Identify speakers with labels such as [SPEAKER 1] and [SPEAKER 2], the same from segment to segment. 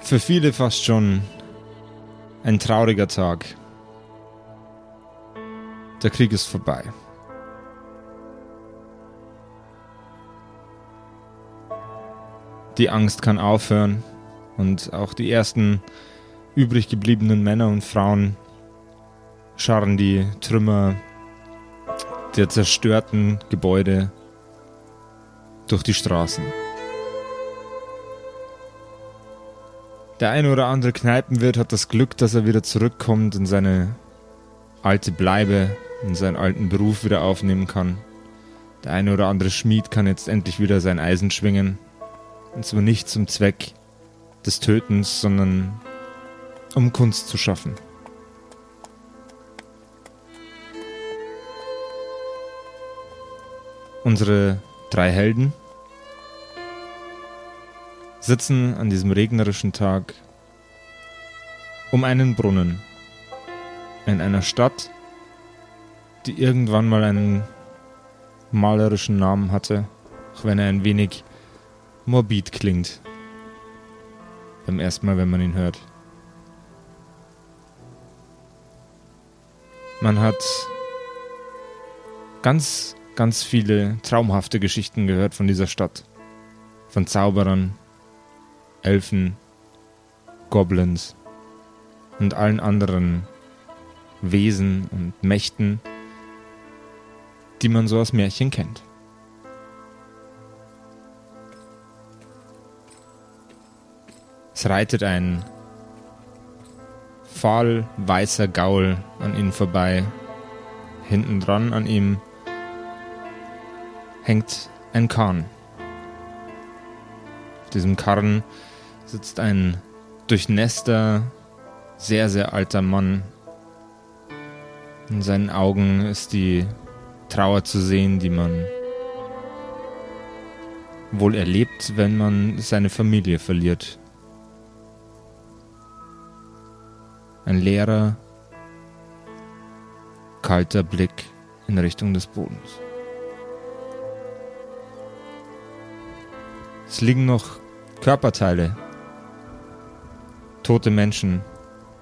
[SPEAKER 1] für viele fast schon ein trauriger Tag. Der Krieg ist vorbei. Die Angst kann aufhören und auch die ersten übrig gebliebenen Männer und Frauen scharren die Trümmer der zerstörten Gebäude durch die Straßen. Der eine oder andere Kneipenwirt hat das Glück, dass er wieder zurückkommt und seine alte Bleibe und seinen alten Beruf wieder aufnehmen kann. Der eine oder andere Schmied kann jetzt endlich wieder sein Eisen schwingen. Und zwar nicht zum Zweck des Tötens, sondern um Kunst zu schaffen. Unsere drei Helden sitzen an diesem regnerischen Tag um einen Brunnen in einer Stadt, die irgendwann mal einen malerischen Namen hatte, auch wenn er ein wenig morbid klingt beim ersten Mal, wenn man ihn hört. Man hat ganz, ganz viele traumhafte Geschichten gehört von dieser Stadt. Von Zauberern, Elfen, Goblins und allen anderen Wesen und Mächten, die man so aus Märchen kennt. Es reitet ein fahl weißer Gaul an ihnen vorbei. Hinten dran an ihm hängt ein Kahn. Auf diesem Karren sitzt ein durchnässter, sehr, sehr alter Mann. In seinen Augen ist die Trauer zu sehen, die man wohl erlebt, wenn man seine Familie verliert. Ein leerer, kalter Blick in Richtung des Bodens. Es liegen noch Körperteile, tote Menschen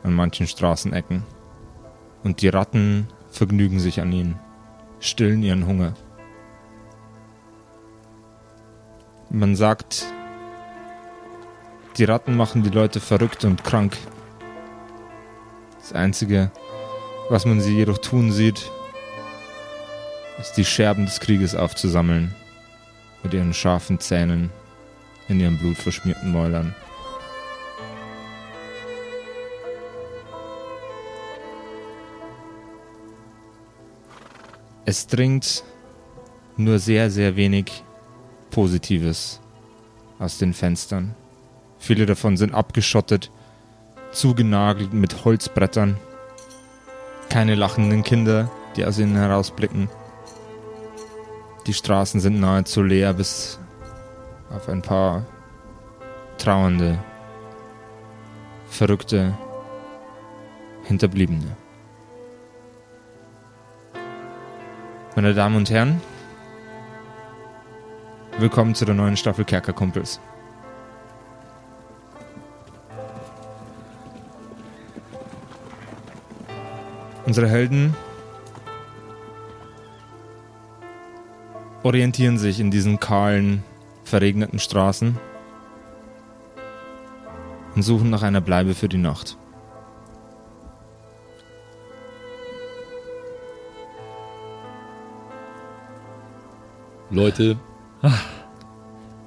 [SPEAKER 1] an manchen Straßenecken. Und die Ratten vergnügen sich an ihnen, stillen ihren Hunger. Man sagt, die Ratten machen die Leute verrückt und krank. Das Einzige, was man sie jedoch tun sieht, ist die Scherben des Krieges aufzusammeln, mit ihren scharfen Zähnen in ihren blutverschmierten Mäulern. Es dringt nur sehr, sehr wenig Positives aus den Fenstern. Viele davon sind abgeschottet zugenagelt mit Holzbrettern. Keine lachenden Kinder, die aus ihnen herausblicken. Die Straßen sind nahezu leer, bis auf ein paar trauernde, verrückte Hinterbliebene. Meine Damen und Herren, willkommen zu der neuen Staffel Kerkerkumpels. Unsere Helden orientieren sich in diesen kahlen, verregneten Straßen und suchen nach einer Bleibe für die Nacht.
[SPEAKER 2] Leute,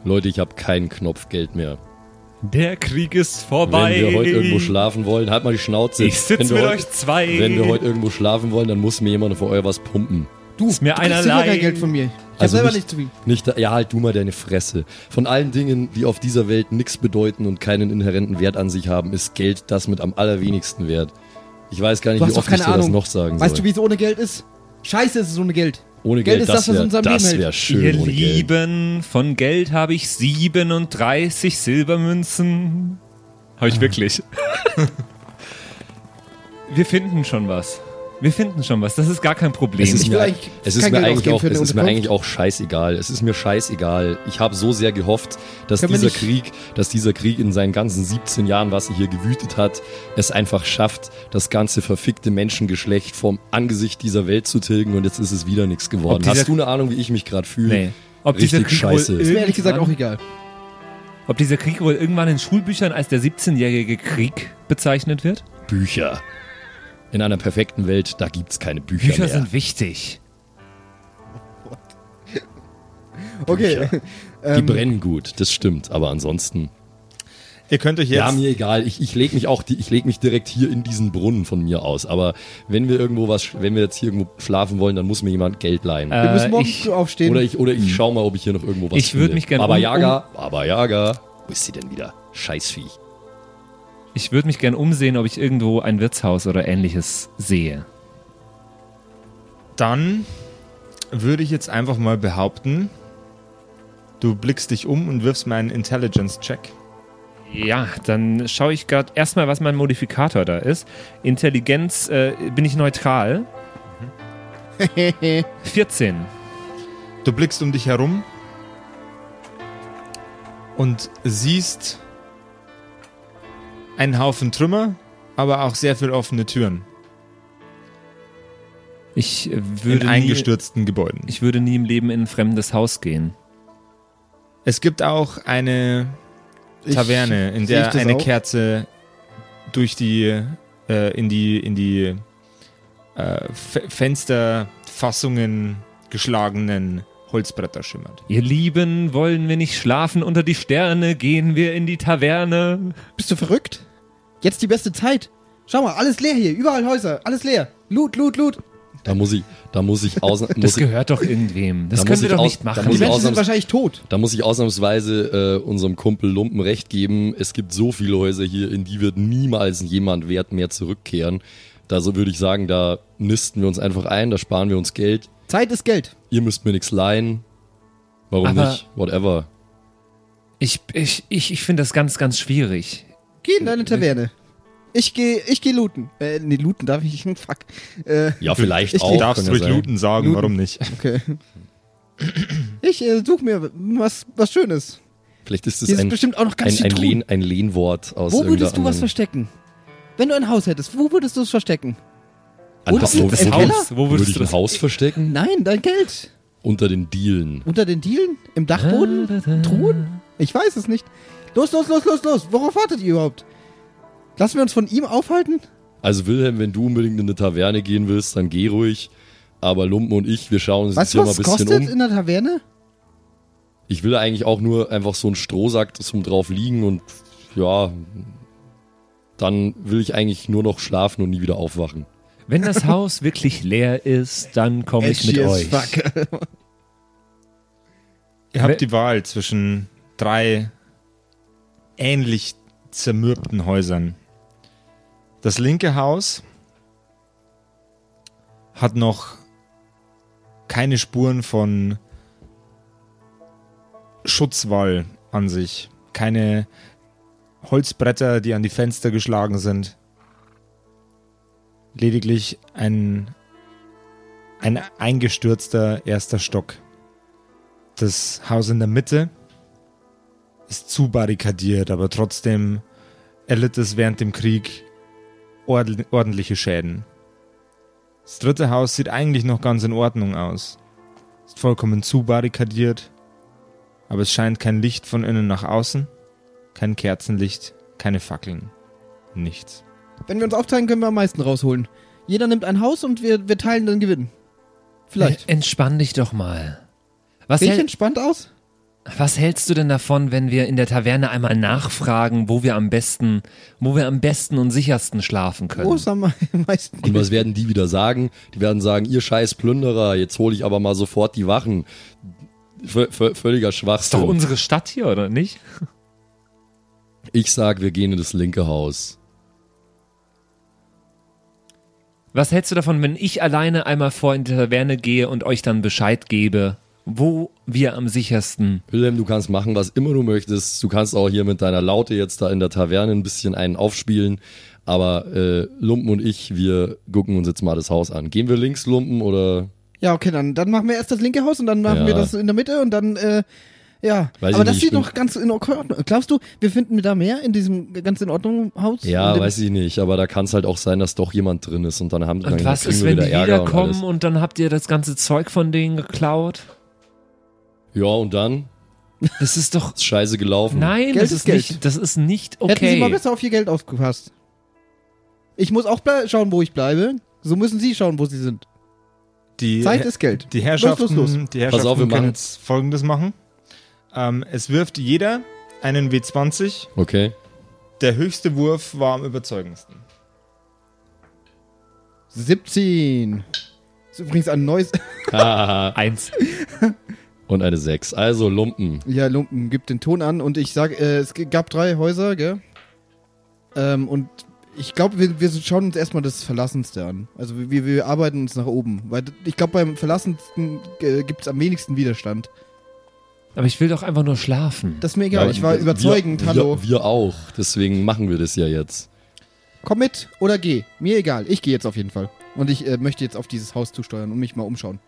[SPEAKER 2] Leute, ich habe kein Knopfgeld mehr.
[SPEAKER 3] Der Krieg ist vorbei.
[SPEAKER 2] Wenn wir heute irgendwo schlafen wollen, halt mal die Schnauze.
[SPEAKER 3] Ich sitze
[SPEAKER 2] Wenn
[SPEAKER 3] mit
[SPEAKER 2] wir
[SPEAKER 3] euch
[SPEAKER 2] heute-
[SPEAKER 3] zwei.
[SPEAKER 2] Wenn wir heute irgendwo schlafen wollen, dann muss mir jemand von euch was pumpen.
[SPEAKER 3] du, ist mir
[SPEAKER 4] Du kriegst
[SPEAKER 3] einer
[SPEAKER 4] sicher
[SPEAKER 3] leid.
[SPEAKER 4] kein Geld von mir. Ich hab
[SPEAKER 2] Also
[SPEAKER 4] selber
[SPEAKER 2] nicht-
[SPEAKER 4] nicht zu viel.
[SPEAKER 2] Nicht, da- ja, halt du mal deine Fresse. Von allen Dingen, die auf dieser Welt nichts bedeuten und keinen inhärenten Wert an sich haben, ist Geld das mit am allerwenigsten wert. Ich weiß gar nicht,
[SPEAKER 4] Du
[SPEAKER 2] wie
[SPEAKER 4] hast doch
[SPEAKER 2] oft ich
[SPEAKER 4] keine
[SPEAKER 2] dir das
[SPEAKER 4] Ahnung.
[SPEAKER 2] noch sagen
[SPEAKER 4] Weißt du,
[SPEAKER 2] soll.
[SPEAKER 4] wie es ohne Geld ist? Scheiße ist es ohne Geld.
[SPEAKER 2] ohne
[SPEAKER 4] Geld ist das, was
[SPEAKER 2] wär-
[SPEAKER 4] uns am Leben
[SPEAKER 2] das
[SPEAKER 4] hält.
[SPEAKER 2] wäre schön.
[SPEAKER 3] Ihr
[SPEAKER 2] ohne Geld.
[SPEAKER 3] Lieben, von Geld habe ich 37 Silbermünzen.
[SPEAKER 2] Ah.
[SPEAKER 3] Habe ich wirklich. wir finden schon was. Wir finden schon was. Das ist gar kein Problem.
[SPEAKER 2] Es ist
[SPEAKER 4] Ich
[SPEAKER 2] mir,
[SPEAKER 4] will eigentlich
[SPEAKER 2] es ist
[SPEAKER 4] kein
[SPEAKER 2] mir,
[SPEAKER 4] Geld
[SPEAKER 2] eigentlich,
[SPEAKER 4] ausgeben
[SPEAKER 2] auch,
[SPEAKER 4] für eine
[SPEAKER 2] es ist mir
[SPEAKER 4] Unterkunft.
[SPEAKER 2] eigentlich auch scheißegal. Es ist mir scheißegal. Ich habe so sehr gehofft, dass
[SPEAKER 4] Können wir
[SPEAKER 2] dieser,
[SPEAKER 4] nicht-
[SPEAKER 2] Krieg, dass dieser Krieg in seinen ganzen 17 Jahren, was er hier gewütet hat, es einfach schafft, das ganze verfickte Menschengeschlecht vom Angesicht dieser Welt zu tilgen. Und jetzt ist es wieder nichts
[SPEAKER 3] Ob
[SPEAKER 2] geworden.
[SPEAKER 3] dieser-
[SPEAKER 2] Hast du eine Ahnung, wie ich mich gerade fühle?
[SPEAKER 3] nee. Ob dieser
[SPEAKER 2] Richtig
[SPEAKER 3] Krieg wohl
[SPEAKER 2] scheiße. Ist
[SPEAKER 4] Ist mir ehrlich gesagt auch
[SPEAKER 3] irgendwann-
[SPEAKER 4] egal.
[SPEAKER 3] Ob dieser Krieg wohl irgendwann in Schulbüchern als der 17-jährige Krieg bezeichnet wird?
[SPEAKER 2] Bücher. In einer perfekten Welt, da gibt's keine Bücher,
[SPEAKER 3] Bücher
[SPEAKER 2] mehr.
[SPEAKER 3] sind wichtig.
[SPEAKER 4] Okay.
[SPEAKER 2] Die brennen gut, das stimmt. Aber ansonsten,
[SPEAKER 1] Ihr könnt euch jetzt.
[SPEAKER 2] ja, mir egal. Ich, ich lege mich auch, die- ich lege mich direkt hier in diesen Brunnen von mir aus. Aber wenn wir irgendwo was, sch- wenn wir jetzt hier irgendwo schlafen wollen, dann muss mir jemand Geld leihen.
[SPEAKER 4] Wir müssen
[SPEAKER 3] Äh,
[SPEAKER 4] morgen
[SPEAKER 3] ich-
[SPEAKER 4] früh aufstehen.
[SPEAKER 2] oder ich, oder ich schau mal, ob ich hier noch irgendwo was
[SPEAKER 3] Ich würd
[SPEAKER 2] finde.
[SPEAKER 3] mich gerne
[SPEAKER 2] Baba
[SPEAKER 3] um-
[SPEAKER 2] Yaga, Baba Yaga. Wo ist sie denn wieder? Scheißvieh.
[SPEAKER 3] Ich würde mich gern umsehen, ob ich irgendwo ein Wirtshaus oder ähnliches sehe.
[SPEAKER 1] dann würde ich jetzt einfach mal behaupten, du blickst dich um und wirfst mir einen Intelligence-Check.
[SPEAKER 3] Ja, dann schaue ich gerade erstmal, was mein Modifikator da ist. Intelligenz äh, bin ich neutral. 14.
[SPEAKER 1] Du blickst um dich herum und siehst einen Haufen Trümmer, aber auch sehr viel offene Türen
[SPEAKER 3] Ich äh, würde,
[SPEAKER 1] in
[SPEAKER 3] nie,
[SPEAKER 1] eingestürzten Gebäuden.
[SPEAKER 3] ich würde nie im Leben in ein fremdes Haus gehen.
[SPEAKER 1] Es gibt auch eine
[SPEAKER 4] Ich-
[SPEAKER 1] Taverne, in
[SPEAKER 4] sehe ich
[SPEAKER 1] der
[SPEAKER 4] das
[SPEAKER 1] eine
[SPEAKER 4] auch?
[SPEAKER 1] Kerze durch die äh, in die in die äh, Fe- Fensterfassungen geschlagenen Holzbretter schimmert.
[SPEAKER 3] Ihr Lieben, wollen wir nicht schlafen unter die Sterne, gehen wir in die Taverne.
[SPEAKER 4] Bist du verrückt? Jetzt die beste Zeit. Schau mal, alles leer hier. Überall Häuser. Alles leer. Loot, loot, loot.
[SPEAKER 2] Da muss ich, da muss ich außen,
[SPEAKER 3] Das
[SPEAKER 2] muss ich,
[SPEAKER 3] gehört doch irgendwem. Das
[SPEAKER 2] Da muss
[SPEAKER 3] können wir
[SPEAKER 2] ich
[SPEAKER 3] doch
[SPEAKER 2] aus-
[SPEAKER 3] nicht
[SPEAKER 2] da
[SPEAKER 3] machen.
[SPEAKER 2] muss
[SPEAKER 4] Die
[SPEAKER 2] ich
[SPEAKER 4] Menschen
[SPEAKER 2] ausnahms-
[SPEAKER 4] sind wahrscheinlich tot.
[SPEAKER 2] Da muss ich ausnahmsweise äh, unserem Kumpel Lumpen recht geben. Es gibt so viele Häuser hier, in die wird niemals jemand wert mehr zurückkehren. Da so würde ich sagen, da nisten wir uns einfach ein, da sparen wir uns Geld.
[SPEAKER 4] Zeit ist Geld.
[SPEAKER 2] Ihr müsst mir nichts leihen. Warum
[SPEAKER 3] Aber-
[SPEAKER 2] nicht? Whatever.
[SPEAKER 3] Ich, ich, ich, ich finde das ganz, ganz schwierig.
[SPEAKER 4] Geh
[SPEAKER 2] Äh,
[SPEAKER 4] in deine Taverne. Ich gehe ich geh looten. Äh, nee, looten darf ich nicht. Fuck. Äh,
[SPEAKER 2] Ja, vielleicht
[SPEAKER 4] Ich
[SPEAKER 2] auch.
[SPEAKER 1] Du darfst
[SPEAKER 2] kann ja
[SPEAKER 1] ruhig
[SPEAKER 2] sein.
[SPEAKER 1] Looten sagen,
[SPEAKER 4] Looten.
[SPEAKER 1] warum nicht?
[SPEAKER 4] okay. Ich äh, suche mir was, was Schönes.
[SPEAKER 2] Vielleicht ist es
[SPEAKER 4] Hier
[SPEAKER 2] ein,
[SPEAKER 4] sind bestimmt auch noch ganz
[SPEAKER 2] ein,
[SPEAKER 4] viel
[SPEAKER 2] ein,
[SPEAKER 4] Truhen.
[SPEAKER 2] Lehn, ein Lehnwort aus
[SPEAKER 4] Wo würdest du was
[SPEAKER 2] irgendeiner
[SPEAKER 4] verstecken? Wenn du ein Haus hättest, wo würdest du es verstecken?
[SPEAKER 2] anderen-
[SPEAKER 4] Wo
[SPEAKER 2] Wo
[SPEAKER 4] ist das
[SPEAKER 2] würd-
[SPEAKER 4] Keller?
[SPEAKER 2] Wo würdest du ein
[SPEAKER 3] Haus?
[SPEAKER 2] Haus verstecken?
[SPEAKER 4] Nein, dein Geld.
[SPEAKER 2] Unter den Dielen.
[SPEAKER 4] Unter den Dielen? Im Dachboden? Truhen? Ich weiß es nicht. Los, los, los, los, los. Worauf wartet ihr überhaupt? Lassen wir uns von ihm aufhalten?
[SPEAKER 2] Also Wilhelm, wenn du unbedingt in eine Taverne gehen willst, dann geh ruhig. Aber Lumpen und ich, wir schauen uns jetzt
[SPEAKER 4] Weißt
[SPEAKER 2] hier
[SPEAKER 4] du,
[SPEAKER 2] mal ein
[SPEAKER 4] was es
[SPEAKER 2] bisschen
[SPEAKER 4] kostet
[SPEAKER 2] um.
[SPEAKER 4] in der Taverne?
[SPEAKER 2] Ich will eigentlich auch nur einfach so einen Strohsack zum drauf liegen und ja, dann will ich eigentlich nur noch schlafen und nie wieder aufwachen.
[SPEAKER 3] Wenn das Haus wirklich leer ist, dann komme ich mit
[SPEAKER 4] Edgy as
[SPEAKER 3] euch.
[SPEAKER 4] fuck.
[SPEAKER 1] Ihr
[SPEAKER 3] We-
[SPEAKER 1] habt die Wahl zwischen drei ähnlich zermürbten Häusern. Das linke Haus hat noch keine Spuren von Schutzwall an sich. Keine Holzbretter, die an die Fenster geschlagen sind. Lediglich ein, ein eingestürzter erster Stock. Das Haus in der Mitte ist zu barrikadiert, aber trotzdem erlitt es während dem Krieg ordl- ordentliche Schäden. Das dritte Haus sieht eigentlich noch ganz in Ordnung aus. Ist vollkommen zu barrikadiert, aber es scheint kein Licht von innen nach außen, kein Kerzenlicht, keine Fackeln, nichts.
[SPEAKER 4] Wenn wir uns aufteilen, können wir am meisten rausholen. Jeder nimmt ein Haus und wir, wir teilen den Gewinn. Vielleicht.
[SPEAKER 3] Ent- Entspann dich doch mal. Was,
[SPEAKER 4] Sehe ich
[SPEAKER 3] hält,
[SPEAKER 4] entspannt aus?
[SPEAKER 3] was hältst du denn davon, wenn wir in der Taverne einmal nachfragen, wo wir am besten, wo wir am besten und sichersten schlafen können?
[SPEAKER 4] Wo ist am me- meisten
[SPEAKER 2] Und
[SPEAKER 4] Gewinn?
[SPEAKER 2] was werden die wieder sagen? Die werden sagen, ihr scheiß Plünderer, jetzt hole ich aber mal sofort die Wachen. V v völliger
[SPEAKER 3] ist doch
[SPEAKER 2] Schwachsinn.
[SPEAKER 3] unsere Stadt hier, oder nicht?
[SPEAKER 2] Ich sag, wir gehen in das linke Haus.
[SPEAKER 3] Was hältst du davon, wenn ich alleine einmal vor in die Taverne gehe und euch dann Bescheid gebe, wo wir am sichersten.
[SPEAKER 2] Wilhelm, du kannst machen, was immer du möchtest. Du kannst auch hier mit deiner Laute jetzt da in der Taverne ein bisschen einen aufspielen. Aber äh, Lumpen und ich, wir gucken uns jetzt mal das Haus an. Gehen wir links, Lumpen, oder?
[SPEAKER 4] Ja, okay, dann, dann machen wir erst das linke Haus und dann machen
[SPEAKER 2] Ja.
[SPEAKER 4] wir das in der Mitte und dann, äh, ja.
[SPEAKER 2] Weiß ich
[SPEAKER 4] Aber
[SPEAKER 2] nicht,
[SPEAKER 4] das sieht
[SPEAKER 2] ich bin-
[SPEAKER 4] noch ganz in Ordnung. Glaubst du, wir finden da mehr in diesem ganz in Ordnung Haus? In
[SPEAKER 2] Ja,
[SPEAKER 4] dem-
[SPEAKER 2] weiß ich nicht. Aber da kann es halt auch sein, dass doch jemand drin ist und dann haben
[SPEAKER 3] Und
[SPEAKER 2] dann
[SPEAKER 3] was
[SPEAKER 2] kriegen
[SPEAKER 3] ist,
[SPEAKER 2] wir
[SPEAKER 3] wenn die
[SPEAKER 2] wieder Ärger und
[SPEAKER 3] wiederkommen
[SPEAKER 2] alles.
[SPEAKER 3] und, dann habt ihr das ganze Zeug von denen geklaut?
[SPEAKER 2] Ja, und dann
[SPEAKER 3] Das ist doch.
[SPEAKER 2] ist scheiße gelaufen.
[SPEAKER 3] Nein,
[SPEAKER 4] Geld
[SPEAKER 3] das
[SPEAKER 4] ist
[SPEAKER 3] ist
[SPEAKER 4] Geld.
[SPEAKER 3] nicht. Das ist nicht
[SPEAKER 4] Hätten sie mal
[SPEAKER 3] okay.
[SPEAKER 4] besser auf ihr Geld aufgepasst. Ich muss auch ble- schauen, wo ich bleibe. So müssen sie schauen, wo sie sind.
[SPEAKER 1] Die,
[SPEAKER 4] Zeit ist Geld.
[SPEAKER 1] die Herrschaften,
[SPEAKER 4] Los, los, los.
[SPEAKER 1] Die Herrschaften
[SPEAKER 2] auf, wir
[SPEAKER 1] können
[SPEAKER 2] machen-
[SPEAKER 1] jetzt folgendes machen. Ähm, es wirft jeder einen W20.
[SPEAKER 2] Okay.
[SPEAKER 1] Der höchste Wurf war am überzeugendsten.
[SPEAKER 4] 17. Ist übrigens ein neues.
[SPEAKER 2] Hahaha.
[SPEAKER 3] Eins.
[SPEAKER 2] und eine 6. Also Lumpen.
[SPEAKER 4] Ja, Lumpen gibt den Ton an und ich sag, äh, es g- gab drei Häuser, gell? Ähm, und ich glaube, wir, wir schauen uns erstmal das Verlassenste an. Also wir, wir arbeiten uns nach oben. Weil d- ich glaube, beim Verlassensten äh, gibt es am wenigsten Widerstand. Aber
[SPEAKER 3] Aber ich will doch einfach nur schlafen.
[SPEAKER 4] das ist mir egal, ich war
[SPEAKER 2] wir-
[SPEAKER 4] überzeugend,
[SPEAKER 2] wir,
[SPEAKER 4] hallo.
[SPEAKER 2] Wir, wir auch. Deswegen machen wir das ja jetzt.
[SPEAKER 4] Komm mit oder geh. Mir egal, ich gehe jetzt auf jeden Fall. Und ich äh, möchte jetzt auf dieses Haus zusteuern und mich mal umschauen.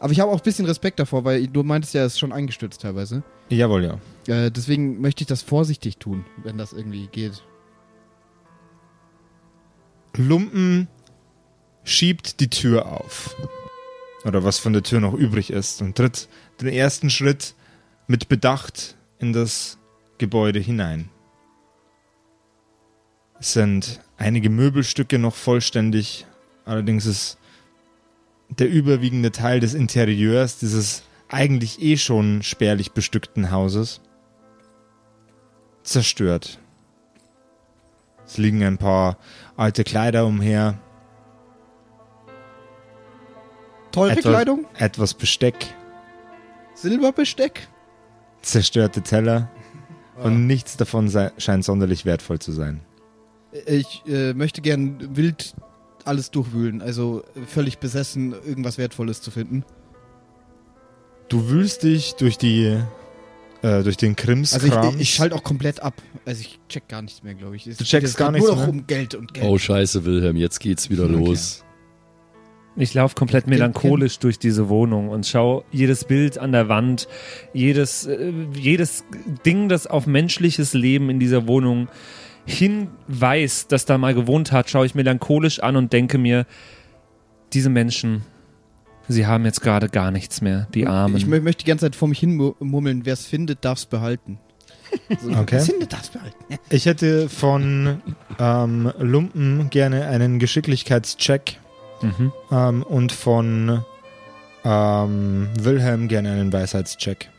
[SPEAKER 4] Aber ich habe auch ein bisschen Respekt davor, weil du meintest ja, es ist schon eingestürzt teilweise.
[SPEAKER 1] Jawohl, ja.
[SPEAKER 4] Äh, deswegen möchte ich das vorsichtig tun, wenn das irgendwie geht.
[SPEAKER 1] Lumpen schiebt die Tür auf. Oder was von der Tür noch übrig ist. Und tritt den ersten Schritt mit Bedacht in das Gebäude hinein. Es sind einige Möbelstücke noch vollständig. Allerdings ist der überwiegende Teil des Interieurs dieses eigentlich eh schon spärlich bestückten Hauses zerstört. Es liegen ein paar alte Kleider umher,
[SPEAKER 4] Teure
[SPEAKER 1] Etwas-
[SPEAKER 4] Kleidung?
[SPEAKER 1] etwas Besteck,
[SPEAKER 4] Silberbesteck?
[SPEAKER 1] zerstörte Teller und nichts davon sei, scheint sonderlich wertvoll zu sein.
[SPEAKER 4] Ich äh, möchte gern wild alles durchwühlen, also äh, völlig besessen, irgendwas Wertvolles zu finden.
[SPEAKER 1] Du wühlst dich durch die äh, durch den
[SPEAKER 4] Also
[SPEAKER 1] Krimskram.
[SPEAKER 4] ich, ich schalte auch komplett ab. Also ich check gar nichts mehr, glaube ich. Es
[SPEAKER 1] Du checkst
[SPEAKER 4] geht jetzt
[SPEAKER 1] gar
[SPEAKER 4] grad
[SPEAKER 1] nichts
[SPEAKER 4] Nur noch
[SPEAKER 1] mehr?
[SPEAKER 4] um Geld und Geld.
[SPEAKER 2] Oh, scheiße, Wilhelm. Jetzt geht's wieder
[SPEAKER 1] Okay.
[SPEAKER 2] los.
[SPEAKER 3] Ich laufe komplett melancholisch durch diese Wohnung und schaue jedes Bild an der Wand, jedes, äh, jedes Ding, das auf menschliches Leben in dieser Wohnung hinweist, das da mal gewohnt hat, schaue ich melancholisch an und denke mir, diese Menschen, sie haben jetzt gerade gar nichts mehr, die Armen.
[SPEAKER 4] Ich mö möchte die ganze Zeit vor mich hin mu- mummeln. Wer es findet, darf es behalten. Wer es
[SPEAKER 1] okay.
[SPEAKER 4] findet, darf es behalten.
[SPEAKER 1] Ich hätte von ähm, Lumpen gerne einen Geschicklichkeitscheck
[SPEAKER 3] mhm.
[SPEAKER 1] ähm, und von ähm, Wilhelm gerne einen Weisheitscheck.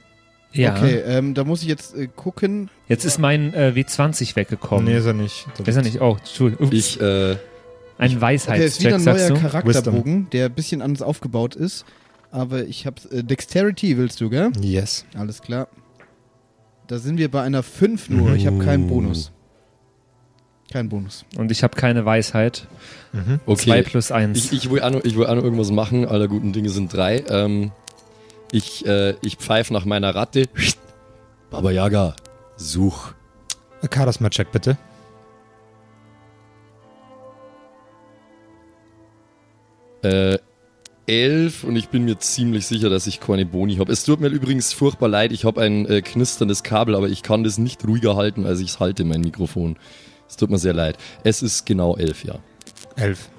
[SPEAKER 3] Ja,
[SPEAKER 4] Okay, ähm, da muss ich jetzt äh, gucken.
[SPEAKER 3] jetzt ist mein äh, W20 weggekommen.
[SPEAKER 1] Nee, ist er nicht.
[SPEAKER 3] Ist er nicht? Oh, Entschuldigung. Ups.
[SPEAKER 2] Ich, äh,
[SPEAKER 3] ein
[SPEAKER 4] Okay, ist
[SPEAKER 3] Weisheitscheck,
[SPEAKER 4] wieder ein
[SPEAKER 3] sagst
[SPEAKER 4] neuer
[SPEAKER 3] du?
[SPEAKER 4] Charakterbogen, der ein bisschen anders aufgebaut ist. Aber ich hab's. Äh, Dexterity willst du, gell?
[SPEAKER 1] Yes.
[SPEAKER 4] Alles klar. Da sind wir bei einer 5 nur. Ich habe keinen Bonus. Kein Bonus.
[SPEAKER 3] Und ich habe keine Weisheit.
[SPEAKER 2] okay.
[SPEAKER 3] Zwei plus
[SPEAKER 2] Ich,
[SPEAKER 3] eins.
[SPEAKER 2] ich will auch noch, ich will auch noch irgendwas machen. Aller guten Dinge sind drei. Ähm, ich äh, ich pfeife nach meiner Ratte. Baba Yaga, such.
[SPEAKER 1] Charisma-Check bitte.
[SPEAKER 2] Äh, elf und ich bin mir ziemlich sicher, dass ich keine Boni habe. Es tut mir übrigens furchtbar leid. Ich habe ein äh, knisterndes Kabel, aber ich kann das nicht ruhiger halten, als ich es halte, mein Mikrofon. Es tut mir sehr leid. Es ist genau elf, ja.
[SPEAKER 1] Elf.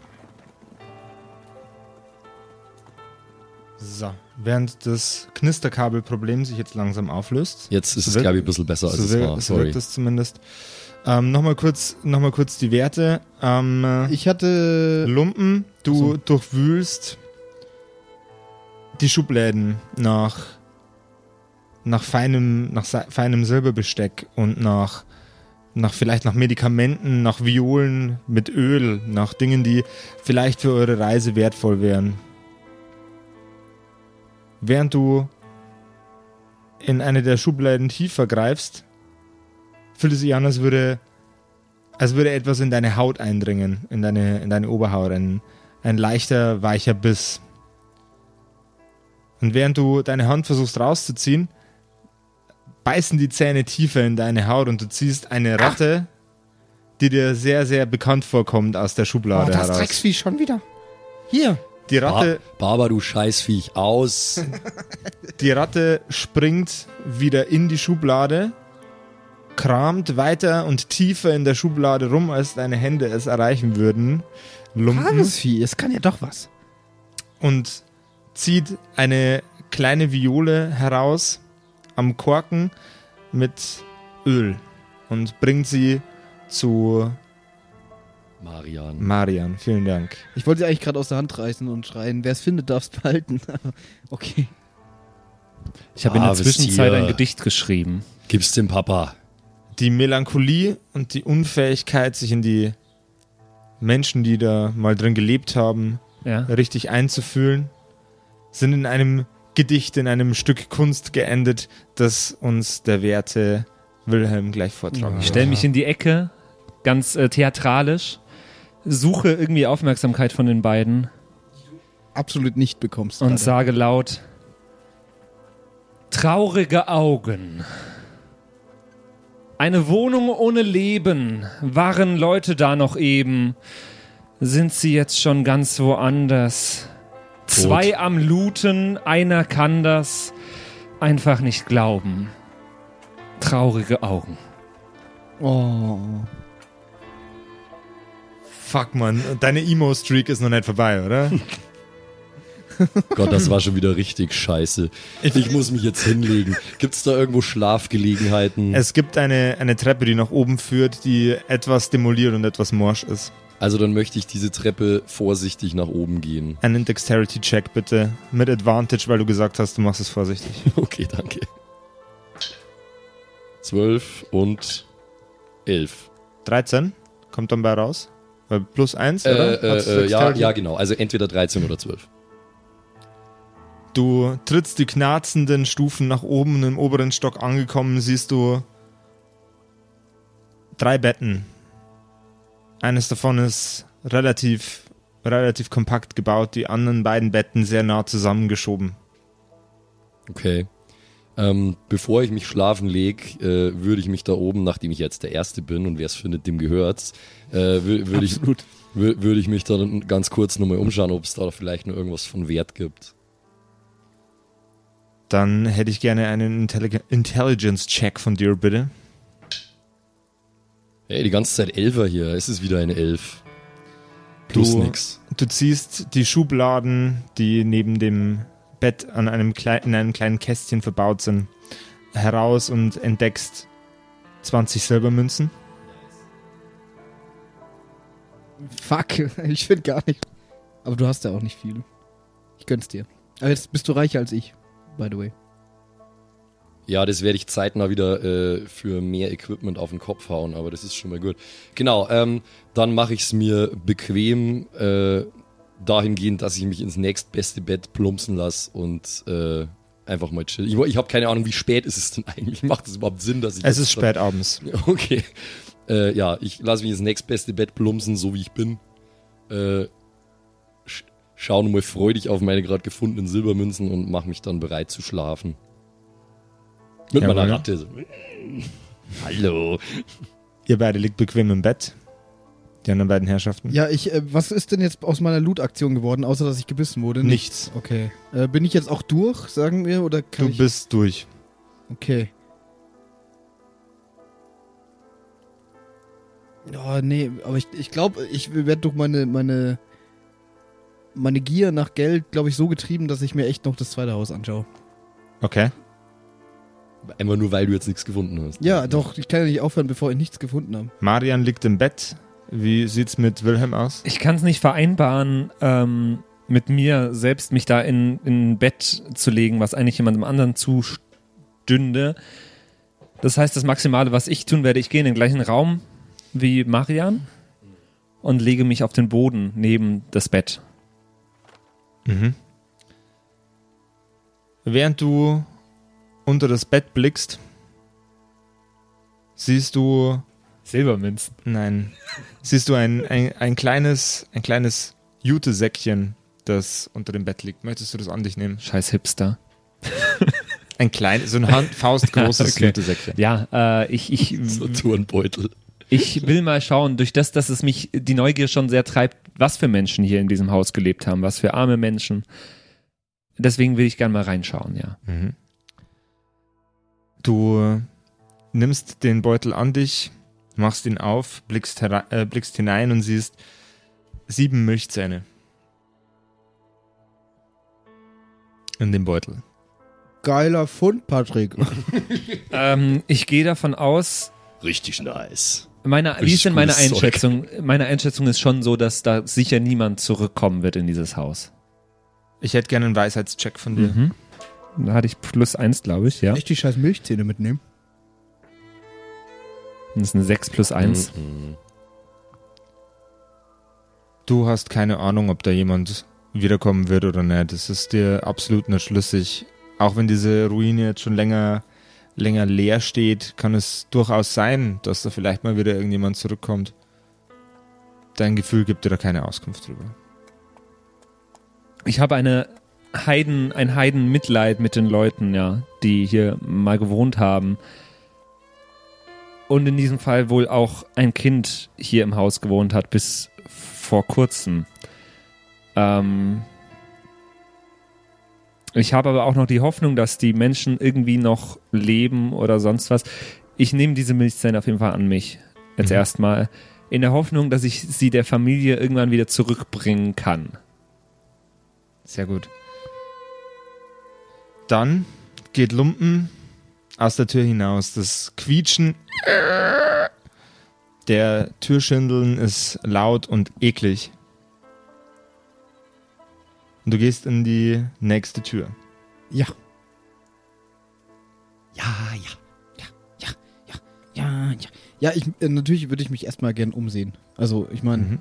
[SPEAKER 1] So, während das Knisterkabelproblem sich jetzt langsam auflöst,
[SPEAKER 2] Jetzt ist es,
[SPEAKER 1] Wird-
[SPEAKER 2] glaube ich, ein bisschen besser, als
[SPEAKER 1] so,
[SPEAKER 2] es
[SPEAKER 1] wir-
[SPEAKER 2] war.
[SPEAKER 1] so wirkt
[SPEAKER 2] Sorry.
[SPEAKER 1] es zumindest. Ähm, Nochmal kurz, noch mal kurz die Werte. Ähm,
[SPEAKER 4] Ich hatte.
[SPEAKER 1] Lumpen, du
[SPEAKER 4] so.
[SPEAKER 1] durchwühlst die Schubläden nach, nach, feinem, nach sa- feinem Silberbesteck und nach, nach vielleicht nach Medikamenten, nach Violen mit Öl, nach Dingen, die vielleicht für eure Reise wertvoll wären. Während du in eine der Schubladen tiefer greifst, fühlt es sich an, als würde als würde etwas in deine Haut eindringen, in deine, in deine Oberhaut, ein, ein leichter, weicher Biss. Und während du deine Hand versuchst rauszuziehen, beißen die Zähne tiefer in deine Haut und du ziehst eine
[SPEAKER 4] Ah.
[SPEAKER 1] Ratte, die dir sehr, sehr bekannt vorkommt, aus der
[SPEAKER 4] Oh,
[SPEAKER 1] Schublade
[SPEAKER 4] das
[SPEAKER 1] heraus.
[SPEAKER 4] Drecksvieh Ah. schon wieder. Hier.
[SPEAKER 1] Die Ratte,
[SPEAKER 2] Baba, du Scheißviech, aus.
[SPEAKER 1] die Ratte springt wieder in die Schublade, kramt weiter und tiefer in der Schublade rum, als deine Hände es erreichen würden. Lumpen.
[SPEAKER 4] Drecksvieh, es kann ja doch was.
[SPEAKER 1] und zieht eine kleine Viole heraus am Korken mit Öl und bringt sie zu
[SPEAKER 2] Marian.
[SPEAKER 1] Marian. Vielen Dank.
[SPEAKER 4] Ich wollte sie eigentlich gerade aus der Hand reißen und schreien, wer es findet, darf es behalten. Aber okay.
[SPEAKER 3] Ich habe in der
[SPEAKER 2] Braves
[SPEAKER 3] Zwischenzeit
[SPEAKER 2] Tier.
[SPEAKER 3] ein Gedicht geschrieben.
[SPEAKER 2] Gib's dem Papa.
[SPEAKER 1] Die Melancholie und die Unfähigkeit, sich in die Menschen, die da mal drin gelebt haben,
[SPEAKER 3] Ja.
[SPEAKER 1] richtig einzufühlen, sind in einem Gedicht, in einem Stück Kunst geendet, das uns der Werte Wilhelm gleich vortragen wird.
[SPEAKER 3] Ich stelle mich in die Ecke, ganz äh, theatralisch, suche irgendwie Aufmerksamkeit von den beiden
[SPEAKER 4] Absolut nicht bekommst
[SPEAKER 3] und
[SPEAKER 4] gerade.
[SPEAKER 3] sage laut: Traurige Augen. Eine Wohnung ohne Leben. Waren Leute da noch eben? Sind sie jetzt schon ganz woanders? Zwei am Looten, einer kann das einfach nicht glauben. Traurige Augen.
[SPEAKER 4] Oh.
[SPEAKER 1] Fuck, Mann. Deine Emo-Streak ist noch nicht vorbei, oder?
[SPEAKER 2] Gott, das war schon wieder richtig scheiße. Ich muss mich jetzt hinlegen. Gibt's da irgendwo Schlafgelegenheiten?
[SPEAKER 1] Es gibt eine, eine Treppe, die nach oben führt, die etwas demoliert und etwas morsch ist.
[SPEAKER 2] Also dann möchte ich diese Treppe vorsichtig nach oben gehen.
[SPEAKER 1] Einen Dexterity-Check bitte. Mit Advantage, weil du gesagt hast, du machst es vorsichtig.
[SPEAKER 2] Okay, danke. Zwölf und elf.
[SPEAKER 1] 13 kommt dann bei raus. Weil plus 1,
[SPEAKER 2] Äh,
[SPEAKER 1] oder? Hat's
[SPEAKER 2] äh, äh, ja,
[SPEAKER 1] Dexterity?
[SPEAKER 2] ja, genau. Also entweder 13 oder 12.
[SPEAKER 1] Du trittst die knarzenden Stufen nach oben und im oberen Stock angekommen siehst du drei Betten. Eines davon ist relativ, relativ kompakt gebaut, die anderen beiden Betten sehr nah zusammengeschoben.
[SPEAKER 2] Okay. Ähm, bevor ich mich schlafen leg, äh, würde ich mich da oben, nachdem ich jetzt der Erste bin und wer es findet, dem gehört's, äh, wür- würde ich,
[SPEAKER 4] Absolut.
[SPEAKER 2] wür- würde ich mich dann ganz kurz nochmal umschauen, ob es da vielleicht noch irgendwas von Wert gibt.
[SPEAKER 1] Dann hätte ich gerne einen Intelli- Intelligence-Check von dir, bitte.
[SPEAKER 2] Ey, die ganze Zeit Elfer hier. Es ist wieder eine Elf. Plus
[SPEAKER 1] Du-
[SPEAKER 2] nix.
[SPEAKER 1] Du ziehst die Schubladen, die neben dem Bett an einem klei- in einem kleinen Kästchen verbaut sind, heraus und entdeckst 20 Silbermünzen.
[SPEAKER 4] Fuck, ich finde gar nicht. Aber du hast ja auch nicht viele. Ich gönn's dir. Aber jetzt bist du reicher als ich, by the way.
[SPEAKER 2] Ja, das werde ich zeitnah wieder äh, für mehr Equipment auf den Kopf hauen, aber das ist schon mal gut. Genau, ähm, dann mache ich es mir bequem äh, dahingehend, dass ich mich ins nächstbeste Bett plumpsen lasse und äh, einfach mal chillen. Ich, ich habe keine Ahnung, wie spät ist es denn eigentlich? Macht es überhaupt Sinn, dass ich...
[SPEAKER 1] Es
[SPEAKER 2] jetzt
[SPEAKER 1] ist
[SPEAKER 2] schon-
[SPEAKER 1] spät abends.
[SPEAKER 2] Okay. Äh, ja, ich lasse mich ins nächstbeste Bett plumpsen, so wie ich bin. Äh, sch schau nochmal freudig auf meine gerade gefundenen Silbermünzen und mache mich dann bereit zu schlafen. Mit
[SPEAKER 1] Jawohl.
[SPEAKER 2] meiner Ratte. so. Hallo.
[SPEAKER 1] Ihr beide liegt bequem im Bett. Die anderen beiden Herrschaften.
[SPEAKER 4] Ja, ich, äh, was ist denn jetzt aus meiner Loot-Aktion geworden, außer dass ich gebissen wurde?
[SPEAKER 1] Nichts.
[SPEAKER 4] Okay. Äh, bin ich jetzt auch durch, sagen wir, oder kann
[SPEAKER 1] Du
[SPEAKER 4] ich...
[SPEAKER 1] bist durch.
[SPEAKER 4] Okay. Ja, nee, aber ich, ich glaube, ich werde durch meine, meine, meine Gier nach Geld, glaube ich, so getrieben, dass ich mir echt noch das zweite Haus anschaue.
[SPEAKER 1] Okay.
[SPEAKER 2] Einfach nur, weil du jetzt nichts gefunden hast.
[SPEAKER 4] Ja, doch, ich kann ja nicht aufhören, bevor ich nichts gefunden habe.
[SPEAKER 1] Marian liegt im Bett. Wie sieht's mit Wilhelm aus?
[SPEAKER 3] Ich kann es nicht vereinbaren, ähm, mit mir selbst mich da in, in ein Bett zu legen, was eigentlich jemandem anderen zustünde. Das heißt, das Maximale, was ich tun werde, ich gehe in den gleichen Raum wie Marian und lege mich auf den Boden neben das Bett.
[SPEAKER 1] Mhm. Während du unter das Bett blickst, siehst du
[SPEAKER 3] Silbermünzen.
[SPEAKER 1] Nein. Siehst du ein, ein, ein kleines, ein kleines Jutesäckchen das unter dem Bett liegt. Möchtest du das an dich nehmen?
[SPEAKER 3] Scheiß Hipster.
[SPEAKER 1] Ein kleines, so ein Hand, faustgroßes
[SPEAKER 3] Okay.
[SPEAKER 1] Jutesäckchen.
[SPEAKER 3] Ja, äh, ich, ich,
[SPEAKER 2] So ein Turnbeutel.
[SPEAKER 3] ich will mal schauen, durch das, dass es mich die Neugier schon sehr treibt, was für Menschen hier in diesem Haus gelebt haben, was für arme Menschen. Deswegen will ich gerne mal reinschauen, ja.
[SPEAKER 1] Mhm. Du äh, nimmst den Beutel an dich, machst ihn auf, blickst, herei- äh, blickst hinein und siehst sieben Milchzähne in dem Beutel.
[SPEAKER 4] Geiler Fund, Patrick.
[SPEAKER 3] Ähm, ich gehe davon aus,
[SPEAKER 2] Richtig nice.
[SPEAKER 3] Meine, wie
[SPEAKER 2] Richtig
[SPEAKER 3] ist denn meine
[SPEAKER 2] gutes Zeug.
[SPEAKER 3] Einschätzung? Meine Einschätzung ist schon so, dass da sicher niemand zurückkommen wird in dieses Haus.
[SPEAKER 1] Ich hätte gerne einen Weisheitscheck von dir.
[SPEAKER 3] Mhm. Da hatte ich plus eins, glaube ich, ja.
[SPEAKER 4] Nicht die scheiß Milchzähne mitnehmen.
[SPEAKER 3] Das ist eine 6 plus 1.
[SPEAKER 1] Du hast keine Ahnung, ob da jemand wiederkommen wird oder nicht. Das ist dir absolut nicht schlüssig. Auch wenn diese Ruine jetzt schon länger, länger leer steht, kann es durchaus sein, dass da vielleicht mal wieder irgendjemand zurückkommt. Dein Gefühl gibt dir da keine Auskunft drüber.
[SPEAKER 3] Ich habe eine Heiden, ein Heidenmitleid mit den Leuten, ja, die hier mal gewohnt haben. Und in diesem Fall wohl auch ein Kind hier im Haus gewohnt hat, bis vor kurzem. Ähm ich habe aber auch noch die Hoffnung, dass die Menschen irgendwie noch leben oder sonst was. Ich nehme diese Milchzähne auf jeden Fall an mich. Jetzt
[SPEAKER 1] Mhm.
[SPEAKER 3] erstmal. In der Hoffnung, dass ich sie der Familie irgendwann wieder zurückbringen kann.
[SPEAKER 1] Sehr gut. Dann geht Lumpen aus der Tür hinaus. Das Quietschen der Türschindeln ist laut und eklig. Und du gehst in die nächste Tür.
[SPEAKER 4] Ja.
[SPEAKER 2] Ja, ja.
[SPEAKER 4] Ja, ja. Ja, ich, äh, natürlich würde ich mich erstmal gern umsehen. Also, ich
[SPEAKER 1] Mhm.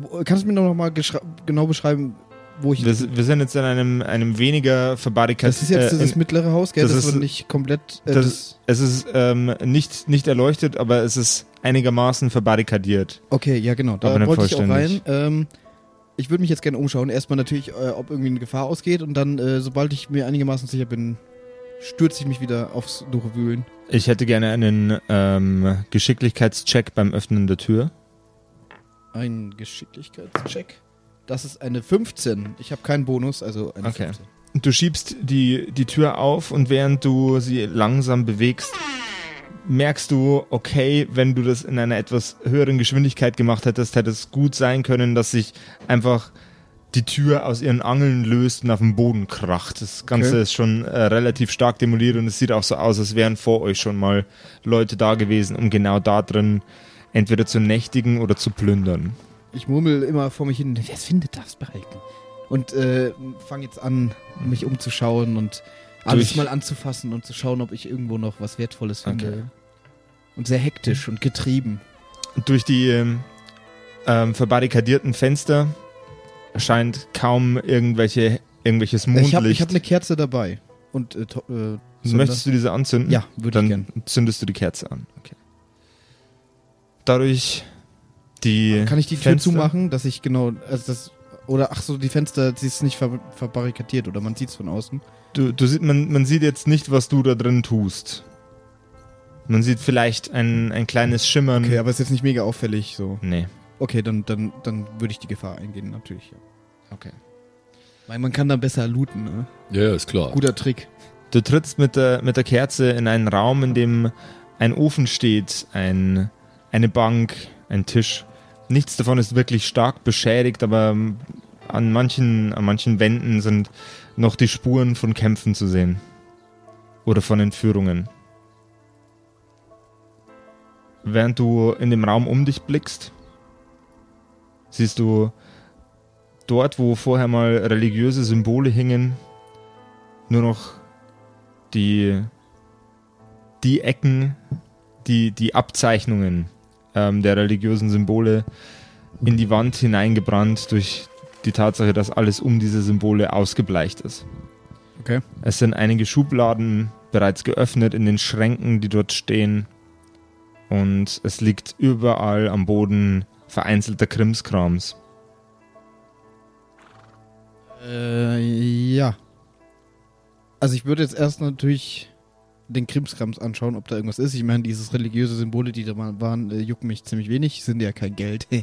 [SPEAKER 4] meine. Kannst du mir noch mal geschra- genau beschreiben, wo ich.
[SPEAKER 1] Wir, s- wir sind jetzt in einem, einem weniger verbarrikadierten.
[SPEAKER 4] das ist jetzt
[SPEAKER 1] äh,
[SPEAKER 4] das
[SPEAKER 1] in-
[SPEAKER 4] mittlere Haus, gell?
[SPEAKER 1] das
[SPEAKER 4] Das,
[SPEAKER 1] ist-
[SPEAKER 4] ist nicht komplett. Äh,
[SPEAKER 1] das- es
[SPEAKER 4] das,
[SPEAKER 1] ist ähm, nicht, nicht erleuchtet, aber es ist einigermaßen verbarrikadiert.
[SPEAKER 4] okay, ja, genau.
[SPEAKER 1] aber
[SPEAKER 4] Da
[SPEAKER 1] nicht
[SPEAKER 4] wollte ich auch rein.
[SPEAKER 1] vollständig.
[SPEAKER 4] Ähm, ich würde mich jetzt gerne umschauen. Erstmal natürlich, äh, ob irgendwie eine Gefahr ausgeht. Und dann, äh, sobald ich mir einigermaßen sicher bin, stürze ich mich wieder aufs Durchwühlen.
[SPEAKER 1] Ich hätte gerne einen ähm, Geschicklichkeitscheck beim Öffnen der Tür.
[SPEAKER 4] Ein Geschicklichkeitscheck. Das ist eine 15. Ich habe keinen Bonus, also eine
[SPEAKER 1] Okay.
[SPEAKER 4] 15.
[SPEAKER 1] Du schiebst die, die Tür auf und während du sie langsam bewegst, merkst du, okay, wenn du das in einer etwas höheren Geschwindigkeit gemacht hättest, hätte es gut sein können, dass sich einfach die Tür aus ihren Angeln löst und auf den Boden kracht. Das Ganze
[SPEAKER 4] Okay.
[SPEAKER 1] ist schon äh, relativ stark demoliert und es sieht auch so aus, als wären vor euch schon mal Leute da gewesen, um genau da drin entweder zu nächtigen oder zu plündern.
[SPEAKER 4] Ich murmel immer vor mich hin, wer es findet, darf es behalten. Und äh, fange jetzt an, mich umzuschauen und alles
[SPEAKER 1] Durch-
[SPEAKER 4] mal anzufassen und zu schauen, ob ich irgendwo noch was Wertvolles finde.
[SPEAKER 1] Okay.
[SPEAKER 4] Und sehr hektisch und getrieben.
[SPEAKER 1] Durch die ähm, ähm, verbarrikadierten Fenster scheint kaum irgendwelche, irgendwelches Mondlicht.
[SPEAKER 4] Ich habe ich hab eine Kerze dabei. Und äh, to- äh, Zunder-
[SPEAKER 1] Möchtest du diese anzünden?
[SPEAKER 4] Ja, würde
[SPEAKER 1] Dann
[SPEAKER 4] ich gern.
[SPEAKER 1] zündest du die Kerze an. Okay. Dadurch die.
[SPEAKER 4] Kann ich die Tür
[SPEAKER 1] Fenster-
[SPEAKER 4] zumachen, dass ich genau, also das oder ach so, die Fenster, sie ist nicht ver verbarrikadiert oder man sieht es von außen.
[SPEAKER 1] Du, du sieht, man, man sieht jetzt nicht, was du da drin tust. Man sieht vielleicht ein, ein kleines Schimmern.
[SPEAKER 4] Okay, aber ist jetzt nicht mega auffällig so.
[SPEAKER 1] Nee.
[SPEAKER 4] Okay, dann dann dann würde ich die Gefahr eingehen natürlich. Ja.
[SPEAKER 1] Okay.
[SPEAKER 4] Weil man kann dann besser looten, ne?
[SPEAKER 2] Ja, ja, ist klar.
[SPEAKER 4] Guter Trick.
[SPEAKER 1] Du trittst mit der, mit der Kerze in einen Raum, in dem ein Ofen steht, ein, eine Bank, ein Tisch. Nichts davon ist wirklich stark beschädigt, aber ähm, an manchen, an manchen Wänden sind noch die Spuren von Kämpfen zu sehen. Oder von Entführungen. Während du in dem Raum um dich blickst, siehst du dort, wo vorher mal religiöse Symbole hingen, nur noch die, die Ecken, die, die Abzeichnungen ähm, der religiösen Symbole in die Wand hineingebrannt durch die Tatsache, dass alles um diese Symbole ausgebleicht ist.
[SPEAKER 4] Okay.
[SPEAKER 1] Es sind einige Schubladen bereits geöffnet in den Schränken, die dort stehen. Und es liegt überall am Boden vereinzelter Krimskrams.
[SPEAKER 4] Äh, ja. Also ich würde jetzt erst natürlich den Krimskrams anschauen, ob da irgendwas ist. Ich meine, dieses religiöse Symbole, die da mal waren, äh, jucken mich ziemlich wenig, sind ja kein Geld.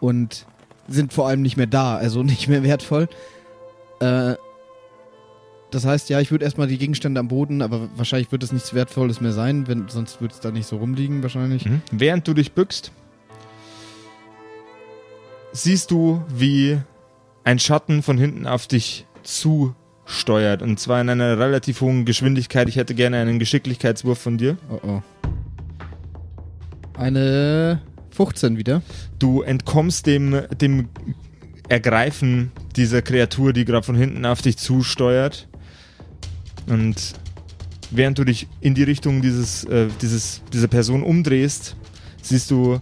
[SPEAKER 4] Und sind vor allem nicht mehr da, also nicht mehr wertvoll. Äh, das heißt, ja, ich würde erstmal die Gegenstände am Boden, aber wahrscheinlich wird es nichts Wertvolles mehr sein, wenn, sonst würde es da nicht so rumliegen wahrscheinlich.
[SPEAKER 1] Mhm. Während du dich bückst, siehst du, wie ein Schatten von hinten auf dich zusteuert. Und zwar in einer relativ hohen Geschwindigkeit. Ich hätte gerne einen Geschicklichkeitswurf von dir.
[SPEAKER 4] Oh oh. Eine 15 wieder.
[SPEAKER 1] Du entkommst dem, dem Ergreifen dieser Kreatur, die gerade von hinten auf dich zusteuert. Und während du dich in die Richtung dieses, äh, dieses, dieser Person umdrehst, siehst du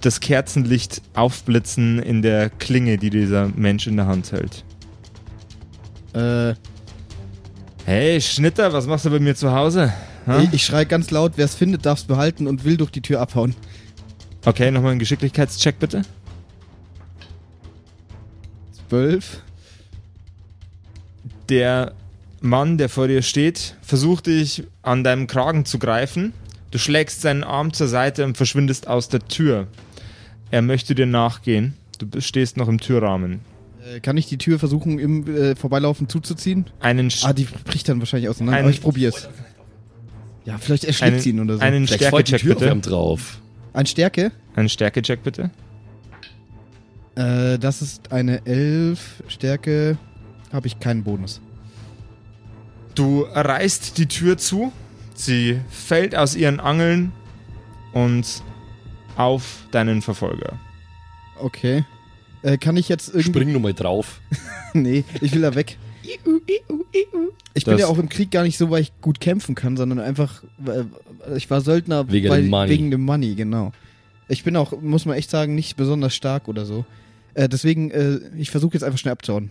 [SPEAKER 1] das Kerzenlicht aufblitzen in der Klinge, die dieser Mensch in der Hand hält.
[SPEAKER 4] Äh,
[SPEAKER 1] Hey, Schnitter, was machst du bei mir zu Hause? Ha?
[SPEAKER 4] ich, ich schrei ganz laut, wer es findet, darf es behalten und will durch die Tür abhauen.
[SPEAKER 1] Okay, nochmal einen Geschicklichkeitscheck bitte.
[SPEAKER 4] 12.
[SPEAKER 1] Der Mann, der vor dir steht, versucht dich an deinem Kragen zu greifen. Du schlägst seinen Arm zur Seite und verschwindest aus der Tür. Er möchte dir nachgehen. Du bist- stehst noch im Türrahmen.
[SPEAKER 4] Äh, kann ich die Tür versuchen, im äh, Vorbeilaufen zuzuziehen?
[SPEAKER 1] Einen, Sch
[SPEAKER 4] Ah, die bricht dann wahrscheinlich auseinander.
[SPEAKER 1] Einen-
[SPEAKER 4] aber ich probier's. Ja, vielleicht erschlägt sie ihn
[SPEAKER 1] einen,
[SPEAKER 4] oder so.
[SPEAKER 1] einen
[SPEAKER 2] Vielleicht fällt die
[SPEAKER 1] Stärkecheck
[SPEAKER 2] Tür auf
[SPEAKER 1] bitte.
[SPEAKER 2] einem drauf.
[SPEAKER 4] Ein Stärke?
[SPEAKER 1] Einen Stärkecheck bitte.
[SPEAKER 4] Äh, das ist eine 11. Stärke habe ich keinen Bonus.
[SPEAKER 1] Du reißt die Tür zu. Sie fällt aus ihren Angeln und auf deinen Verfolger.
[SPEAKER 4] Okay. Äh, kann ich jetzt irgendwie.
[SPEAKER 2] Spring nur mal drauf.
[SPEAKER 4] Nee, ich will da weg. Ich bin
[SPEAKER 1] Das-
[SPEAKER 4] ja auch im Krieg gar nicht so, weil ich gut kämpfen kann, sondern einfach, weil- ich war Söldner
[SPEAKER 2] Wegen
[SPEAKER 4] weil,
[SPEAKER 2] dem Money.
[SPEAKER 4] wegen dem Money, genau. Ich bin auch, muss man echt sagen, nicht besonders stark oder so. Äh, deswegen, äh, ich versuche jetzt einfach schnell abzuhauen.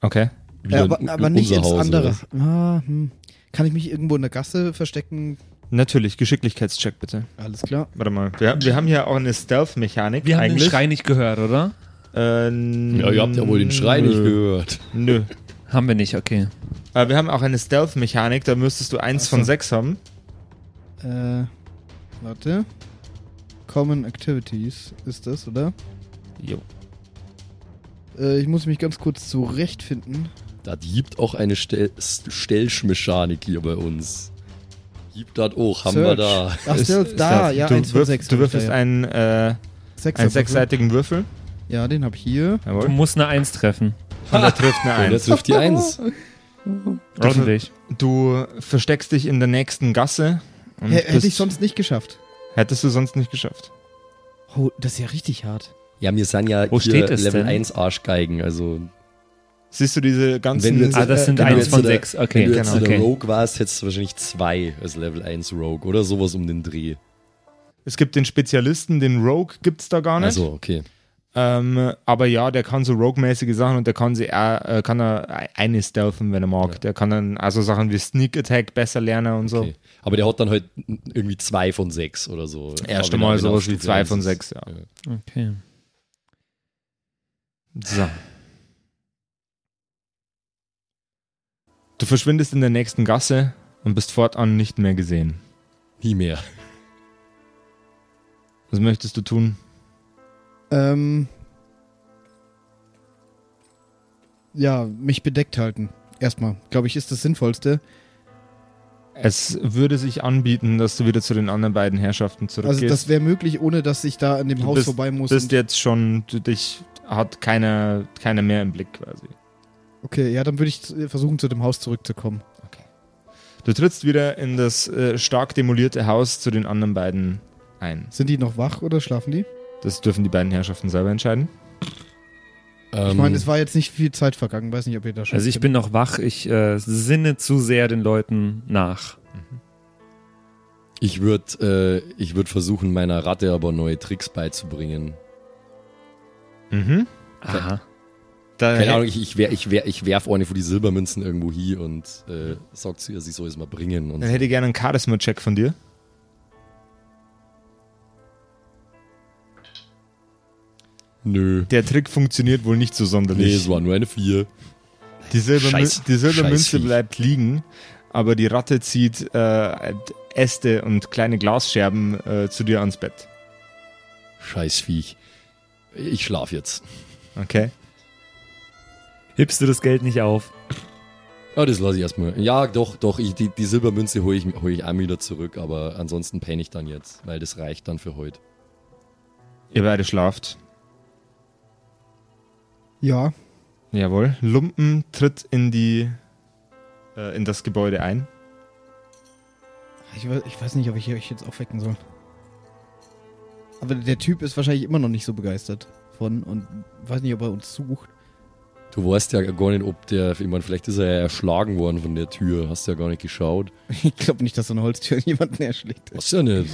[SPEAKER 1] Okay.
[SPEAKER 4] Äh,
[SPEAKER 2] Wieder
[SPEAKER 4] aber,
[SPEAKER 2] in- in
[SPEAKER 4] aber nicht
[SPEAKER 2] unser
[SPEAKER 4] ins
[SPEAKER 2] Haus,
[SPEAKER 4] andere.
[SPEAKER 2] oder?
[SPEAKER 4] Ah, hm. Kann ich mich irgendwo in der Gasse verstecken?
[SPEAKER 1] Natürlich, Geschicklichkeitscheck bitte.
[SPEAKER 4] Alles klar.
[SPEAKER 1] Warte mal. Wir, wir haben hier auch eine Stealth-Mechanik.
[SPEAKER 3] Wir haben
[SPEAKER 1] eigentlich.
[SPEAKER 3] den Schrei nicht gehört, oder?
[SPEAKER 1] Ähm,
[SPEAKER 2] Ja, ihr habt ja wohl den Schrei nicht
[SPEAKER 1] nö.
[SPEAKER 2] gehört.
[SPEAKER 1] Nö.
[SPEAKER 3] Haben wir nicht, okay.
[SPEAKER 1] Aber wir haben auch eine Stealth-Mechanik, da müsstest du eins
[SPEAKER 4] Ach so.
[SPEAKER 1] von sechs haben.
[SPEAKER 4] Äh, warte. Common Activities ist das, oder?
[SPEAKER 1] Jo.
[SPEAKER 4] Äh, ich muss mich ganz kurz zurechtfinden.
[SPEAKER 2] Das gibt auch eine Stel Stelschmechanik hier bei uns. Gibt das auch, haben wir
[SPEAKER 4] Search.
[SPEAKER 2] da.
[SPEAKER 4] Ach, Stealth, da, ja,
[SPEAKER 1] du,
[SPEAKER 4] 1 von
[SPEAKER 1] wirf-
[SPEAKER 4] 6.
[SPEAKER 1] du würfelst
[SPEAKER 4] ja.
[SPEAKER 1] einen, äh,
[SPEAKER 4] Sechser
[SPEAKER 1] einen
[SPEAKER 4] Würfel.
[SPEAKER 1] sechsseitigen Würfel.
[SPEAKER 4] Ja, den hab ich hier.
[SPEAKER 3] Du
[SPEAKER 1] Jawohl.
[SPEAKER 3] musst eine Eins treffen.
[SPEAKER 1] Und der trifft eine
[SPEAKER 2] Und jetzt
[SPEAKER 1] Eins.
[SPEAKER 2] trifft die Eins.
[SPEAKER 3] Ordentlich.
[SPEAKER 1] Du versteckst dich in der nächsten Gasse. und
[SPEAKER 4] H hätte
[SPEAKER 1] bist-
[SPEAKER 4] ich sonst nicht geschafft.
[SPEAKER 1] hättest du sonst nicht geschafft.
[SPEAKER 4] Oh, das ist ja richtig hart.
[SPEAKER 2] Ja, wir sind ja
[SPEAKER 3] Wo
[SPEAKER 2] hier
[SPEAKER 3] steht es
[SPEAKER 2] Level
[SPEAKER 3] denn?
[SPEAKER 2] 1 Arschgeigen, also
[SPEAKER 1] Siehst du diese
[SPEAKER 2] Wenn
[SPEAKER 1] ganzen.
[SPEAKER 2] du jetzt-
[SPEAKER 3] Ah, das
[SPEAKER 2] äh,
[SPEAKER 3] sind
[SPEAKER 2] wenn du
[SPEAKER 3] eins
[SPEAKER 2] jetzt
[SPEAKER 3] von
[SPEAKER 2] der-
[SPEAKER 3] sechs. Okay,
[SPEAKER 2] Wenn du jetzt
[SPEAKER 1] genau.
[SPEAKER 2] der
[SPEAKER 3] okay.
[SPEAKER 2] Rogue warst, hättest du wahrscheinlich zwei als Level 1 Rogue oder sowas um den Dreh.
[SPEAKER 1] es gibt den Spezialisten, den Rogue gibt's da gar nicht.
[SPEAKER 2] Also, okay.
[SPEAKER 1] Ähm, aber ja, der kann so Rogue-mäßige Sachen und der kann sie auch, äh, kann er eine stealthen, wenn er mag. Der kann dann also Sachen wie Sneak Attack besser lernen und so.
[SPEAKER 2] okay. Aber der hat dann halt irgendwie zwei von sechs oder so.
[SPEAKER 1] Erst
[SPEAKER 2] Aber wenn
[SPEAKER 1] einmal
[SPEAKER 2] er- wenn er auf
[SPEAKER 1] sowas wie
[SPEAKER 2] Stufe
[SPEAKER 1] zwei
[SPEAKER 2] eins
[SPEAKER 1] von
[SPEAKER 2] ist.
[SPEAKER 1] sechs, ja.
[SPEAKER 3] okay.
[SPEAKER 1] So. Du verschwindest in der nächsten Gasse und bist fortan nicht mehr gesehen.
[SPEAKER 2] Nie mehr.
[SPEAKER 1] Was möchtest du tun?
[SPEAKER 4] Ähm. Ja, mich bedeckt halten. Erstmal, glaube ich, ist das Sinnvollste.
[SPEAKER 1] Es würde sich anbieten, dass du wieder zu den anderen beiden Herrschaften
[SPEAKER 4] Also,
[SPEAKER 1] zurückgehst.
[SPEAKER 4] das wäre möglich, ohne dass ich da an dem
[SPEAKER 1] Du
[SPEAKER 4] Haus
[SPEAKER 1] bist-
[SPEAKER 4] vorbei muss.
[SPEAKER 1] du bist
[SPEAKER 4] und-
[SPEAKER 1] jetzt schon, du dich hat keiner, keiner mehr im Blick quasi.
[SPEAKER 4] okay, ja, dann würde ich zu- versuchen, zu dem Haus zurückzukommen.
[SPEAKER 1] Du trittst wieder in das äh, stark demolierte Haus zu den anderen beiden ein.
[SPEAKER 4] Sind die noch wach oder schlafen die?
[SPEAKER 1] Das dürfen die beiden Herrschaften selber entscheiden.
[SPEAKER 4] Ich
[SPEAKER 2] Ähm,
[SPEAKER 4] meine, es war jetzt nicht viel Zeit vergangen. Weiß nicht, ob ihr da schon.
[SPEAKER 3] Also ich bin noch wach, ich äh, sinne zu sehr den Leuten nach.
[SPEAKER 2] ich würde äh, ich würd versuchen, meiner Ratte aber neue Tricks beizubringen.
[SPEAKER 1] Mhm.
[SPEAKER 3] Aha.
[SPEAKER 1] Da,
[SPEAKER 2] Keine Ahnung, ich, ich, wer, ich, wer, ich werf eine von die Silbermünzen irgendwo hier und äh, sagt zu ihr, sie soll es mal bringen. Und
[SPEAKER 1] Dann hätte ich gerne einen Charisma-Check von dir.
[SPEAKER 2] Nö.
[SPEAKER 1] Der Trick funktioniert wohl nicht so
[SPEAKER 2] Nee,
[SPEAKER 1] sonderlich.
[SPEAKER 2] es war nur eine 4.
[SPEAKER 1] die Silbermü-
[SPEAKER 2] Scheiß-
[SPEAKER 1] die Silbermünze
[SPEAKER 2] Scheißvieh.
[SPEAKER 1] bleibt liegen, aber die Ratte zieht äh, Äste und kleine Glasscherben äh, zu dir ans Bett.
[SPEAKER 2] Scheiß Viech. Ich schlaf jetzt.
[SPEAKER 1] Okay?
[SPEAKER 3] Hebst du das Geld nicht auf?
[SPEAKER 2] Ah, das lasse ich erstmal. Ja, doch, doch. Ich, die, die Silbermünze hole ich, hol ich einmal wieder zurück, aber ansonsten penne ich dann jetzt, weil das reicht dann für heute.
[SPEAKER 1] Ihr beide schlaft.
[SPEAKER 4] Ja.
[SPEAKER 1] Jawohl. Lumpen tritt in die äh, in das Gebäude ein.
[SPEAKER 4] Ich weiß, ich weiß nicht, ob ich euch jetzt aufwecken soll. Aber der Typ ist wahrscheinlich immer noch nicht so begeistert von und weiß nicht, ob er uns sucht.
[SPEAKER 2] Du weißt ja gar nicht, ob der, ich meine, vielleicht ist er ja erschlagen worden von der Tür. Hast ja gar nicht geschaut.
[SPEAKER 4] Ich glaube nicht, dass so eine Holztür jemanden erschlägt.
[SPEAKER 2] Hast ja nicht.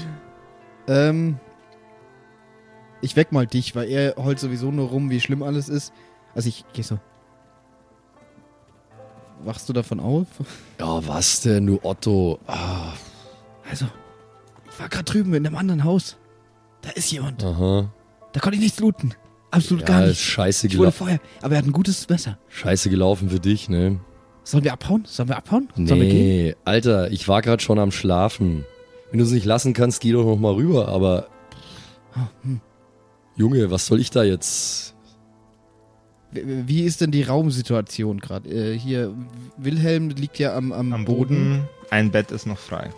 [SPEAKER 4] Ähm. Ich weck mal dich, weil er heult sowieso nur rum, wie schlimm alles ist. Also ich geh so. Wachst du davon auf?
[SPEAKER 2] Ja, was denn, du Otto? Ah,
[SPEAKER 4] Also, ich war gerade drüben in einem anderen Haus. Da ist jemand.
[SPEAKER 2] aha.
[SPEAKER 4] Da konnte ich nichts looten. Absolut
[SPEAKER 2] Ja,
[SPEAKER 4] gar
[SPEAKER 2] ist
[SPEAKER 4] nicht.
[SPEAKER 2] scheiße,
[SPEAKER 4] Ich wurde
[SPEAKER 2] gela
[SPEAKER 4] vorher. Aber er hat ein gutes Messer.
[SPEAKER 2] scheiße gelaufen für dich, ne?
[SPEAKER 4] Sollen wir abhauen? Sollen wir abhauen? Sollen wir gehen?
[SPEAKER 2] Nee, Alter, ich war gerade schon am Schlafen. Wenn du es nicht lassen kannst, geh doch noch mal rüber, aber...
[SPEAKER 3] Ah, hm.
[SPEAKER 2] Junge, was soll ich da jetzt?
[SPEAKER 4] W- Wie ist denn die Raumsituation gerade? Äh, hier, Wilhelm liegt ja am, am,
[SPEAKER 1] Am Boden. Ein Bett ist noch frei.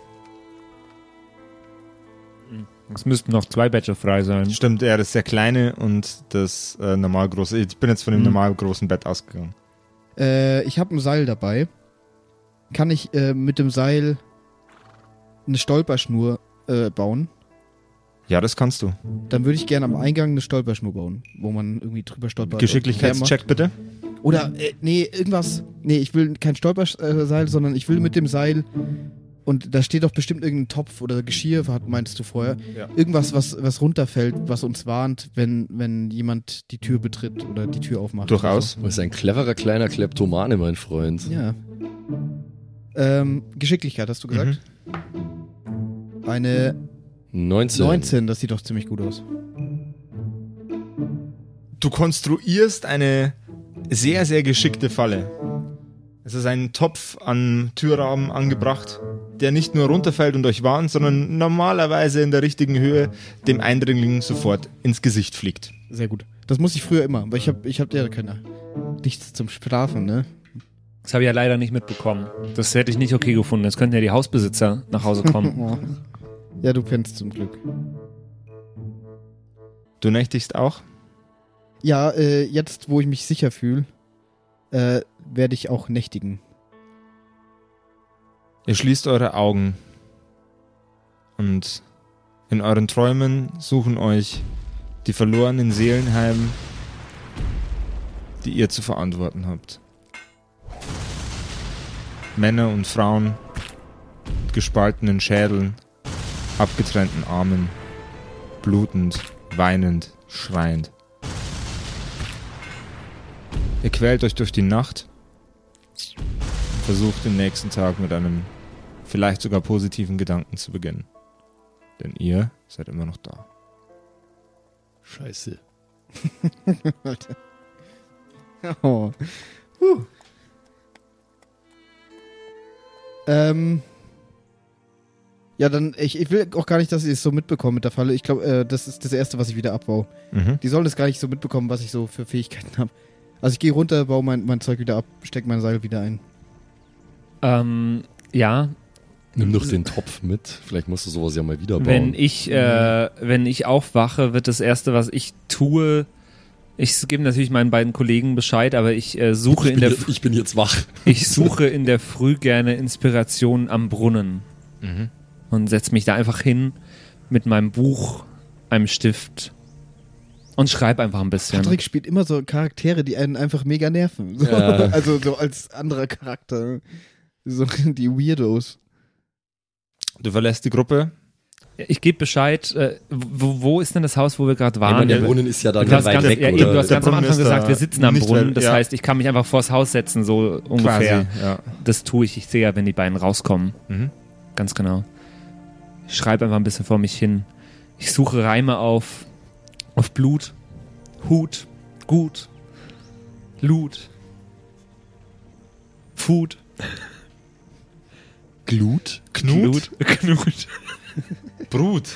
[SPEAKER 3] Es müssten noch zwei Batcher frei sein.
[SPEAKER 1] Stimmt, er ist sehr kleine und das äh, normal große. Ich bin jetzt von dem
[SPEAKER 3] Mhm.
[SPEAKER 1] normal großen Bett ausgegangen.
[SPEAKER 4] Äh, ich habe ein Seil dabei. Kann ich äh, mit dem Seil eine Stolperschnur äh, bauen?
[SPEAKER 1] Ja, das kannst du.
[SPEAKER 4] Dann würde ich gerne am Eingang eine Stolperschnur bauen, wo man irgendwie drüber stolpert.
[SPEAKER 1] Geschicklichkeitscheck bitte.
[SPEAKER 4] Oder, äh, nee, irgendwas. Nee, ich will kein Stolperseil, sondern ich will mit dem Seil. Und da steht doch bestimmt irgendein Topf oder Geschirr, hat- meintest du vorher.
[SPEAKER 1] Ja.
[SPEAKER 4] Irgendwas, was, was runterfällt, was uns warnt, wenn, wenn jemand die Tür betritt oder die Tür aufmacht.
[SPEAKER 1] Durchaus.
[SPEAKER 2] Du bist ein cleverer kleiner Kleptomane, mein Freund.
[SPEAKER 4] Also, ja. Ähm, Geschicklichkeit, hast du gesagt? Eine
[SPEAKER 2] 19.
[SPEAKER 4] 19, das sieht doch ziemlich gut aus.
[SPEAKER 1] Du konstruierst eine sehr, sehr geschickte Falle. Es ist ein Topf an Türrahmen angebracht, der nicht nur runterfällt und euch warnt, sondern normalerweise in der richtigen Höhe dem Eindringling sofort ins Gesicht fliegt.
[SPEAKER 4] Sehr gut. Das muss ich früher immer, weil ich hab, ich hab ja keine. Nichts zum Strafen, ne?
[SPEAKER 3] Das habe ich ja leider nicht mitbekommen. Das hätte ich nicht okay gefunden. Jetzt könnten ja die Hausbesitzer nach Hause kommen.
[SPEAKER 4] Oh. Ja, du pennst zum Glück.
[SPEAKER 1] Du nächtigst auch?
[SPEAKER 4] Ja, äh, jetzt, wo ich mich sicher fühle, äh, werde ich auch nächtigen.
[SPEAKER 1] Ihr schließt eure Augen und in euren Träumen suchen euch die verlorenen Seelen heim, die ihr zu verantworten habt. Männer und Frauen mit gespaltenen Schädeln, abgetrennten Armen, blutend, weinend, schreiend. Ihr quält euch durch die Nacht versucht den nächsten Tag mit einem vielleicht sogar positiven Gedanken zu beginnen. Denn ihr seid immer noch da.
[SPEAKER 2] Scheiße.
[SPEAKER 4] Alter. Oh. Huh. Ähm. Ja, dann, ich, ich will auch gar nicht, dass ihr es so mitbekommt mit der Falle. Ich glaube, äh, das ist das Erste, was ich wieder abbaue.
[SPEAKER 1] Mhm.
[SPEAKER 4] Die sollen das gar nicht so mitbekommen, was ich so für Fähigkeiten habe. Also ich gehe runter, baue mein, mein Zeug wieder ab, steck mein Seil wieder ein.
[SPEAKER 3] ähm, ja,
[SPEAKER 2] Nimm doch den Topf mit. Vielleicht musst du sowas ja mal wieder bauen.
[SPEAKER 3] wenn ich, äh, wenn ich aufwache, wird das Erste, was ich tue, ich gebe natürlich meinen beiden Kollegen Bescheid, aber ich äh, suche
[SPEAKER 2] ich,
[SPEAKER 3] in
[SPEAKER 2] bin
[SPEAKER 3] der
[SPEAKER 2] jetzt, ich bin jetzt wach.
[SPEAKER 3] Ich suche in der Früh gerne Inspiration am Brunnen
[SPEAKER 1] Mhm.
[SPEAKER 3] und setze mich da einfach hin mit meinem Buch, einem Stift und schreibe einfach ein bisschen.
[SPEAKER 4] Patrick spielt immer so Charaktere, die einen einfach mega nerven. So,
[SPEAKER 2] Ja.
[SPEAKER 4] Also so als anderer Charakter. So die Weirdos.
[SPEAKER 1] Du verlässt die Gruppe.
[SPEAKER 3] ich gebe Bescheid, äh, wo, wo ist denn das Haus, wo wir gerade
[SPEAKER 2] Ich meine,
[SPEAKER 3] waren?
[SPEAKER 2] der Brunnen ist ja dann
[SPEAKER 3] Du hast,
[SPEAKER 2] weit
[SPEAKER 3] ganz,
[SPEAKER 2] weg,
[SPEAKER 3] ja, eben,
[SPEAKER 2] oder?
[SPEAKER 3] du hast
[SPEAKER 1] Der
[SPEAKER 3] ganz am
[SPEAKER 1] Brunnen
[SPEAKER 3] Anfang
[SPEAKER 1] ist da
[SPEAKER 3] gesagt, wir sitzen am
[SPEAKER 1] nicht
[SPEAKER 3] Brunnen.
[SPEAKER 1] weit-
[SPEAKER 3] Das
[SPEAKER 1] ja.
[SPEAKER 3] heißt, ich kann mich einfach vors Haus setzen, so ungefähr.
[SPEAKER 1] Quasi. Ja.
[SPEAKER 3] Das tue ich. Ich sehe ja, wenn die beiden rauskommen.
[SPEAKER 1] Mhm.
[SPEAKER 3] Ganz genau. Ich schreibe einfach ein bisschen vor mich hin. Ich suche Reime auf, auf Blut, Hut, Gut, Loot, Food,
[SPEAKER 2] Glut?
[SPEAKER 1] Knut?
[SPEAKER 3] Glut, Knut.
[SPEAKER 1] Brut.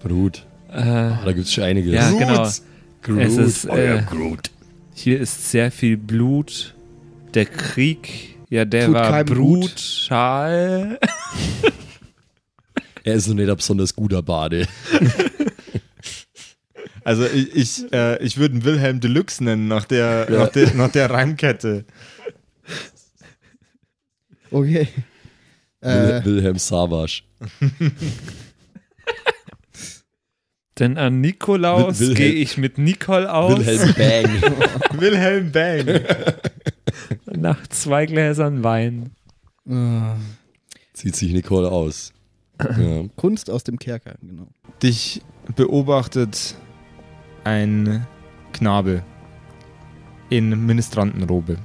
[SPEAKER 2] Brut.
[SPEAKER 3] Äh,
[SPEAKER 2] Ah, da gibt's schon einiges. Oh
[SPEAKER 3] ja,
[SPEAKER 2] Groot.
[SPEAKER 3] genau.
[SPEAKER 2] Groot.
[SPEAKER 3] Es ist,
[SPEAKER 2] euer
[SPEAKER 3] äh,
[SPEAKER 2] Groot.
[SPEAKER 3] Hier ist sehr viel Blut. Der Krieg, ja, der
[SPEAKER 4] Tut
[SPEAKER 3] war
[SPEAKER 4] keinem gut.
[SPEAKER 3] brutal.
[SPEAKER 2] Er ist noch nicht ein besonders guter Bade.
[SPEAKER 1] Also ich, ich, äh, ich würde ihn Wilhelm Deluxe nennen nach der, nach der, nach der Reimkette.
[SPEAKER 4] Okay. Äh,
[SPEAKER 2] Wil- Wilhelm Savage.
[SPEAKER 3] Denn an Nikolaus
[SPEAKER 2] Wil- Wilhelm-
[SPEAKER 3] gehe ich mit Nicole aus.
[SPEAKER 2] Wilhelm Bang.
[SPEAKER 1] Wilhelm Bang.
[SPEAKER 3] Nach zwei Gläsern Wein.
[SPEAKER 4] äh,
[SPEAKER 2] Zieht sich Nicole aus. Ja.
[SPEAKER 4] Kunst aus dem Kerker, genau.
[SPEAKER 1] Dich beobachtet ein Knabe in Ministrantenrobe.
[SPEAKER 3] Der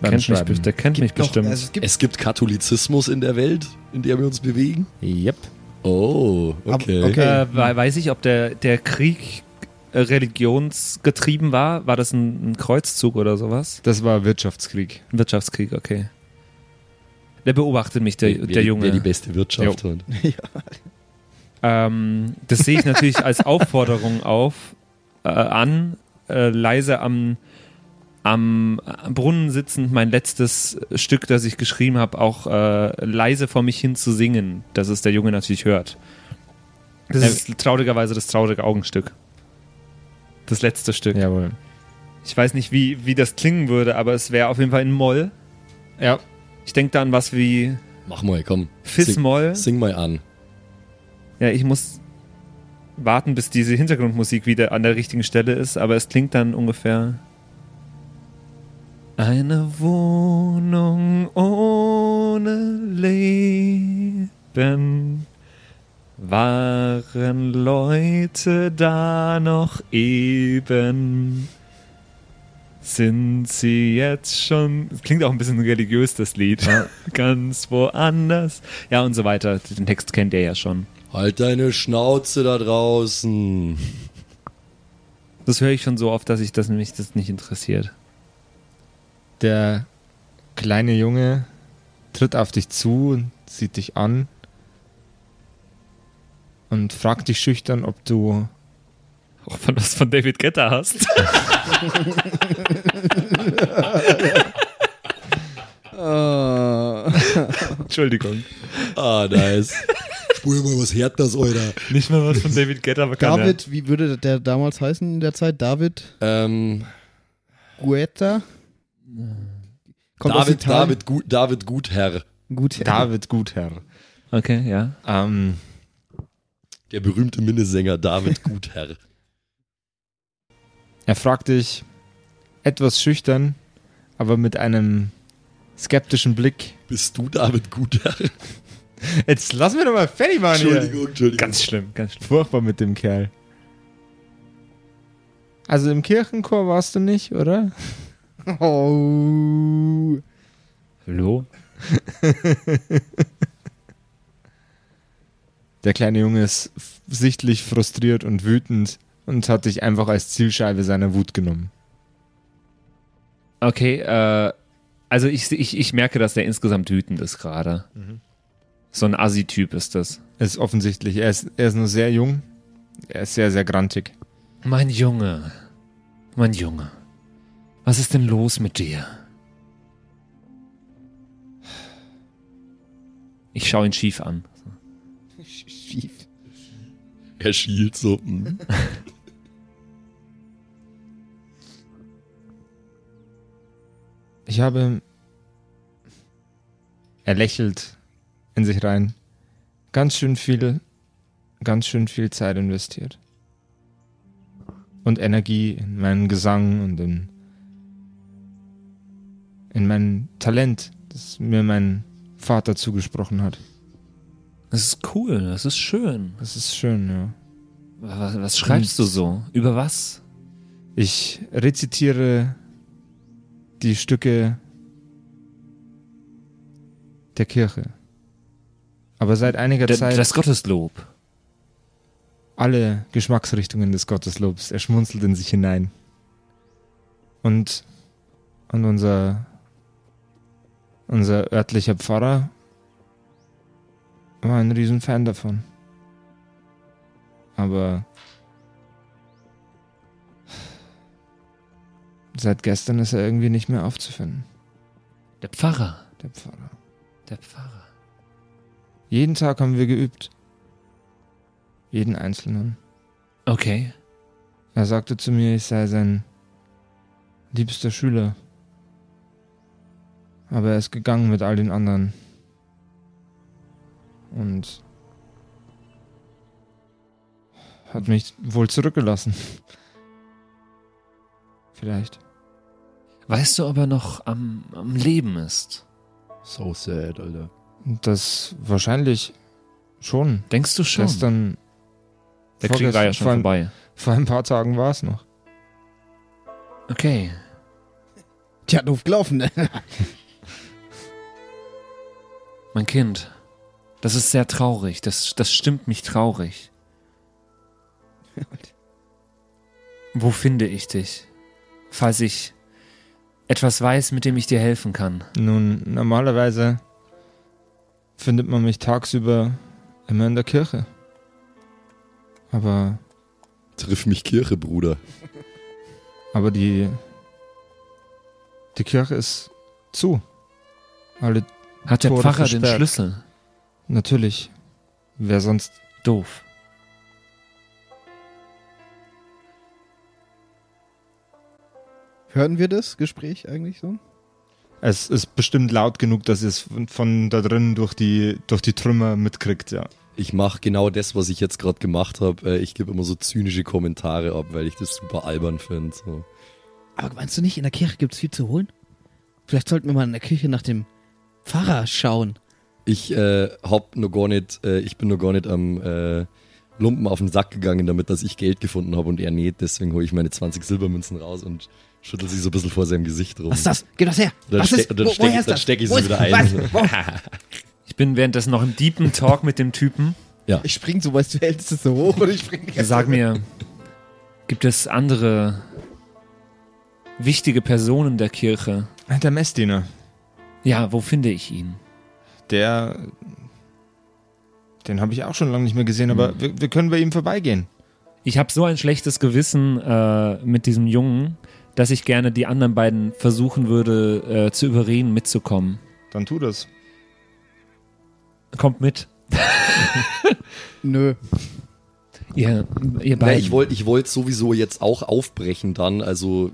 [SPEAKER 1] Beim
[SPEAKER 3] kennt mich,
[SPEAKER 1] Schreiben.
[SPEAKER 3] be- der kennt mich
[SPEAKER 4] Doch,
[SPEAKER 3] bestimmt.
[SPEAKER 4] Also es gibt,
[SPEAKER 2] Es gibt Katholizismus in der Welt, in der wir uns bewegen.
[SPEAKER 1] Yep.
[SPEAKER 2] Oh, okay.
[SPEAKER 4] Ab- okay.
[SPEAKER 3] Äh, we- weiß ich, ob der, der Krieg äh, religionsgetrieben war? War das ein, ein Kreuzzug oder sowas?
[SPEAKER 1] Das war Wirtschaftskrieg.
[SPEAKER 3] Ein Wirtschaftskrieg, okay. Der beobachtet mich, der,
[SPEAKER 2] Wer-
[SPEAKER 3] der Junge.
[SPEAKER 2] Wer die beste Wirtschaft hat.
[SPEAKER 3] Ähm, das sehe ich natürlich als Aufforderung auf, äh, an, äh, leise am, am Brunnen sitzend mein letztes Stück, das ich geschrieben habe, auch äh, leise vor mich hin zu singen, dass es der Junge natürlich hört. Das ist traurigerweise das traurige Augenstück. Das letzte Stück.
[SPEAKER 1] Jawohl.
[SPEAKER 3] Ich weiß nicht, wie, wie das klingen würde, aber es wäre auf jeden Fall in Moll.
[SPEAKER 1] Ja.
[SPEAKER 3] Ich denke da an was wie
[SPEAKER 2] Mach mal, komm. sing,
[SPEAKER 3] Fis-Moll.
[SPEAKER 2] sing mal an.
[SPEAKER 3] Ja, ich muss warten, bis diese Hintergrundmusik wieder an der richtigen Stelle ist, aber es klingt dann ungefähr. Eine Wohnung ohne Leben. Waren Leute da noch eben? Sind sie jetzt schon. Klingt auch ein bisschen religiös, das Lied. Ganz woanders. Ja, und so weiter. Den Text kennt ihr ja schon.
[SPEAKER 2] Halt deine Schnauze da draußen.
[SPEAKER 3] Das höre ich schon so oft, dass ich das mich das nicht interessiert.
[SPEAKER 1] Der kleine Junge tritt auf dich zu und sieht dich an und fragt dich schüchtern, ob du
[SPEAKER 3] Auch wenn du es von David Guetta hast. Ah.
[SPEAKER 4] Äh,
[SPEAKER 3] Entschuldigung.
[SPEAKER 2] Ah, nice. Spul mal was Härteres, Alter.
[SPEAKER 3] Nicht mal was von David Guetta, aber kann
[SPEAKER 4] David, wie würde der damals heißen in der Zeit? David
[SPEAKER 2] Ähm,
[SPEAKER 4] Guetta? Kommt aus
[SPEAKER 2] David,
[SPEAKER 4] Italien.
[SPEAKER 2] David, gut, David Gutherr.
[SPEAKER 4] Gut,
[SPEAKER 1] David Gutherr.
[SPEAKER 3] Er. Okay, ja.
[SPEAKER 1] Ähm,
[SPEAKER 2] Der berühmte Minnesänger David Gutherr.
[SPEAKER 1] er fragt dich etwas schüchtern, aber mit einem skeptischen Blick.
[SPEAKER 2] Bist du David Gutherr?
[SPEAKER 1] Jetzt lass mir doch mal fertig machen hier.
[SPEAKER 2] Entschuldigung, Entschuldigung.
[SPEAKER 3] Ganz schlimm, ganz schlimm.
[SPEAKER 1] Furchtbar mit dem Kerl. Also im Kirchenchor warst du nicht, oder?
[SPEAKER 4] Oh.
[SPEAKER 3] Hallo?
[SPEAKER 1] Der kleine Junge ist f- sichtlich frustriert und wütend und hat dich einfach als Zielscheibe seiner Wut genommen.
[SPEAKER 3] Okay, äh, also ich, ich, ich merke, dass der insgesamt wütend ist gerade. So ein Assi-Typ ist das.
[SPEAKER 1] Ist offensichtlich. Er ist, er ist nur sehr jung. Er ist sehr, sehr grantig.
[SPEAKER 3] Mein Junge, mein Junge, was ist denn los mit dir? Ich schaue ihn schief an.
[SPEAKER 4] Schief.
[SPEAKER 2] Er schielt so. hm.
[SPEAKER 1] Ich habe. Er lächelt in sich rein. Ganz schön viel, ganz schön viel Zeit investiert. Und Energie in meinen Gesang und in, in mein Talent, das mir mein Vater zugesprochen hat.
[SPEAKER 3] Das ist cool, das ist schön.
[SPEAKER 1] Das ist schön, ja.
[SPEAKER 3] Was, was schreibst du so? Über was?
[SPEAKER 1] Ich rezitiere die Stücke der Kirche. Aber seit einiger
[SPEAKER 3] D
[SPEAKER 1] Zeit.
[SPEAKER 3] das Gotteslob.
[SPEAKER 1] alle Geschmacksrichtungen des Gotteslobs. Er schmunzelt in sich hinein. Und, und unser, unser örtlicher Pfarrer war ein Riesenfan davon. Aber seit gestern ist er irgendwie nicht mehr aufzufinden,
[SPEAKER 3] Der Pfarrer.
[SPEAKER 1] der Pfarrer.
[SPEAKER 3] Der Pfarrer.
[SPEAKER 1] Jeden Tag haben wir geübt. Jeden einzelnen.
[SPEAKER 3] Okay.
[SPEAKER 1] Er sagte zu mir, ich sei sein liebster Schüler. Aber er ist gegangen mit all den anderen. Und hat mich wohl zurückgelassen. Vielleicht.
[SPEAKER 3] Weißt du, ob er noch am, am Leben ist?
[SPEAKER 2] So sad, Alter.
[SPEAKER 1] Und Das wahrscheinlich schon.
[SPEAKER 3] Denkst du schon?
[SPEAKER 1] Gestern,
[SPEAKER 3] Der Krieg war ja
[SPEAKER 1] vorgestern,
[SPEAKER 3] schon
[SPEAKER 1] vor ein-
[SPEAKER 3] vorbei.
[SPEAKER 1] vor ein paar Tagen war es noch.
[SPEAKER 3] Okay.
[SPEAKER 4] Tja, doof gelaufen, ne?
[SPEAKER 3] Mein Kind. Das ist sehr traurig. Das, das stimmt mich traurig. Wo finde ich dich? Falls ich etwas weiß, mit dem ich dir helfen kann.
[SPEAKER 1] Nun, normalerweise findet man mich tagsüber immer in der Kirche. Aber,
[SPEAKER 2] Triff mich Kirche, Bruder.
[SPEAKER 1] aber die, die Kirche ist zu. Alle,
[SPEAKER 3] Hat der
[SPEAKER 1] Tore
[SPEAKER 3] Pfarrer den
[SPEAKER 1] versperrt.
[SPEAKER 3] Schlüssel?
[SPEAKER 1] natürlich. Wer sonst?
[SPEAKER 3] Doof.
[SPEAKER 4] Hören wir das Gespräch eigentlich so?
[SPEAKER 1] Es ist bestimmt laut genug, dass ihr es von, von da drin durch die, durch die Trümmer mitkriegt, ja.
[SPEAKER 2] Ich mache genau das, was ich jetzt gerade gemacht habe. Ich gebe immer so zynische Kommentare ab, weil ich das super albern finde. So.
[SPEAKER 5] Aber meinst du nicht, in der Kirche gibt es viel zu holen? Vielleicht sollten wir mal in der Kirche nach dem Pfarrer schauen.
[SPEAKER 2] Ich äh, hab noch gar nicht, äh, ich bin noch gar nicht am äh, Lumpen auf den Sack gegangen, damit dass ich Geld gefunden habe und er nicht. Deswegen hole ich meine 20 Silbermünzen raus und schüttel sie so ein bisschen vor seinem Gesicht rum.
[SPEAKER 5] Was ist das? Gib das her!
[SPEAKER 2] Oh. Dann
[SPEAKER 5] was
[SPEAKER 2] ste-
[SPEAKER 5] ist?
[SPEAKER 2] und dann
[SPEAKER 5] Wo,
[SPEAKER 2] steck-
[SPEAKER 5] woher ist
[SPEAKER 2] dann
[SPEAKER 5] das?
[SPEAKER 2] steck ich
[SPEAKER 5] Wo
[SPEAKER 2] sie
[SPEAKER 5] ist-
[SPEAKER 2] wieder ein.
[SPEAKER 5] Was? Wo?
[SPEAKER 3] Ich bin währenddessen noch im deepen Talk mit dem Typen.
[SPEAKER 4] Ich spring so, weißt du, hältst es so hoch und ich spring die ganze
[SPEAKER 3] Sag mir, gibt es andere wichtige Personen der Kirche?
[SPEAKER 1] Ah, Der Messdiener,
[SPEAKER 3] Ja, wo finde ich ihn?
[SPEAKER 1] der, den habe ich auch schon lange nicht mehr gesehen, aber wir, wir können bei ihm vorbeigehen.
[SPEAKER 3] Ich habe so ein schlechtes Gewissen äh, mit diesem Jungen, dass ich gerne die anderen beiden versuchen würde, äh, zu überreden, mitzukommen.
[SPEAKER 1] Dann tu das.
[SPEAKER 3] Kommt mit.
[SPEAKER 4] Nö.
[SPEAKER 3] Ihr, ihr
[SPEAKER 2] Na,
[SPEAKER 3] beiden.
[SPEAKER 2] ich wollte ich wollt sowieso jetzt auch aufbrechen dann. Also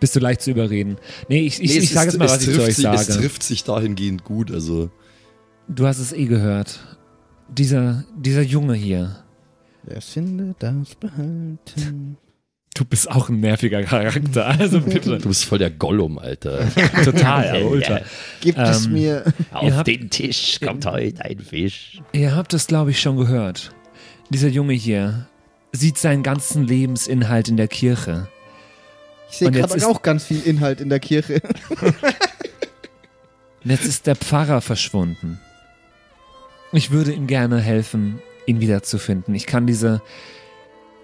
[SPEAKER 3] Bist du leicht zu überreden? Nee, ich, ich,
[SPEAKER 2] nee,
[SPEAKER 3] ich sage
[SPEAKER 2] ist-
[SPEAKER 3] jetzt mal, was ich zu
[SPEAKER 2] trifft
[SPEAKER 3] euch
[SPEAKER 2] sich,
[SPEAKER 3] sage.
[SPEAKER 2] Es trifft sich dahingehend gut. Also
[SPEAKER 3] Du hast es eh gehört. Dieser, dieser Junge hier.
[SPEAKER 4] Wer findet das behalten?
[SPEAKER 3] Du bist auch ein nerviger Charakter, also bitte.
[SPEAKER 2] du bist voll der Gollum, Alter.
[SPEAKER 3] Total, aber ultra.
[SPEAKER 4] Gibt es
[SPEAKER 3] Ähm,
[SPEAKER 4] mir.
[SPEAKER 3] Ihr habt-
[SPEAKER 6] den Tisch kommt
[SPEAKER 1] Äh,
[SPEAKER 6] heute ein Fisch.
[SPEAKER 3] Ihr habt es, glaube ich, schon gehört. Dieser Junge hier sieht seinen ganzen Lebensinhalt in der Kirche.
[SPEAKER 4] Ich sehe
[SPEAKER 3] und jetzt ist-
[SPEAKER 4] gerade auch ganz viel Inhalt in der Kirche.
[SPEAKER 3] Und jetzt ist der Pfarrer verschwunden. Ich würde ihm gerne helfen, ihn wiederzufinden. Ich kann diese,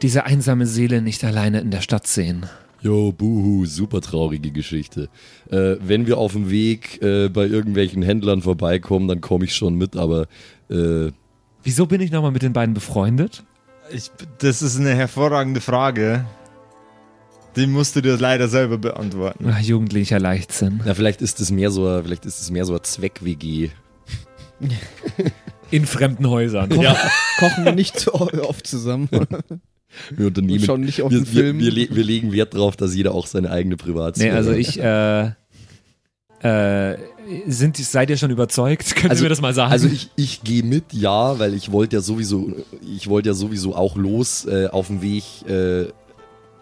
[SPEAKER 3] diese einsame Seele nicht alleine in der Stadt sehen.
[SPEAKER 2] Jo, buhu, super traurige Geschichte. Äh, wenn wir auf dem Weg äh, bei irgendwelchen Händlern vorbeikommen, dann komme ich schon mit, aber äh,
[SPEAKER 3] Wieso bin ich nochmal mit den beiden befreundet?
[SPEAKER 1] Ich, das ist eine hervorragende Frage. Die musst du dir leider selber beantworten.
[SPEAKER 3] Ach, jugendlicher Leichtsinn.
[SPEAKER 2] na, vielleicht ist es mehr so, ein- vielleicht ist es mehr so ein Zweck-WG.
[SPEAKER 3] In fremden Häusern.
[SPEAKER 4] Kochen wir nicht so oft zusammen.
[SPEAKER 2] Wir unternehmen.
[SPEAKER 4] Und schauen nicht auf
[SPEAKER 2] wir,
[SPEAKER 4] den Film.
[SPEAKER 2] Wir, wir, le- wir legen Wert darauf, dass jeder auch seine eigene Privatsphäre
[SPEAKER 3] Nee, also
[SPEAKER 2] hat.
[SPEAKER 3] ich, äh, äh, sind, seid ihr schon überzeugt? Könnt
[SPEAKER 2] Also-
[SPEAKER 3] ihr mir das mal sagen?
[SPEAKER 2] Also ich, ich gehe mit, ja, weil ich wollte ja sowieso, ich wollte ja sowieso auch los äh, auf dem Weg äh,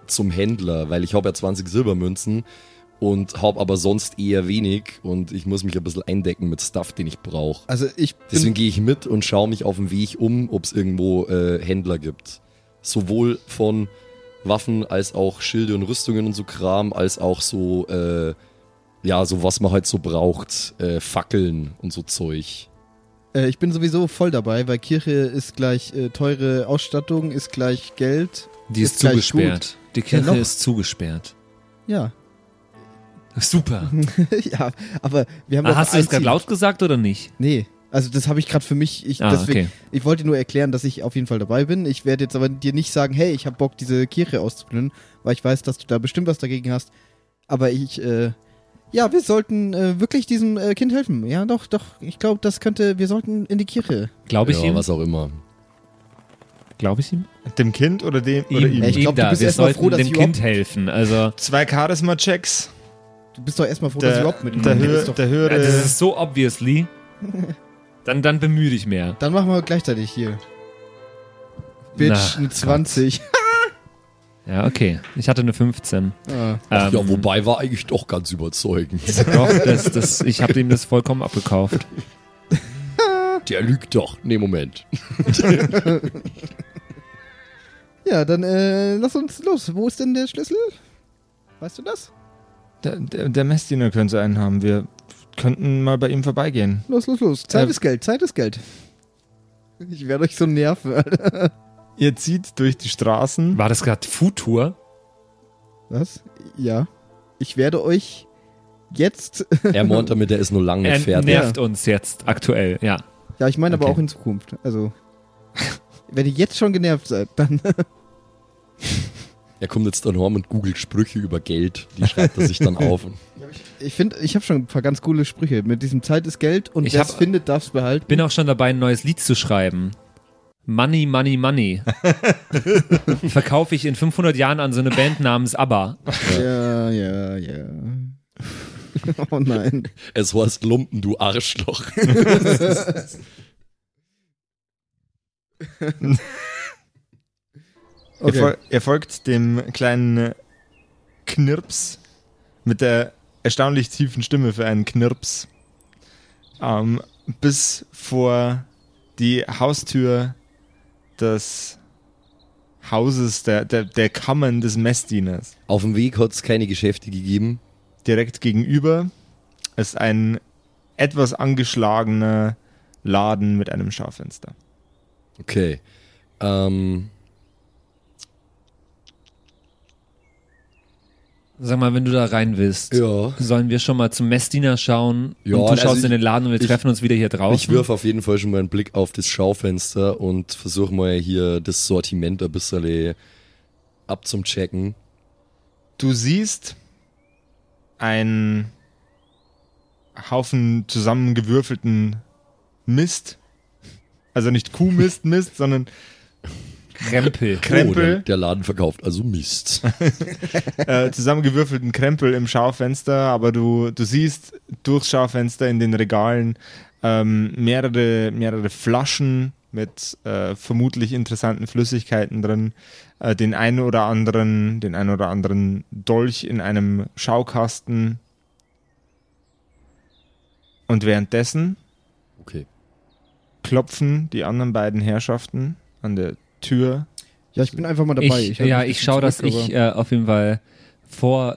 [SPEAKER 2] zum Händler, weil ich habe ja 20 Silbermünzen und habe aber sonst eher wenig und ich muss mich ein bisschen eindecken mit Stuff, den ich brauche.
[SPEAKER 4] Also ich bin
[SPEAKER 2] Deswegen gehe ich mit und schaue mich auf dem Weg um, ob es irgendwo äh, Händler gibt. Sowohl von Waffen als auch Schilde und Rüstungen und so Kram, als auch so, äh, ja, so was man halt so braucht, äh, Fackeln und so Zeug.
[SPEAKER 4] Äh, ich bin sowieso voll dabei, weil Kirche ist gleich äh, teure Ausstattung, ist gleich Geld.
[SPEAKER 3] Die ist,
[SPEAKER 4] Ist gleich
[SPEAKER 3] zugesperrt. Die Kirche
[SPEAKER 4] noch.
[SPEAKER 3] ist zugesperrt.
[SPEAKER 4] Ja.
[SPEAKER 3] Super.
[SPEAKER 4] ja, aber wir haben
[SPEAKER 3] Ah,
[SPEAKER 4] doch
[SPEAKER 3] hast du
[SPEAKER 4] ein
[SPEAKER 3] das gerade
[SPEAKER 4] Ziel.
[SPEAKER 3] laut gesagt oder nicht?
[SPEAKER 4] Nee. Also das habe ich gerade für mich. Ich,
[SPEAKER 3] Ah,
[SPEAKER 4] deswegen,
[SPEAKER 3] okay.
[SPEAKER 4] ich wollte nur erklären, dass ich auf jeden Fall dabei bin. Ich werde jetzt aber dir nicht sagen, hey, ich habe Bock, diese Kirche auszuplündern, weil ich weiß, dass du da bestimmt was dagegen hast. Aber ich, äh, ja, wir sollten äh, wirklich diesem äh, Kind helfen. Ja, doch, doch. Ich glaube, das könnte. Wir sollten in die Kirche.
[SPEAKER 3] Glaube ich
[SPEAKER 2] ja,
[SPEAKER 3] ihm?
[SPEAKER 2] was auch immer.
[SPEAKER 3] Glaube ich ihm?
[SPEAKER 1] Dem Kind oder dem oder ihm?
[SPEAKER 4] Ja, ich glaub, du
[SPEAKER 3] da.
[SPEAKER 4] bist
[SPEAKER 3] Wir
[SPEAKER 4] erst mal
[SPEAKER 3] sollten
[SPEAKER 4] froh, dass
[SPEAKER 3] dem
[SPEAKER 4] ich
[SPEAKER 3] Kind helfen. Also,
[SPEAKER 1] Zwei Charisma-Checks.
[SPEAKER 4] Du bist doch erstmal froh, dass ich
[SPEAKER 1] Der,
[SPEAKER 4] überhaupt
[SPEAKER 1] der,
[SPEAKER 4] mitgekommen bin. Ist
[SPEAKER 1] höher,
[SPEAKER 4] doch-
[SPEAKER 1] der
[SPEAKER 3] ja,
[SPEAKER 1] höhere.
[SPEAKER 3] das ist so obviously. Dann, dann bemühe dich mehr.
[SPEAKER 4] Dann machen wir gleichzeitig hier. Bitch,
[SPEAKER 3] Na,
[SPEAKER 4] eine 20.
[SPEAKER 3] Ja, okay. Ich hatte eine 15.
[SPEAKER 4] Ah.
[SPEAKER 3] Ähm,
[SPEAKER 2] ja, wobei war eigentlich doch ganz überzeugend.
[SPEAKER 3] Doch, das, das, ich habe ihm das vollkommen abgekauft.
[SPEAKER 2] Der lügt doch. Nee, Moment.
[SPEAKER 4] Ja, dann äh, lass uns los. Wo ist denn der Schlüssel? Weißt du das?
[SPEAKER 1] der, der, der Messdiener könnte einen haben. Wir könnten mal bei ihm vorbeigehen.
[SPEAKER 4] Los, los, los. Zeit
[SPEAKER 3] Ähm.
[SPEAKER 1] Äh,
[SPEAKER 4] ist Geld, Zeit ist Geld. Ich werde euch so nerven, Alter.
[SPEAKER 1] Ihr zieht durch die Straßen.
[SPEAKER 3] War das gerade Futur?
[SPEAKER 4] Was? Ja. Ich werde euch jetzt.
[SPEAKER 2] Er meint damit, er ist nur lange
[SPEAKER 3] Er
[SPEAKER 2] nicht fertig.
[SPEAKER 3] nervt uns jetzt aktuell, ja.
[SPEAKER 4] Ja, ich meine aber
[SPEAKER 3] Okay.
[SPEAKER 4] auch in Zukunft. Also. Wenn ihr jetzt schon genervt seid, dann.
[SPEAKER 2] Er kommt jetzt dann heim und googelt Sprüche über Geld. Die schreibt er sich dann auf.
[SPEAKER 4] Ich finde, ich habe schon ein paar ganz coole Sprüche. Mit diesem Zeit ist Geld und
[SPEAKER 3] Ich
[SPEAKER 4] wer es
[SPEAKER 3] hab-
[SPEAKER 4] findet, darf es behalten.
[SPEAKER 3] Bin auch schon dabei, ein neues Lied zu schreiben. Money, Money, Money. Verkaufe ich in 500 Jahren an so eine Band namens ABBA.
[SPEAKER 4] Ja, ja, ja. oh nein.
[SPEAKER 2] Es heißt Lumpen, du Arschloch.
[SPEAKER 1] Ihr, fol ihr folgt dem kleinen Knirps mit der erstaunlich tiefen Stimme für einen Knirps ähm, bis vor die Haustür des Hauses, der, der, der Kammern des Messdieners.
[SPEAKER 2] Auf dem Weg hat es keine Geschäfte gegeben.
[SPEAKER 1] Direkt gegenüber ist ein etwas angeschlagener Laden mit einem Schaufenster.
[SPEAKER 2] Okay. Ähm,
[SPEAKER 3] Sag mal, wenn du da rein willst,
[SPEAKER 2] ja.
[SPEAKER 3] sollen wir schon mal zum Messdiener schauen
[SPEAKER 2] Ja,
[SPEAKER 3] und du
[SPEAKER 2] also
[SPEAKER 3] schaust in
[SPEAKER 2] ich-
[SPEAKER 3] den Laden und wir
[SPEAKER 2] ich-
[SPEAKER 3] treffen uns wieder hier draußen?
[SPEAKER 2] Ich wirf auf jeden Fall schon mal einen Blick auf das Schaufenster und versuche mal hier das Sortiment ein bisschen abzumchecken.
[SPEAKER 1] Du siehst einen Haufen zusammengewürfelten Mist. Also nicht Kuhmist, Mist, sondern
[SPEAKER 3] Krempel.
[SPEAKER 2] der,
[SPEAKER 1] Krempel,
[SPEAKER 2] Oh, der Laden verkauft also Mist.
[SPEAKER 1] äh, zusammengewürfelten Krempel im Schaufenster, aber du, du siehst durchs Schaufenster in den Regalen ähm, mehrere, mehrere Flaschen mit äh, vermutlich interessanten Flüssigkeiten drin, äh, den einen oder anderen, den einen oder anderen Dolch in einem Schaukasten. Und währenddessen
[SPEAKER 2] Okay.
[SPEAKER 1] klopfen die anderen beiden Herrschaften an der Tür.
[SPEAKER 4] Ja, ich bin einfach mal dabei.
[SPEAKER 3] Ich,
[SPEAKER 4] halte
[SPEAKER 3] ja,
[SPEAKER 4] mich
[SPEAKER 3] ich
[SPEAKER 4] ein
[SPEAKER 3] schaue, dass
[SPEAKER 4] bisschen
[SPEAKER 3] ich äh, auf jeden Fall vor,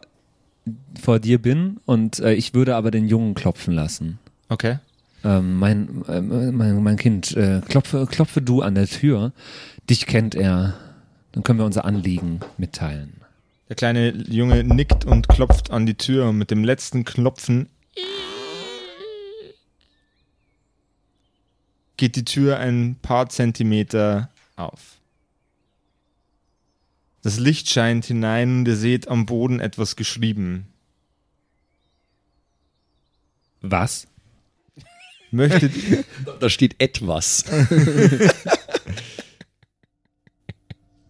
[SPEAKER 3] vor dir bin und äh, ich würde aber den Jungen klopfen lassen.
[SPEAKER 1] Okay.
[SPEAKER 3] Ähm, mein, äh, mein, mein Kind, äh, klopfe, klopfe du an der Tür. Dich kennt er. Dann können wir unser Anliegen mitteilen.
[SPEAKER 1] Der kleine Junge nickt und klopft an die Tür und mit dem letzten Klopfen geht die Tür ein paar Zentimeter auf. Das Licht scheint hinein und ihr seht am Boden etwas geschrieben.
[SPEAKER 3] Was?
[SPEAKER 1] Möchtet,
[SPEAKER 2] Da steht etwas.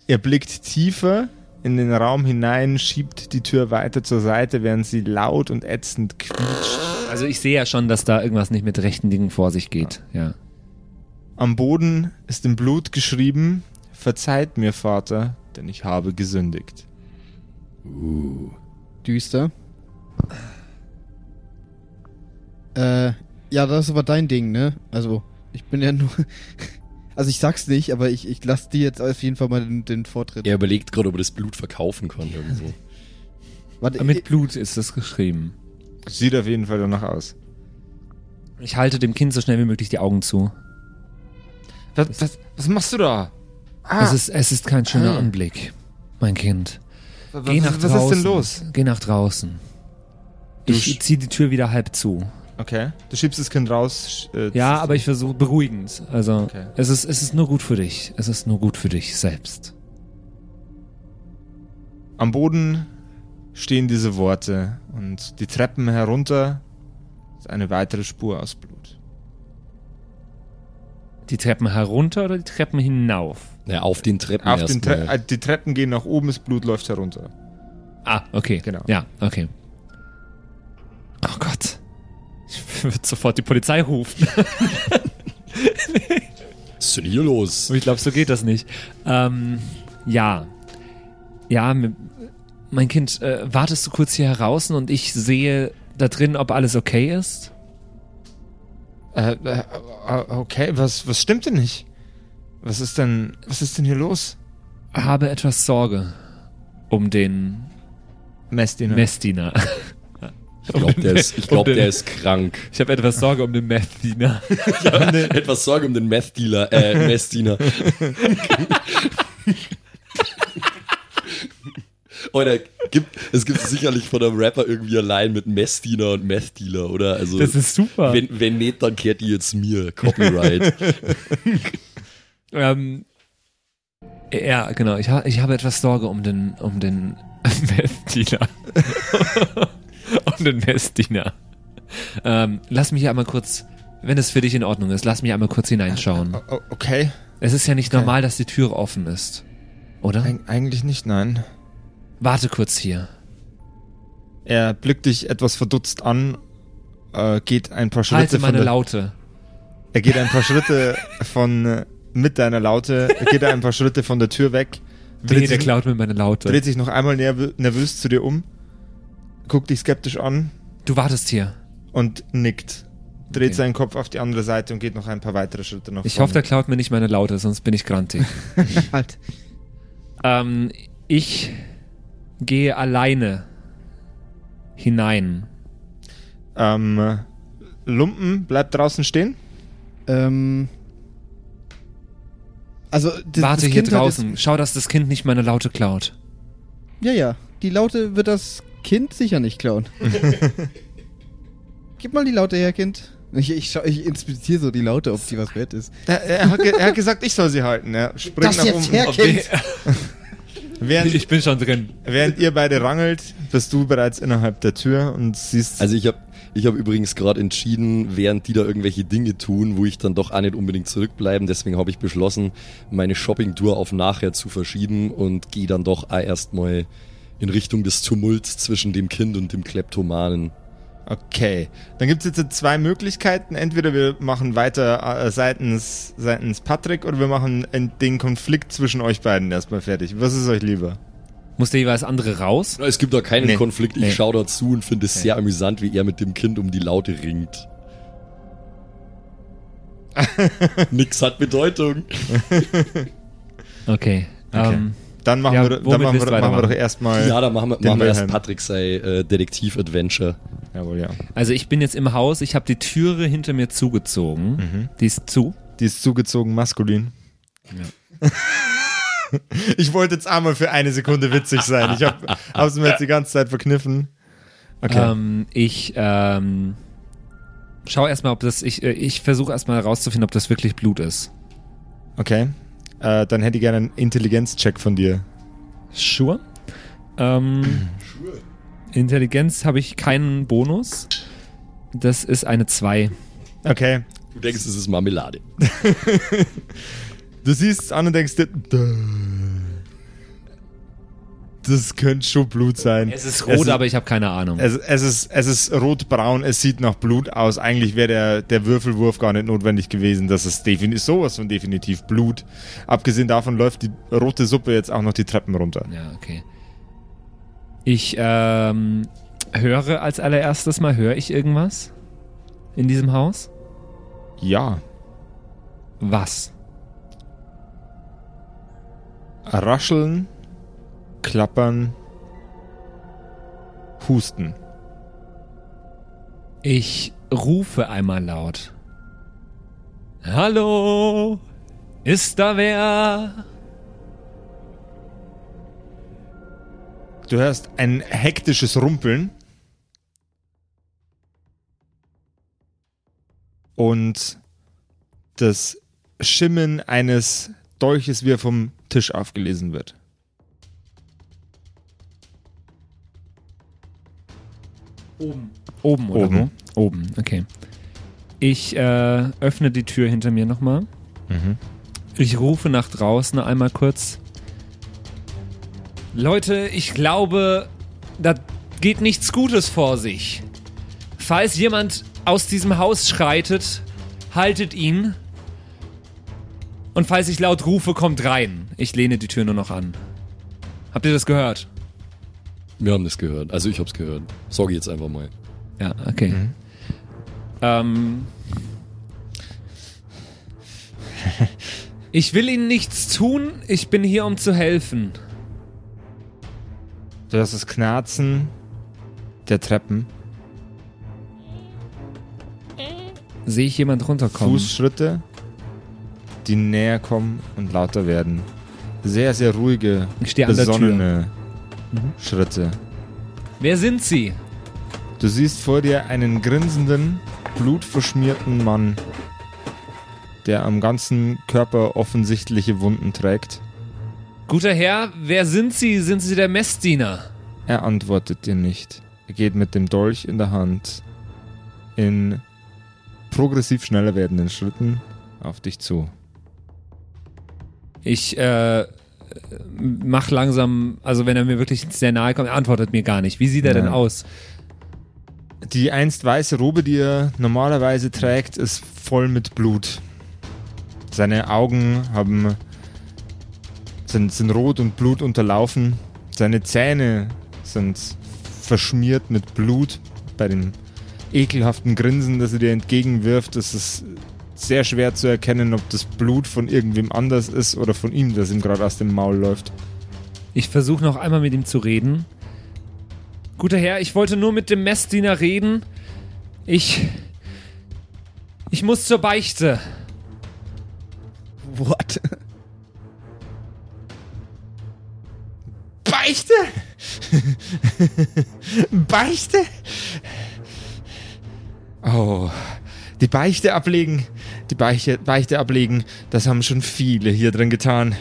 [SPEAKER 1] Ihr blickt tiefer in den Raum hinein, schiebt die Tür weiter zur Seite, während sie laut und ätzend quietscht.
[SPEAKER 3] Also ich sehe ja schon, dass da irgendwas nicht mit rechten Dingen vor sich geht. Ja.
[SPEAKER 1] Am Boden ist in Blut geschrieben, verzeiht mir, Vater, denn ich habe gesündigt.
[SPEAKER 4] Düster. Äh, ja, das ist aber dein Ding, ne? Also, ich bin ja nur. Also, ich sag's nicht, aber ich, ich lass dir jetzt auf jeden Fall mal den, den Vortritt.
[SPEAKER 2] Er überlegt gerade, ob er das Blut verkaufen kann irgendwo.
[SPEAKER 4] Warte,
[SPEAKER 3] Mit
[SPEAKER 4] ich,
[SPEAKER 3] Blut ist das geschrieben.
[SPEAKER 1] Sieht auf jeden Fall danach aus.
[SPEAKER 3] Ich halte dem Kind so schnell wie möglich die Augen zu.
[SPEAKER 1] Was, was, was machst du da? Ah,
[SPEAKER 3] Es, ist, es ist kein schöner
[SPEAKER 1] Ah.
[SPEAKER 3] Anblick, mein Kind.
[SPEAKER 1] was,
[SPEAKER 3] Geh nach
[SPEAKER 1] was, was
[SPEAKER 3] draußen.
[SPEAKER 1] ist denn los?
[SPEAKER 3] Geh nach draußen.
[SPEAKER 1] Du
[SPEAKER 3] Ich
[SPEAKER 1] sch-
[SPEAKER 3] ziehe die Tür wieder halb zu.
[SPEAKER 1] Okay. Du schiebst das Kind raus. sch- Äh,
[SPEAKER 3] Ja,
[SPEAKER 1] ziehst-
[SPEAKER 3] aber ich versuche beruhigend. Also
[SPEAKER 1] Okay.
[SPEAKER 3] es, ist, es ist nur gut für dich. Es ist nur gut für dich selbst.
[SPEAKER 1] Am Boden stehen diese Worte und die Treppen herunter ist eine weitere Spur aus Blut.
[SPEAKER 3] Die Treppen herunter oder die Treppen hinauf?
[SPEAKER 2] Ja, auf den Treppen
[SPEAKER 1] Auf den Tre
[SPEAKER 2] erstmal.
[SPEAKER 1] äh, die Treppen gehen nach oben, das Blut läuft herunter.
[SPEAKER 3] Ah, okay.
[SPEAKER 1] Genau.
[SPEAKER 3] Ja, okay. Oh Gott. Ich würde sofort die Polizei rufen.
[SPEAKER 2] Was ist denn hier los?
[SPEAKER 3] Aber ich glaube, so geht das nicht. Ähm, ja. Ja, mi- mein Kind, äh, wartest du kurz hier heraus und ich sehe da drin, ob alles okay ist?
[SPEAKER 1] Äh, äh, okay, was, was stimmt denn nicht? Was ist denn, was ist denn hier los?
[SPEAKER 3] Habe etwas Sorge um den
[SPEAKER 1] Messdiener.
[SPEAKER 3] Messdiener.
[SPEAKER 2] Ich glaube, der, ist- ich glaub,
[SPEAKER 3] Um den-
[SPEAKER 2] der ist krank.
[SPEAKER 3] Ich habe etwas Sorge um den Messdiener.
[SPEAKER 2] Etwas Sorge um den Meth-Dealer, äh, Messdiener. Oder gibt, es gibt sicherlich von einem Rapper irgendwie allein mit Messdiener und Meth-Dealer, oder? Also,
[SPEAKER 3] Das ist super.
[SPEAKER 2] wenn, wenn nicht, dann kehrt die jetzt mir. Copyright.
[SPEAKER 3] Ähm, ja, genau. Ich, ha ich habe etwas Sorge um den, um den Messdiener. um den Messdiener. Ähm, lass mich einmal kurz, wenn es für dich in Ordnung ist, lass mich einmal kurz hineinschauen.
[SPEAKER 1] O- o- Äh, Okay,
[SPEAKER 3] Es ist ja nicht normal, dass die Tür offen ist. Oder?
[SPEAKER 1] Eig eigentlich nicht, nein.
[SPEAKER 3] Warte kurz hier.
[SPEAKER 1] Er blickt dich etwas verdutzt an, äh, geht ein paar Schritte
[SPEAKER 3] Halte
[SPEAKER 1] von
[SPEAKER 3] meine
[SPEAKER 1] der,
[SPEAKER 3] Laute.
[SPEAKER 1] Er geht ein paar Schritte von äh, mit deiner Laute, er geht ein paar Schritte von der Tür weg, dreht
[SPEAKER 3] Wehe, der
[SPEAKER 1] sich-
[SPEAKER 3] klaut mir meine Laute.
[SPEAKER 1] dreht sich noch einmal nervö- nervös zu dir um, guckt dich skeptisch an
[SPEAKER 3] Du wartest hier.
[SPEAKER 1] und nickt. Dreht
[SPEAKER 3] Okay.
[SPEAKER 1] seinen Kopf auf die andere Seite und geht noch ein paar weitere Schritte nach
[SPEAKER 3] Ich
[SPEAKER 1] vorne.
[SPEAKER 3] hoffe, der klaut mir nicht meine Laute, sonst bin ich grantig.
[SPEAKER 5] Halt.
[SPEAKER 3] Ähm, ich gehe alleine hinein.
[SPEAKER 1] Ähm, Lumpen bleibt draußen stehen.
[SPEAKER 4] Ähm. Also, das, das
[SPEAKER 3] Warte hier
[SPEAKER 4] Kind hat jetzt-
[SPEAKER 3] draußen. Schau, dass das Kind nicht meine Laute klaut.
[SPEAKER 4] Ja, ja. Die Laute wird das Kind sicher nicht klauen. Gib mal die Laute her, Kind. Ich, ich, schau- ich inspiziere so die Laute, ob die was wert ist.
[SPEAKER 1] Er, Äh, er, hat, ge er hat gesagt, ich soll sie halten. Er springt nach oben.
[SPEAKER 4] Kind!
[SPEAKER 1] Während,
[SPEAKER 3] bin schon drin.
[SPEAKER 1] während ihr beide rangelt, bist du bereits innerhalb der Tür und siehst.
[SPEAKER 2] Also ich habe ich hab übrigens gerade entschieden, während die da irgendwelche Dinge tun, wo ich dann doch auch nicht unbedingt zurückbleiben. Deswegen habe ich beschlossen, meine Shopping-Tour auf nachher zu verschieben und gehe dann doch auch erstmal in Richtung des Tumults zwischen dem Kind und dem Kleptomanen.
[SPEAKER 1] Okay. Dann gibt's jetzt zwei Möglichkeiten. Entweder wir machen weiter äh, seitens, seitens Patrick oder wir machen en- den Konflikt zwischen euch beiden erstmal fertig. Was ist euch lieber?
[SPEAKER 3] Muss der jeweils andere raus?
[SPEAKER 2] Es gibt da keinen
[SPEAKER 1] Nee,
[SPEAKER 2] Konflikt. Ich
[SPEAKER 3] nee.
[SPEAKER 2] schaue dazu und finde es sehr amüsant, wie er mit dem Kind um die Laute ringt. Nix hat Bedeutung.
[SPEAKER 1] Okay.
[SPEAKER 3] Okay. Ähm,
[SPEAKER 1] Dann machen
[SPEAKER 3] Ja,
[SPEAKER 1] wir,
[SPEAKER 3] womit
[SPEAKER 1] dann machen wir,
[SPEAKER 3] willst du
[SPEAKER 1] machen wir
[SPEAKER 3] weitermachen?
[SPEAKER 1] doch erstmal.
[SPEAKER 2] Ja, da machen wir,
[SPEAKER 1] Den
[SPEAKER 2] machen wir erst
[SPEAKER 1] Wilhelm.
[SPEAKER 2] Patrick sei äh, Detektiv-Adventure.
[SPEAKER 1] Jawohl, ja.
[SPEAKER 3] also ich bin jetzt im Haus. Ich habe die Türe hinter mir zugezogen. Die ist zu.
[SPEAKER 1] Die ist zugezogen maskulin. ich wollte jetzt einmal für eine Sekunde witzig sein. Ich habe es mir jetzt die ganze Zeit verkniffen. Okay.
[SPEAKER 3] Ähm, ich ähm, schau erstmal, ob das. Ich, äh, ich versuche erstmal herauszufinden, ob das wirklich Blut ist.
[SPEAKER 1] Okay. Äh, dann hätte ich gerne einen Intelligenzcheck von dir.
[SPEAKER 3] Sure. Ähm, Intelligenz habe ich keinen Bonus. Das ist eine 2.
[SPEAKER 1] Okay.
[SPEAKER 2] Du denkst, es ist Marmelade.
[SPEAKER 1] Du siehst es an und denkst dir, das könnte schon Blut sein.
[SPEAKER 3] Es ist rot, aber ich habe keine Ahnung.
[SPEAKER 1] Es, es ist, es ist rotbraun, es sieht nach Blut aus. Eigentlich wäre der, der Würfelwurf gar nicht notwendig gewesen. Das ist definitiv sowas von definitiv Blut. Abgesehen davon läuft die rote Suppe jetzt auch noch die Treppen runter.
[SPEAKER 3] Ja, okay. Ich ähm, höre als allererstes mal, höre ich irgendwas in diesem Haus?
[SPEAKER 1] Ja,
[SPEAKER 3] Was?
[SPEAKER 1] rascheln, klappern, husten.
[SPEAKER 3] Ich rufe einmal laut. Hallo, ist da wer?
[SPEAKER 1] Du hörst ein hektisches Rumpeln. Und das Schimmen eines Dolches, wie er vom Tisch aufgelesen wird.
[SPEAKER 3] Oben, oder?
[SPEAKER 1] Oben.
[SPEAKER 3] wo? Oben, okay. Ich äh, öffne die Tür hinter mir nochmal. Ich rufe nach draußen einmal kurz. Leute, ich glaube, da geht nichts Gutes vor sich. Falls jemand aus diesem Haus schreitet, haltet ihn. Und falls ich laut rufe, kommt rein. Ich lehne die Tür nur noch an. Habt ihr das gehört?
[SPEAKER 2] Wir haben das gehört. Also ich hab's gehört. Sorge jetzt einfach mal.
[SPEAKER 3] Ja, okay. Ähm, ich will Ihnen nichts tun, ich bin hier, um zu helfen.
[SPEAKER 1] Du hörst das Knarzen der Treppen,
[SPEAKER 3] Sehe ich jemand runterkommen?
[SPEAKER 1] Fußschritte, die näher kommen und lauter werden. Sehr, sehr ruhige,
[SPEAKER 3] Ich stehe an der Tür.
[SPEAKER 1] besonnene Schritte.
[SPEAKER 3] Wer sind Sie?
[SPEAKER 1] Du siehst vor dir einen grinsenden, blutverschmierten Mann, der am ganzen Körper offensichtliche Wunden trägt.
[SPEAKER 3] Guter Herr, wer sind Sie? Sind Sie der Messdiener?
[SPEAKER 1] Er antwortet dir nicht. Er geht mit dem Dolch in der Hand in progressiv schneller werdenden Schritten auf dich zu.
[SPEAKER 3] Ich äh, mach langsam, also wenn er mir wirklich sehr nahe kommt, er antwortet mir gar nicht. Wie sieht er
[SPEAKER 1] Nein.
[SPEAKER 3] denn aus?
[SPEAKER 1] Die einst weiße Robe, die er normalerweise trägt, ist voll mit Blut. Seine Augen haben, sind, sind rot und Blut unterlaufen. Seine Zähne sind verschmiert mit Blut. Bei dem ekelhaften Grinsen, das er dir entgegenwirft, ist es sehr schwer zu erkennen, ob das Blut von irgendwem anders ist oder von ihm, das ihm gerade aus dem Maul läuft.
[SPEAKER 3] Ich versuche noch einmal mit ihm zu reden. Guter Herr, ich wollte nur mit dem Messdiener reden. Ich. Ich muss zur Beichte.
[SPEAKER 5] What?
[SPEAKER 1] Beichte? Beichte? Oh, die Beichte ablegen. Die Beichte, Beichte ablegen. Das haben schon viele hier drin getan.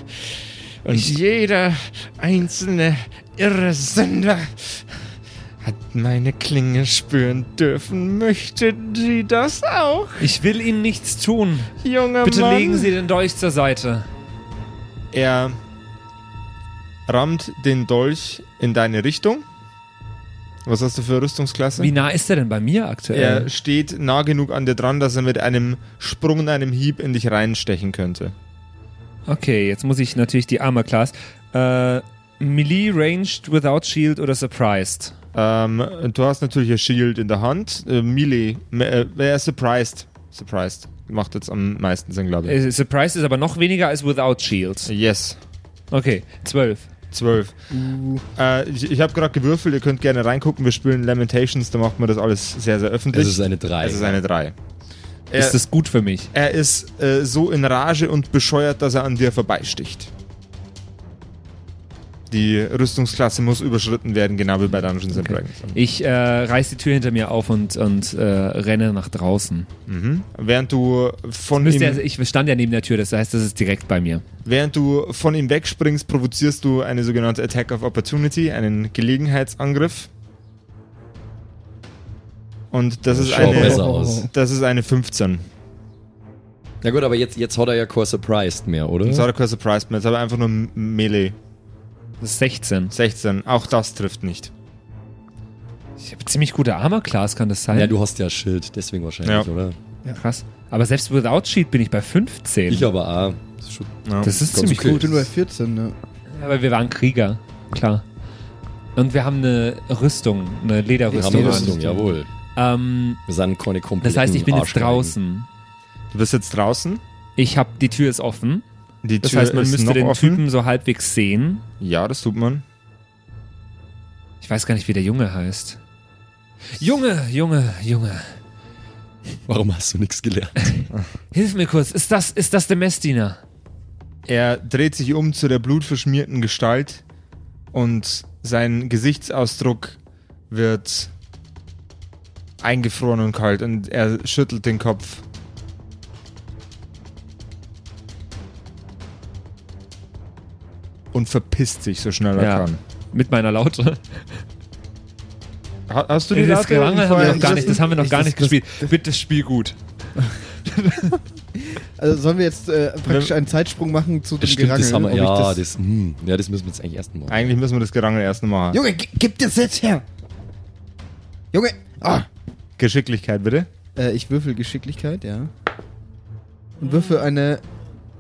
[SPEAKER 1] Und jeder einzelne irre Sünder hat meine Klinge spüren dürfen. Möchten Sie das auch,
[SPEAKER 3] Ich will Ihnen nichts tun.
[SPEAKER 1] junger
[SPEAKER 3] Bitte
[SPEAKER 1] Oh Mann?
[SPEAKER 3] legen Sie den Dolch zur Seite.
[SPEAKER 1] Er rammt den Dolch in deine Richtung. Was hast du für eine Rüstungsklasse?
[SPEAKER 3] Wie äh, nah ist er denn bei mir aktuell?
[SPEAKER 1] Er steht nah genug an dir dran, dass er mit einem Sprung und einem Hieb in dich reinstechen könnte.
[SPEAKER 3] Okay, jetzt muss ich natürlich die Armor Class. Äh, Melee, Ranged, Without Shield oder Surprised?
[SPEAKER 1] Ähm, du hast natürlich ein Shield in der Hand. Äh, Melee, M- äh, wer ist surprised? Surprised. Macht jetzt am meisten Sinn, glaube ich.
[SPEAKER 3] Äh, Surprised ist aber noch weniger als Without Shield.
[SPEAKER 1] Yes,
[SPEAKER 3] Okay, 12.
[SPEAKER 1] 12.
[SPEAKER 3] Uh.
[SPEAKER 1] Äh, ich ich habe gerade gewürfelt, ihr könnt gerne reingucken. Wir spielen Lamentations, da macht man das alles sehr, sehr öffentlich.
[SPEAKER 2] Es ist eine 3.
[SPEAKER 1] Es ist eine 3. Er
[SPEAKER 3] Ist das gut für mich?
[SPEAKER 1] er ist äh, so in Rage und bescheuert, dass er an dir vorbeisticht. Die Rüstungsklasse muss überschritten werden, genau wie bei Dungeons and Dragons.
[SPEAKER 3] Ich äh, reiß die Tür hinter mir auf und, und äh, renne nach draußen.
[SPEAKER 1] Mhm. Während du von ihm,
[SPEAKER 3] Müsste ja, also ich stand ja neben der Tür, das heißt, das ist direkt bei mir.
[SPEAKER 1] während du von ihm wegspringst, provozierst du eine sogenannte Attack of Opportunity, einen Gelegenheitsangriff. Und das,
[SPEAKER 2] Das
[SPEAKER 1] ist
[SPEAKER 2] schaut
[SPEAKER 1] eine,
[SPEAKER 2] besser aus.
[SPEAKER 1] das ist eine 15.
[SPEAKER 2] Na gut, aber jetzt, jetzt hat er ja kein Surprised mehr, oder?
[SPEAKER 1] Das hat er kein Surprise mehr, jetzt habe ich einfach nur Melee.
[SPEAKER 3] Das ist 16.
[SPEAKER 1] 16. Auch das trifft nicht.
[SPEAKER 3] Ich habe ziemlich gute Armor Class, kann das sein?
[SPEAKER 2] Ja, du hast ja Schild, deswegen wahrscheinlich,
[SPEAKER 1] Ja.
[SPEAKER 2] oder?
[SPEAKER 3] Krass. Aber selbst without Shield bin ich bei 15.
[SPEAKER 2] Ich aber A. Das ist schon-
[SPEAKER 1] Ja.
[SPEAKER 3] das ist
[SPEAKER 2] ganz
[SPEAKER 3] ziemlich
[SPEAKER 2] okay.
[SPEAKER 4] Ich
[SPEAKER 3] gut.
[SPEAKER 4] bin bei 14, ne?
[SPEAKER 3] Aber wir waren Krieger, klar. Und wir haben eine Rüstung, eine
[SPEAKER 2] Wir
[SPEAKER 3] Lederrüstung.
[SPEAKER 2] haben eine
[SPEAKER 3] an.
[SPEAKER 2] Rüstung, jawohl.
[SPEAKER 3] Ähm,
[SPEAKER 2] Wir sind keine kompletten
[SPEAKER 3] das heißt, ich bin jetzt
[SPEAKER 2] Arschgeigen.
[SPEAKER 3] draußen.
[SPEAKER 1] Du bist jetzt draußen.
[SPEAKER 3] Ich habe die Tür ist offen.
[SPEAKER 1] Die
[SPEAKER 3] Das
[SPEAKER 1] Tür
[SPEAKER 3] heißt, man
[SPEAKER 1] ist
[SPEAKER 3] müsste
[SPEAKER 1] noch
[SPEAKER 3] den
[SPEAKER 1] offen.
[SPEAKER 3] Typen so halbwegs sehen.
[SPEAKER 1] Ja, das tut man.
[SPEAKER 3] Ich weiß gar nicht, wie der Junge heißt. Junge, Junge, Junge.
[SPEAKER 2] Warum hast du nichts gelernt?
[SPEAKER 3] Hilf mir kurz, ist das, ist das der Messdiener?
[SPEAKER 1] Er dreht sich um zu der blutverschmierten Gestalt und sein Gesichtsausdruck wird eingefroren und kalt und er schüttelt den Kopf. Und verpisst sich so schnell er
[SPEAKER 3] Ja.
[SPEAKER 1] kann.
[SPEAKER 3] Mit meiner Laute.
[SPEAKER 1] Ha- Hast du die
[SPEAKER 3] Ey, Das
[SPEAKER 1] Latte
[SPEAKER 3] Gerangel haben wir
[SPEAKER 1] vorher-
[SPEAKER 3] noch gar nicht, das haben wir noch
[SPEAKER 4] Ich-
[SPEAKER 3] gar
[SPEAKER 4] das-
[SPEAKER 3] nicht gespielt. Bitte spiel gut.
[SPEAKER 4] Also sollen wir jetzt äh, praktisch einen Zeitsprung machen zu dem Gerangel?
[SPEAKER 2] das haben wir,
[SPEAKER 4] ob ich
[SPEAKER 2] ja,
[SPEAKER 4] das-
[SPEAKER 2] das, hm, ja, das müssen wir jetzt eigentlich erst mal.
[SPEAKER 1] Eigentlich müssen wir das Gerangel erst noch machen.
[SPEAKER 4] Junge, gi- gib das jetzt her! Junge! Ah.
[SPEAKER 1] Geschicklichkeit bitte.
[SPEAKER 4] Äh, ich würfel Geschicklichkeit, ja. Und würfel eine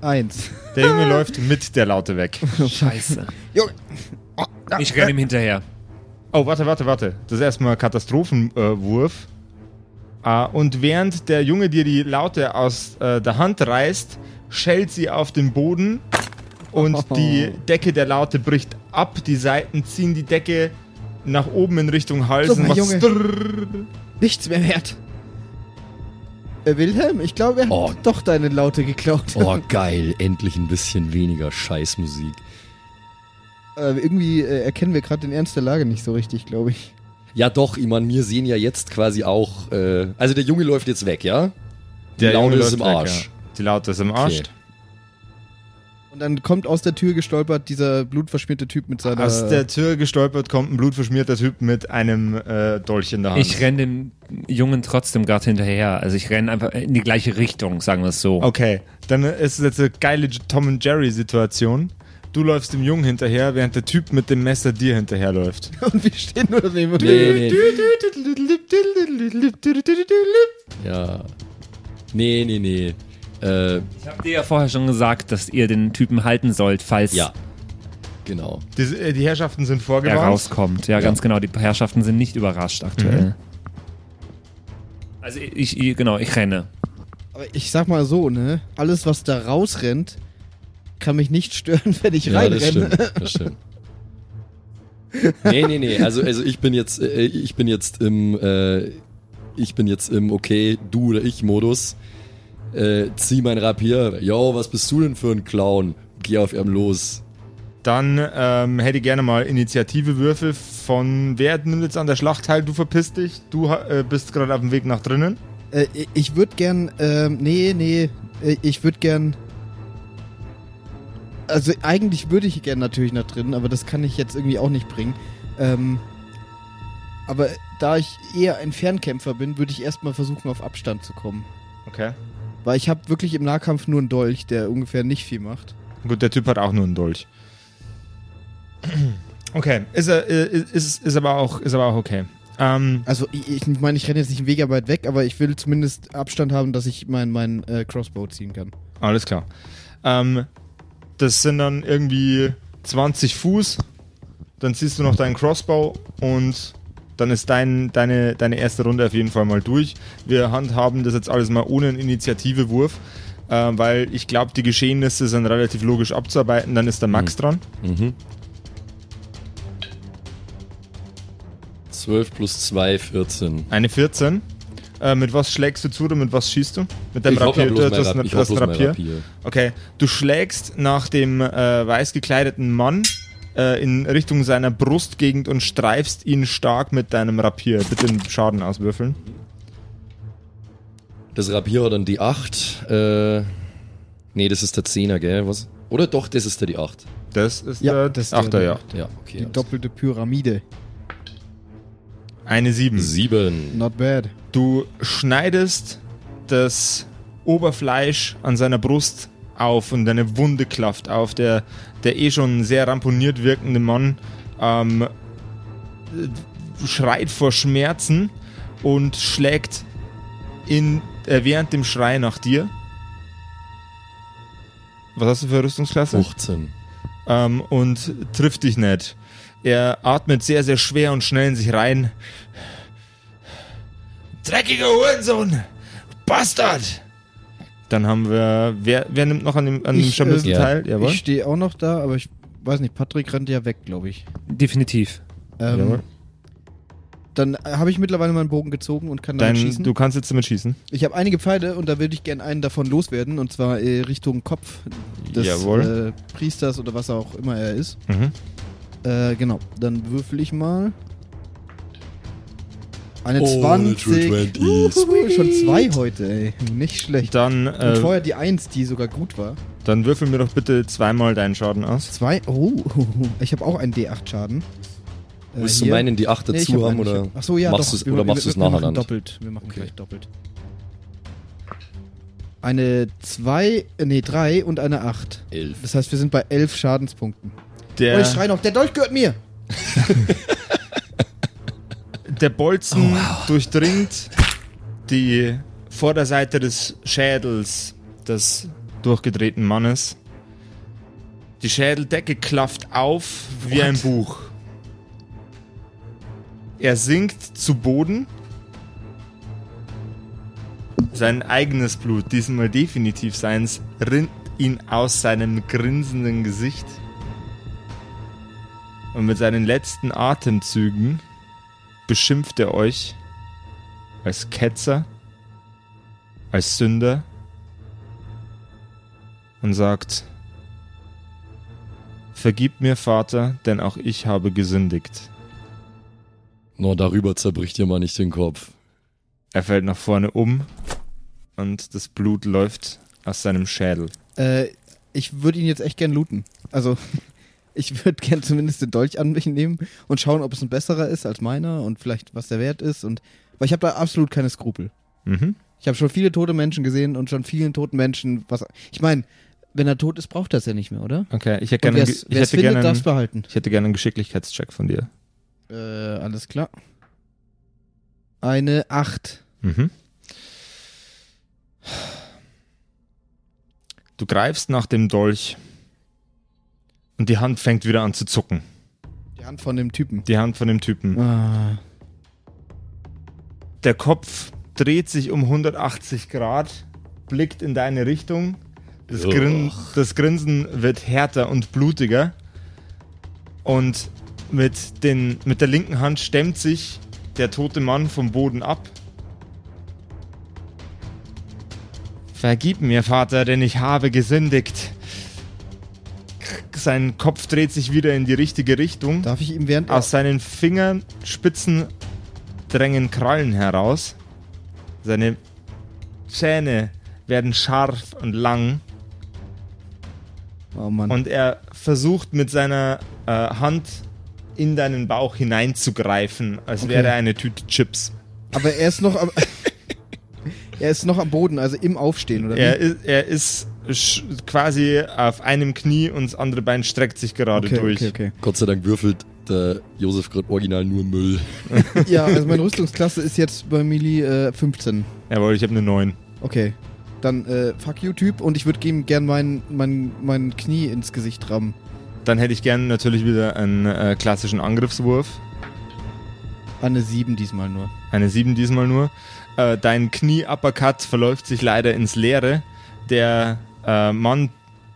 [SPEAKER 4] 1.
[SPEAKER 1] Der
[SPEAKER 3] Ah.
[SPEAKER 1] Junge läuft mit der Laute weg.
[SPEAKER 3] Scheiße.
[SPEAKER 4] Junge!
[SPEAKER 3] Ich renne ihm hinterher.
[SPEAKER 1] Oh, warte, warte, warte. Das ist erstmal Katastrophenwurf. Äh, Wurf. ah, und während der Junge dir die Laute aus äh, der Hand reißt, schellt sie auf den Boden und die Decke der Laute bricht ab. Die Seiten ziehen die Decke nach oben in Richtung Hals
[SPEAKER 4] So,
[SPEAKER 1] und
[SPEAKER 4] mein
[SPEAKER 1] macht
[SPEAKER 4] Junge.
[SPEAKER 1] strrrr.
[SPEAKER 5] Nichts mehr wert.
[SPEAKER 4] Äh, Wilhelm, ich glaube, er
[SPEAKER 2] Oh.
[SPEAKER 4] hat doch deine Laute geklaut.
[SPEAKER 2] Oh, geil, endlich ein bisschen weniger Scheißmusik.
[SPEAKER 4] Äh, irgendwie äh, erkennen wir gerade den Ernst der Lage nicht so richtig, glaube ich.
[SPEAKER 2] Ja, doch, ich meine, wir sehen ja jetzt quasi auch. Äh, also, der Junge läuft jetzt weg, ja? Die
[SPEAKER 1] Der
[SPEAKER 2] Laune
[SPEAKER 1] Junge
[SPEAKER 2] ist
[SPEAKER 1] läuft
[SPEAKER 2] im
[SPEAKER 1] weg,
[SPEAKER 2] Arsch.
[SPEAKER 1] ja. Die Laute ist im Arsch.
[SPEAKER 2] Okay.
[SPEAKER 4] Und dann kommt aus der Tür gestolpert dieser blutverschmierte Typ mit seiner.
[SPEAKER 1] Aus der Tür gestolpert kommt ein blutverschmierter Typ mit einem äh, Dolch in der Hand.
[SPEAKER 3] Ich renne dem Jungen trotzdem gerade hinterher. Also ich renne einfach in die gleiche Richtung, sagen wir es so.
[SPEAKER 1] Okay, dann ist es jetzt eine geile Tom und Jerry Situation. Du läufst dem Jungen hinterher, während der Typ mit dem Messer dir hinterherläuft.
[SPEAKER 4] und wir stehen nur daneben. und-
[SPEAKER 2] Nee, nee. Ja. Nee, nee, nee. Äh,
[SPEAKER 3] Ich habe dir ja vorher schon gesagt, dass ihr den Typen halten sollt, falls
[SPEAKER 2] ja. Genau.
[SPEAKER 1] Die, äh, die Herrschaften sind
[SPEAKER 3] er
[SPEAKER 1] vorgewarnt.
[SPEAKER 3] rauskommt. Ja, Mhm. ganz genau. Die Herrschaften sind nicht überrascht aktuell. Also ich, ich, genau, ich renne.
[SPEAKER 4] Aber ich sag mal so, ne? Alles, was da rausrennt, kann mich nicht stören, wenn ich
[SPEAKER 2] Ja, das
[SPEAKER 4] reinrenne.
[SPEAKER 2] stimmt. Das stimmt. nee, nee, nee. Also, also ich bin jetzt, äh, ich bin jetzt im, äh, ich bin jetzt im okay, du oder ich Modus. Äh, zieh mein Rapier. Yo, was bist du denn für ein Clown? Geh auf ihm los.
[SPEAKER 1] Dann ähm, hätte ich gerne mal Initiativewürfel von wer nimmt jetzt an der Schlacht teil? Du verpisst dich, du ha- äh, bist gerade auf dem Weg nach drinnen.
[SPEAKER 4] Äh, ich- ich würde gern, ähm, nee, nee, äh, ich würde gern. Also eigentlich würde ich gern natürlich nach drinnen, aber das kann ich jetzt irgendwie auch nicht bringen. Ähm, aber da ich eher ein Fernkämpfer bin, würde ich erstmal versuchen, auf Abstand zu kommen.
[SPEAKER 1] Okay.
[SPEAKER 4] Weil ich habe wirklich im Nahkampf nur einen Dolch, der ungefähr nicht viel macht.
[SPEAKER 1] Gut, der Typ hat auch nur einen Dolch. Okay, ist, er, äh, ist, ist, aber, auch, ist aber auch okay. Ähm,
[SPEAKER 4] Also ich meine, ich, mein, ich renne jetzt nicht einen Weg weit weg, aber ich will zumindest Abstand haben, dass ich meinen mein, äh, Crossbow ziehen kann.
[SPEAKER 1] Alles klar. Ähm, das sind dann irgendwie 20 Fuß. Dann ziehst du noch deinen Crossbow und dann ist dein, deine, deine erste Runde auf jeden Fall mal durch. Wir handhaben das jetzt alles mal ohne einen Initiativewurf, äh, weil ich glaube, die Geschehnisse sind relativ logisch abzuarbeiten. Dann ist der Max
[SPEAKER 2] Mhm.
[SPEAKER 1] dran.
[SPEAKER 2] 12 plus 2, 14.
[SPEAKER 1] Eine 14. Äh, mit was schlägst du zu oder mit was schießt du? Mit deinem
[SPEAKER 2] Ich hab ja
[SPEAKER 1] Rapier? äh,
[SPEAKER 2] bloß
[SPEAKER 1] Du hast
[SPEAKER 2] mein Rap-
[SPEAKER 1] ein-
[SPEAKER 2] ich
[SPEAKER 1] du
[SPEAKER 2] hab
[SPEAKER 1] hast ein
[SPEAKER 2] bloß mein
[SPEAKER 1] Rapier?
[SPEAKER 2] Rapier.
[SPEAKER 1] Okay, du schlägst nach dem äh, weiß gekleideten Mann äh, in Richtung seiner Brustgegend und streifst ihn stark mit deinem Rapier. Bitte den Schaden auswürfeln.
[SPEAKER 2] Das Rapier hat dann die 8. Äh, nee, das ist der 10er, gell? Was? Oder doch, das ist der die 8.
[SPEAKER 1] Das ist
[SPEAKER 4] Ja,
[SPEAKER 1] der
[SPEAKER 4] das ist der-
[SPEAKER 1] Achter, ja.
[SPEAKER 2] Ja, okay. also
[SPEAKER 4] Die doppelte Pyramide.
[SPEAKER 1] Eine 7.
[SPEAKER 2] 7.
[SPEAKER 4] Not bad.
[SPEAKER 1] Du schneidest das Oberfleisch an seiner Brust auf und deine Wunde klafft auf. Der, der eh schon sehr ramponiert wirkende Mann ähm, äh, schreit vor Schmerzen und schlägt in, äh, während dem Schrei nach dir. Was hast du für eine Rüstungsklasse?
[SPEAKER 2] 15.
[SPEAKER 1] ähm, und trifft dich nicht. Er atmet sehr, sehr schwer und schnell in sich rein. Dreckiger Hurensohn! Bastard! Dann haben wir. Wer, wer nimmt noch an dem, an dem
[SPEAKER 4] Ich,
[SPEAKER 1] Scharmützel
[SPEAKER 4] äh,
[SPEAKER 1] teil? Jawohl.
[SPEAKER 4] Ich stehe auch noch da, aber ich weiß nicht, Patrick rennt ja weg, glaube ich.
[SPEAKER 3] Definitiv.
[SPEAKER 4] Ähm,
[SPEAKER 1] Jawohl.
[SPEAKER 4] Dann habe ich mittlerweile meinen Bogen gezogen und kann damit
[SPEAKER 1] Dein,
[SPEAKER 4] schießen.
[SPEAKER 1] du kannst jetzt damit schießen.
[SPEAKER 4] Ich habe einige Pfeile und da würde ich gern einen davon loswerden und zwar äh, Richtung Kopf des
[SPEAKER 1] Jawohl.
[SPEAKER 4] Äh, Priesters oder was auch immer er ist.
[SPEAKER 1] Mhm.
[SPEAKER 4] Äh, genau, dann würfel ich mal. Eine
[SPEAKER 2] Oh, eine
[SPEAKER 4] 20.
[SPEAKER 2] True 20s.
[SPEAKER 4] Uhuhu, schon zwei heute, ey. Nicht schlecht.
[SPEAKER 1] Dann,
[SPEAKER 4] und
[SPEAKER 1] äh,
[SPEAKER 4] vorher die 1, die sogar gut war.
[SPEAKER 1] dann würfel mir doch bitte zweimal deinen Schaden aus.
[SPEAKER 4] Zwei. Oh, ich habe auch einen D8 Schaden. Äh,
[SPEAKER 2] Willst du
[SPEAKER 4] hier.
[SPEAKER 2] meinen die 8
[SPEAKER 4] Nee, ich
[SPEAKER 2] dazu haben
[SPEAKER 4] hab einen, ich
[SPEAKER 2] oder
[SPEAKER 4] hab- Ach so, ja,
[SPEAKER 2] machst
[SPEAKER 4] doch.
[SPEAKER 2] du es
[SPEAKER 4] Wir-
[SPEAKER 2] oder
[SPEAKER 4] wir-
[SPEAKER 2] machst du es
[SPEAKER 4] wir machen
[SPEAKER 2] nachher dann?
[SPEAKER 4] Doppelt. Wir machen
[SPEAKER 2] Okay.
[SPEAKER 4] gleich doppelt. Eine 2, nee, 3 und eine 8.
[SPEAKER 2] 11.
[SPEAKER 4] Das heißt, wir sind bei 11 Schadenspunkten.
[SPEAKER 1] Der,
[SPEAKER 4] Oh, ich schrei noch, der Dolch gehört mir!
[SPEAKER 1] der Bolzen durchdringt die Vorderseite des Schädels des durchgedrehten Mannes. Die Schädeldecke klafft auf wie ein Buch. Er sinkt zu Boden. Sein eigenes Blut, diesmal definitiv seins, rinnt ihn aus seinem grinsenden Gesicht. Und mit seinen letzten Atemzügen beschimpft er euch als Ketzer, als Sünder und sagt, Vergib mir, Vater, denn auch ich habe gesündigt.
[SPEAKER 2] No, darüber zerbricht dir mal nicht den Kopf.
[SPEAKER 1] Er fällt nach vorne um und das Blut läuft aus seinem Schädel.
[SPEAKER 4] Äh, ich würde ihn jetzt echt gern looten. Also, ich würde gern zumindest den Dolch an mich nehmen und schauen, ob es ein besserer ist als meiner und vielleicht, was der wert ist. Und, weil ich habe da absolut keine Skrupel.
[SPEAKER 1] Mhm.
[SPEAKER 4] Ich habe schon viele tote Menschen gesehen und schon vielen toten Menschen, was. Ich meine,
[SPEAKER 5] Wenn er tot ist, braucht er es ja nicht mehr, oder?
[SPEAKER 1] Okay, ich hätte
[SPEAKER 4] wer
[SPEAKER 1] gerne einen Ge-
[SPEAKER 4] es
[SPEAKER 1] ich hätte
[SPEAKER 4] findet,
[SPEAKER 1] gerne
[SPEAKER 4] darf es
[SPEAKER 1] einen-
[SPEAKER 4] behalten.
[SPEAKER 1] ich hätte gerne einen Geschicklichkeitscheck von dir.
[SPEAKER 4] Äh, alles klar. Eine 8.
[SPEAKER 1] Mhm. Du greifst nach dem Dolch und die Hand fängt wieder an zu zucken.
[SPEAKER 4] Die Hand von dem Typen.
[SPEAKER 1] Die Hand von dem Typen.
[SPEAKER 4] Ah.
[SPEAKER 1] Der Kopf dreht sich um 180 Grad, blickt in deine Richtung. Das, Grin das Grinsen wird härter und blutiger. Und mit, den, mit der linken Hand stemmt sich der tote Mann vom Boden ab. Vergib mir, Vater, denn ich habe gesündigt. Sein Kopf dreht sich wieder in die richtige Richtung.
[SPEAKER 4] Darf ich ihm während.
[SPEAKER 1] Aus seinen Fingerspitzen drängen Krallen heraus. Seine Zähne werden scharf und lang.
[SPEAKER 4] Oh Mann.
[SPEAKER 1] Und er versucht mit seiner äh, Hand in deinen Bauch hineinzugreifen, als
[SPEAKER 4] Okay.
[SPEAKER 1] wäre er eine Tüte Chips.
[SPEAKER 4] Aber er ist noch am. er ist noch am Boden, also im Aufstehen, oder?
[SPEAKER 1] Er,
[SPEAKER 4] wie?
[SPEAKER 1] i- er ist sch- quasi auf einem Knie und das andere Bein streckt sich gerade
[SPEAKER 4] okay,
[SPEAKER 1] durch.
[SPEAKER 4] okay, okay.
[SPEAKER 2] Gott sei Dank würfelt der Josef gerade original nur Müll.
[SPEAKER 4] Ja, also meine Rüstungsklasse ist jetzt bei Mili äh, 15.
[SPEAKER 1] Jawohl, ich habe eine 9.
[SPEAKER 4] Okay. Dann äh, fuck you, Typ, und ich würde ihm gern mein, mein, mein Knie ins Gesicht rammen.
[SPEAKER 1] Dann hätte ich gerne natürlich wieder einen äh, klassischen Angriffswurf.
[SPEAKER 4] An Ah, eine 7 diesmal nur.
[SPEAKER 1] Eine 7 diesmal nur. Äh, dein Knie-Uppercut verläuft sich leider ins Leere. Der äh, Mann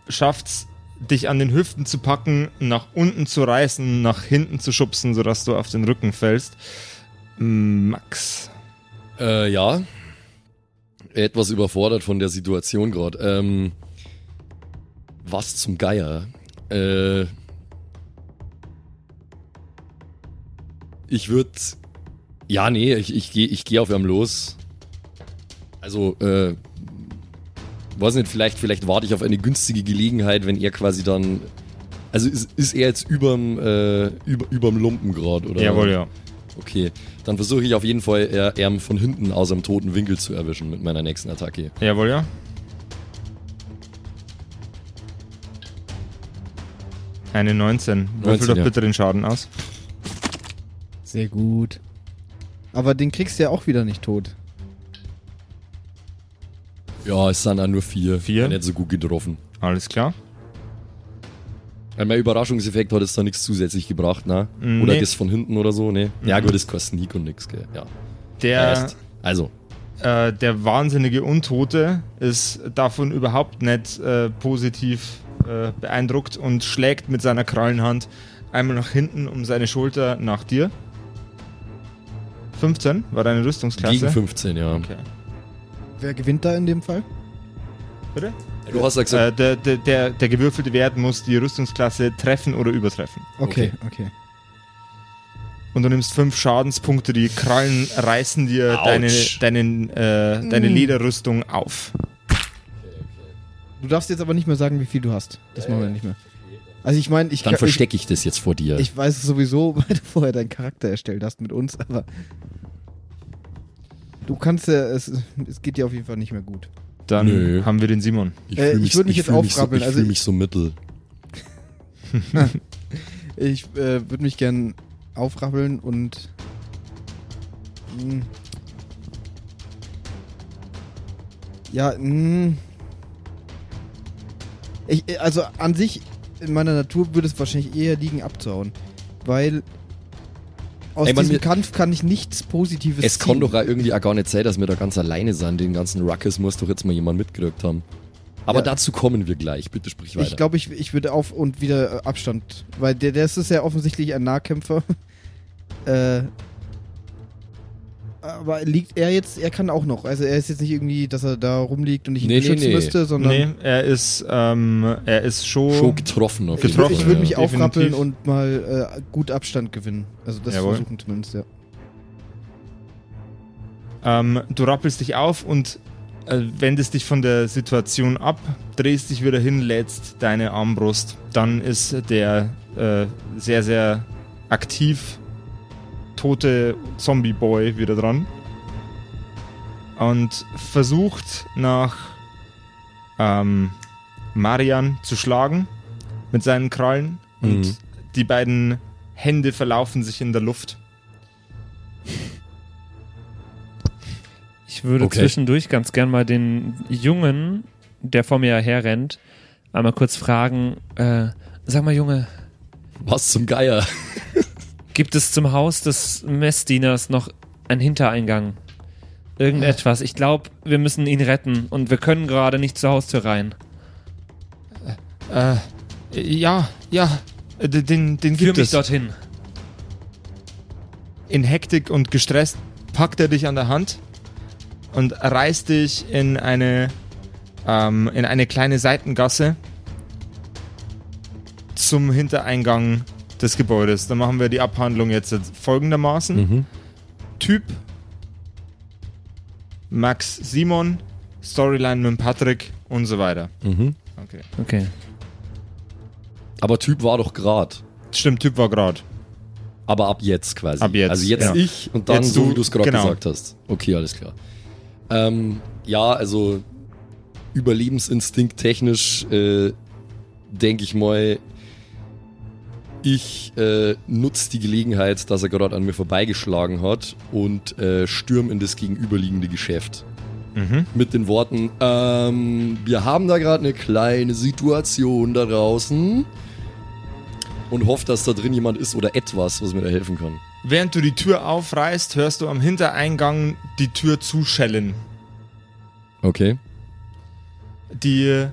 [SPEAKER 1] schafft's, dich an den Hüften zu packen, nach unten zu reißen, nach hinten zu schubsen, sodass du auf den Rücken fällst. Max.
[SPEAKER 2] Äh, ja. Etwas überfordert von der Situation gerade. Ähm, was zum Geier? Äh, ich würde. Ja, nee, ich, ich gehe ich geh auf ihm los. Also, äh, weiß nicht, vielleicht, vielleicht warte ich auf eine günstige Gelegenheit, wenn er quasi dann. Also ist, ist er jetzt überm, äh, über, überm Lumpen gerade, oder?
[SPEAKER 1] Jawohl, ja.
[SPEAKER 2] Okay, dann versuche ich auf jeden Fall, er, er von hinten aus einem toten Winkel zu erwischen mit meiner nächsten Attacke.
[SPEAKER 1] Jawohl, ja. Eine 19. Würfel
[SPEAKER 2] 19,
[SPEAKER 1] doch
[SPEAKER 2] ja.
[SPEAKER 1] bitte den Schaden aus.
[SPEAKER 5] Sehr gut.
[SPEAKER 4] Aber den kriegst du ja auch wieder nicht tot.
[SPEAKER 2] Ja, es sind auch nur vier.
[SPEAKER 1] Vier?
[SPEAKER 2] Hat Nicht so gut getroffen.
[SPEAKER 1] Alles klar.
[SPEAKER 2] Äh, Mein Überraschungseffekt hat jetzt da nichts zusätzlich gebracht, ne?
[SPEAKER 1] Mm,
[SPEAKER 2] Oder
[SPEAKER 1] nee.
[SPEAKER 2] das von hinten oder so, ne? Ja,
[SPEAKER 4] Mm.
[SPEAKER 1] Mhm.
[SPEAKER 2] gut, das kostet Sneak und nix, gell? Ja.
[SPEAKER 1] Der.
[SPEAKER 2] Erst. Also,
[SPEAKER 1] äh, der wahnsinnige Untote ist davon überhaupt nicht äh, positiv äh, beeindruckt und schlägt mit seiner Krallenhand einmal nach hinten um seine Schulter nach dir. 15 war deine
[SPEAKER 2] Gegen
[SPEAKER 1] Rüstungsklasse?
[SPEAKER 2] 15, ja.
[SPEAKER 1] Okay.
[SPEAKER 4] Wer gewinnt da in dem Fall?
[SPEAKER 1] Bitte?
[SPEAKER 2] Du hast ja gesagt,
[SPEAKER 1] Äh, der, der, der, der gewürfelte Wert muss die Rüstungsklasse treffen oder übertreffen.
[SPEAKER 4] Okay, okay.
[SPEAKER 1] Und du nimmst fünf Schadenspunkte, die Krallen reißen dir deine,
[SPEAKER 2] Autsch.
[SPEAKER 1] deinen, äh, deine Lederrüstung auf.
[SPEAKER 4] Du darfst jetzt aber nicht mehr sagen, wie viel du hast. Das machen wir nicht mehr. Also ich meine, ich,
[SPEAKER 2] dann
[SPEAKER 4] kann- ich,
[SPEAKER 2] verstecke ich das jetzt vor dir.
[SPEAKER 4] ich weiß es sowieso, weil du vorher deinen Charakter erstellt hast mit uns, aber du kannst ja, es, es geht dir auf jeden Fall nicht mehr gut.
[SPEAKER 1] Dann
[SPEAKER 2] Nö.
[SPEAKER 1] haben wir den Simon.
[SPEAKER 2] Ich
[SPEAKER 4] Äh,
[SPEAKER 2] fühl
[SPEAKER 4] ich würd mich jetzt
[SPEAKER 2] fühl
[SPEAKER 4] aufrappeln,
[SPEAKER 2] So, ich
[SPEAKER 4] also
[SPEAKER 2] fühle
[SPEAKER 4] ich-
[SPEAKER 2] mich so mittel.
[SPEAKER 4] Ich äh, würde mich gern aufrappeln und. Hm. Ja, hm. ich, äh, also an sich, in meiner Natur würde es wahrscheinlich eher liegen, abzuhauen. Weil aus
[SPEAKER 2] Ey, man,
[SPEAKER 4] diesem
[SPEAKER 2] wir-
[SPEAKER 4] Kampf kann ich nichts Positives
[SPEAKER 2] Es kann
[SPEAKER 4] ziehen.
[SPEAKER 2] doch auch irgendwie auch gar nicht sein, dass wir da ganz alleine sind. Den ganzen Ruckus muss doch jetzt mal jemand mitgerückt haben. Aber
[SPEAKER 4] Ja.
[SPEAKER 2] dazu kommen wir gleich. Bitte sprich weiter.
[SPEAKER 4] Ich glaube, ich, ich würde auf und wieder äh, Abstand. Weil der, der ist ja offensichtlich ein Nahkämpfer. äh, aber liegt er jetzt, er kann auch noch. Also er ist jetzt nicht irgendwie, dass er da rumliegt und ich ihn
[SPEAKER 2] Nee, nee,
[SPEAKER 4] beschützen
[SPEAKER 2] nee.
[SPEAKER 4] müsste, sondern
[SPEAKER 1] Nee, er ist, ähm, er ist schon.
[SPEAKER 2] schon getroffen auf
[SPEAKER 4] ich,
[SPEAKER 2] jeden
[SPEAKER 1] getroffen,
[SPEAKER 4] ich
[SPEAKER 2] Fall,
[SPEAKER 4] würde
[SPEAKER 2] ja.
[SPEAKER 4] mich aufrappeln
[SPEAKER 1] Definitiv.
[SPEAKER 4] und mal äh, gut Abstand gewinnen. Also das
[SPEAKER 1] Jawohl.
[SPEAKER 4] versuchen zumindest, ja.
[SPEAKER 1] Ähm, du rappelst dich auf und äh, wendest dich von der Situation ab, drehst dich wieder hin, lädst deine Armbrust. Dann ist der äh, sehr, sehr aktiv tote Zombie-Boy wieder dran und versucht nach ähm, Marian zu schlagen mit seinen Krallen
[SPEAKER 2] Mhm.
[SPEAKER 1] und die beiden Hände verlaufen sich in der Luft.
[SPEAKER 3] Ich würde
[SPEAKER 2] Okay.
[SPEAKER 3] zwischendurch ganz gern mal den Jungen, der vor mir herrennt, einmal kurz fragen: äh, Sag mal, Junge,
[SPEAKER 2] Was zum Geier?
[SPEAKER 3] gibt es zum Haus des Messdieners noch einen Hintereingang? Irgendetwas. Ich glaube, wir müssen ihn retten und wir können gerade nicht zur Haustür rein.
[SPEAKER 1] Äh, ja, ja, äh, d- den, den
[SPEAKER 3] Führ
[SPEAKER 1] gibt
[SPEAKER 3] mich
[SPEAKER 1] es.
[SPEAKER 3] dorthin.
[SPEAKER 1] In Hektik und gestresst packt er dich an der Hand und reißt dich in eine, ähm, in eine kleine Seitengasse zum Hintereingang des Gebäudes. Dann machen wir die Abhandlung jetzt folgendermaßen. Typ Max Simon, Storyline mit Patrick und so weiter.
[SPEAKER 2] Mhm.
[SPEAKER 1] Okay.
[SPEAKER 3] Okay.
[SPEAKER 2] Aber Typ war doch grad.
[SPEAKER 1] Stimmt, Typ war gerade.
[SPEAKER 2] Aber ab jetzt quasi.
[SPEAKER 1] Ab jetzt,
[SPEAKER 2] Also jetzt
[SPEAKER 1] ja.
[SPEAKER 2] ich und dann
[SPEAKER 1] Jetzt
[SPEAKER 2] so,
[SPEAKER 1] du,
[SPEAKER 2] wie du es gerade
[SPEAKER 1] genau.
[SPEAKER 2] gesagt hast. Okay, alles klar. Ähm, ja, also Überlebensinstinkt technisch äh, denke ich mal, ich äh, nutze die Gelegenheit, dass er gerade an mir vorbeigeschlagen hat und äh, stürm in das gegenüberliegende Geschäft.
[SPEAKER 1] Mhm.
[SPEAKER 2] Mit den Worten, ähm, wir haben da gerade eine kleine Situation da draußen und hoffe, dass da drin jemand ist oder etwas, was mir da helfen kann.
[SPEAKER 1] Während du die Tür aufreißt, hörst du am Hintereingang die Tür zuschellen.
[SPEAKER 2] Okay.
[SPEAKER 1] Die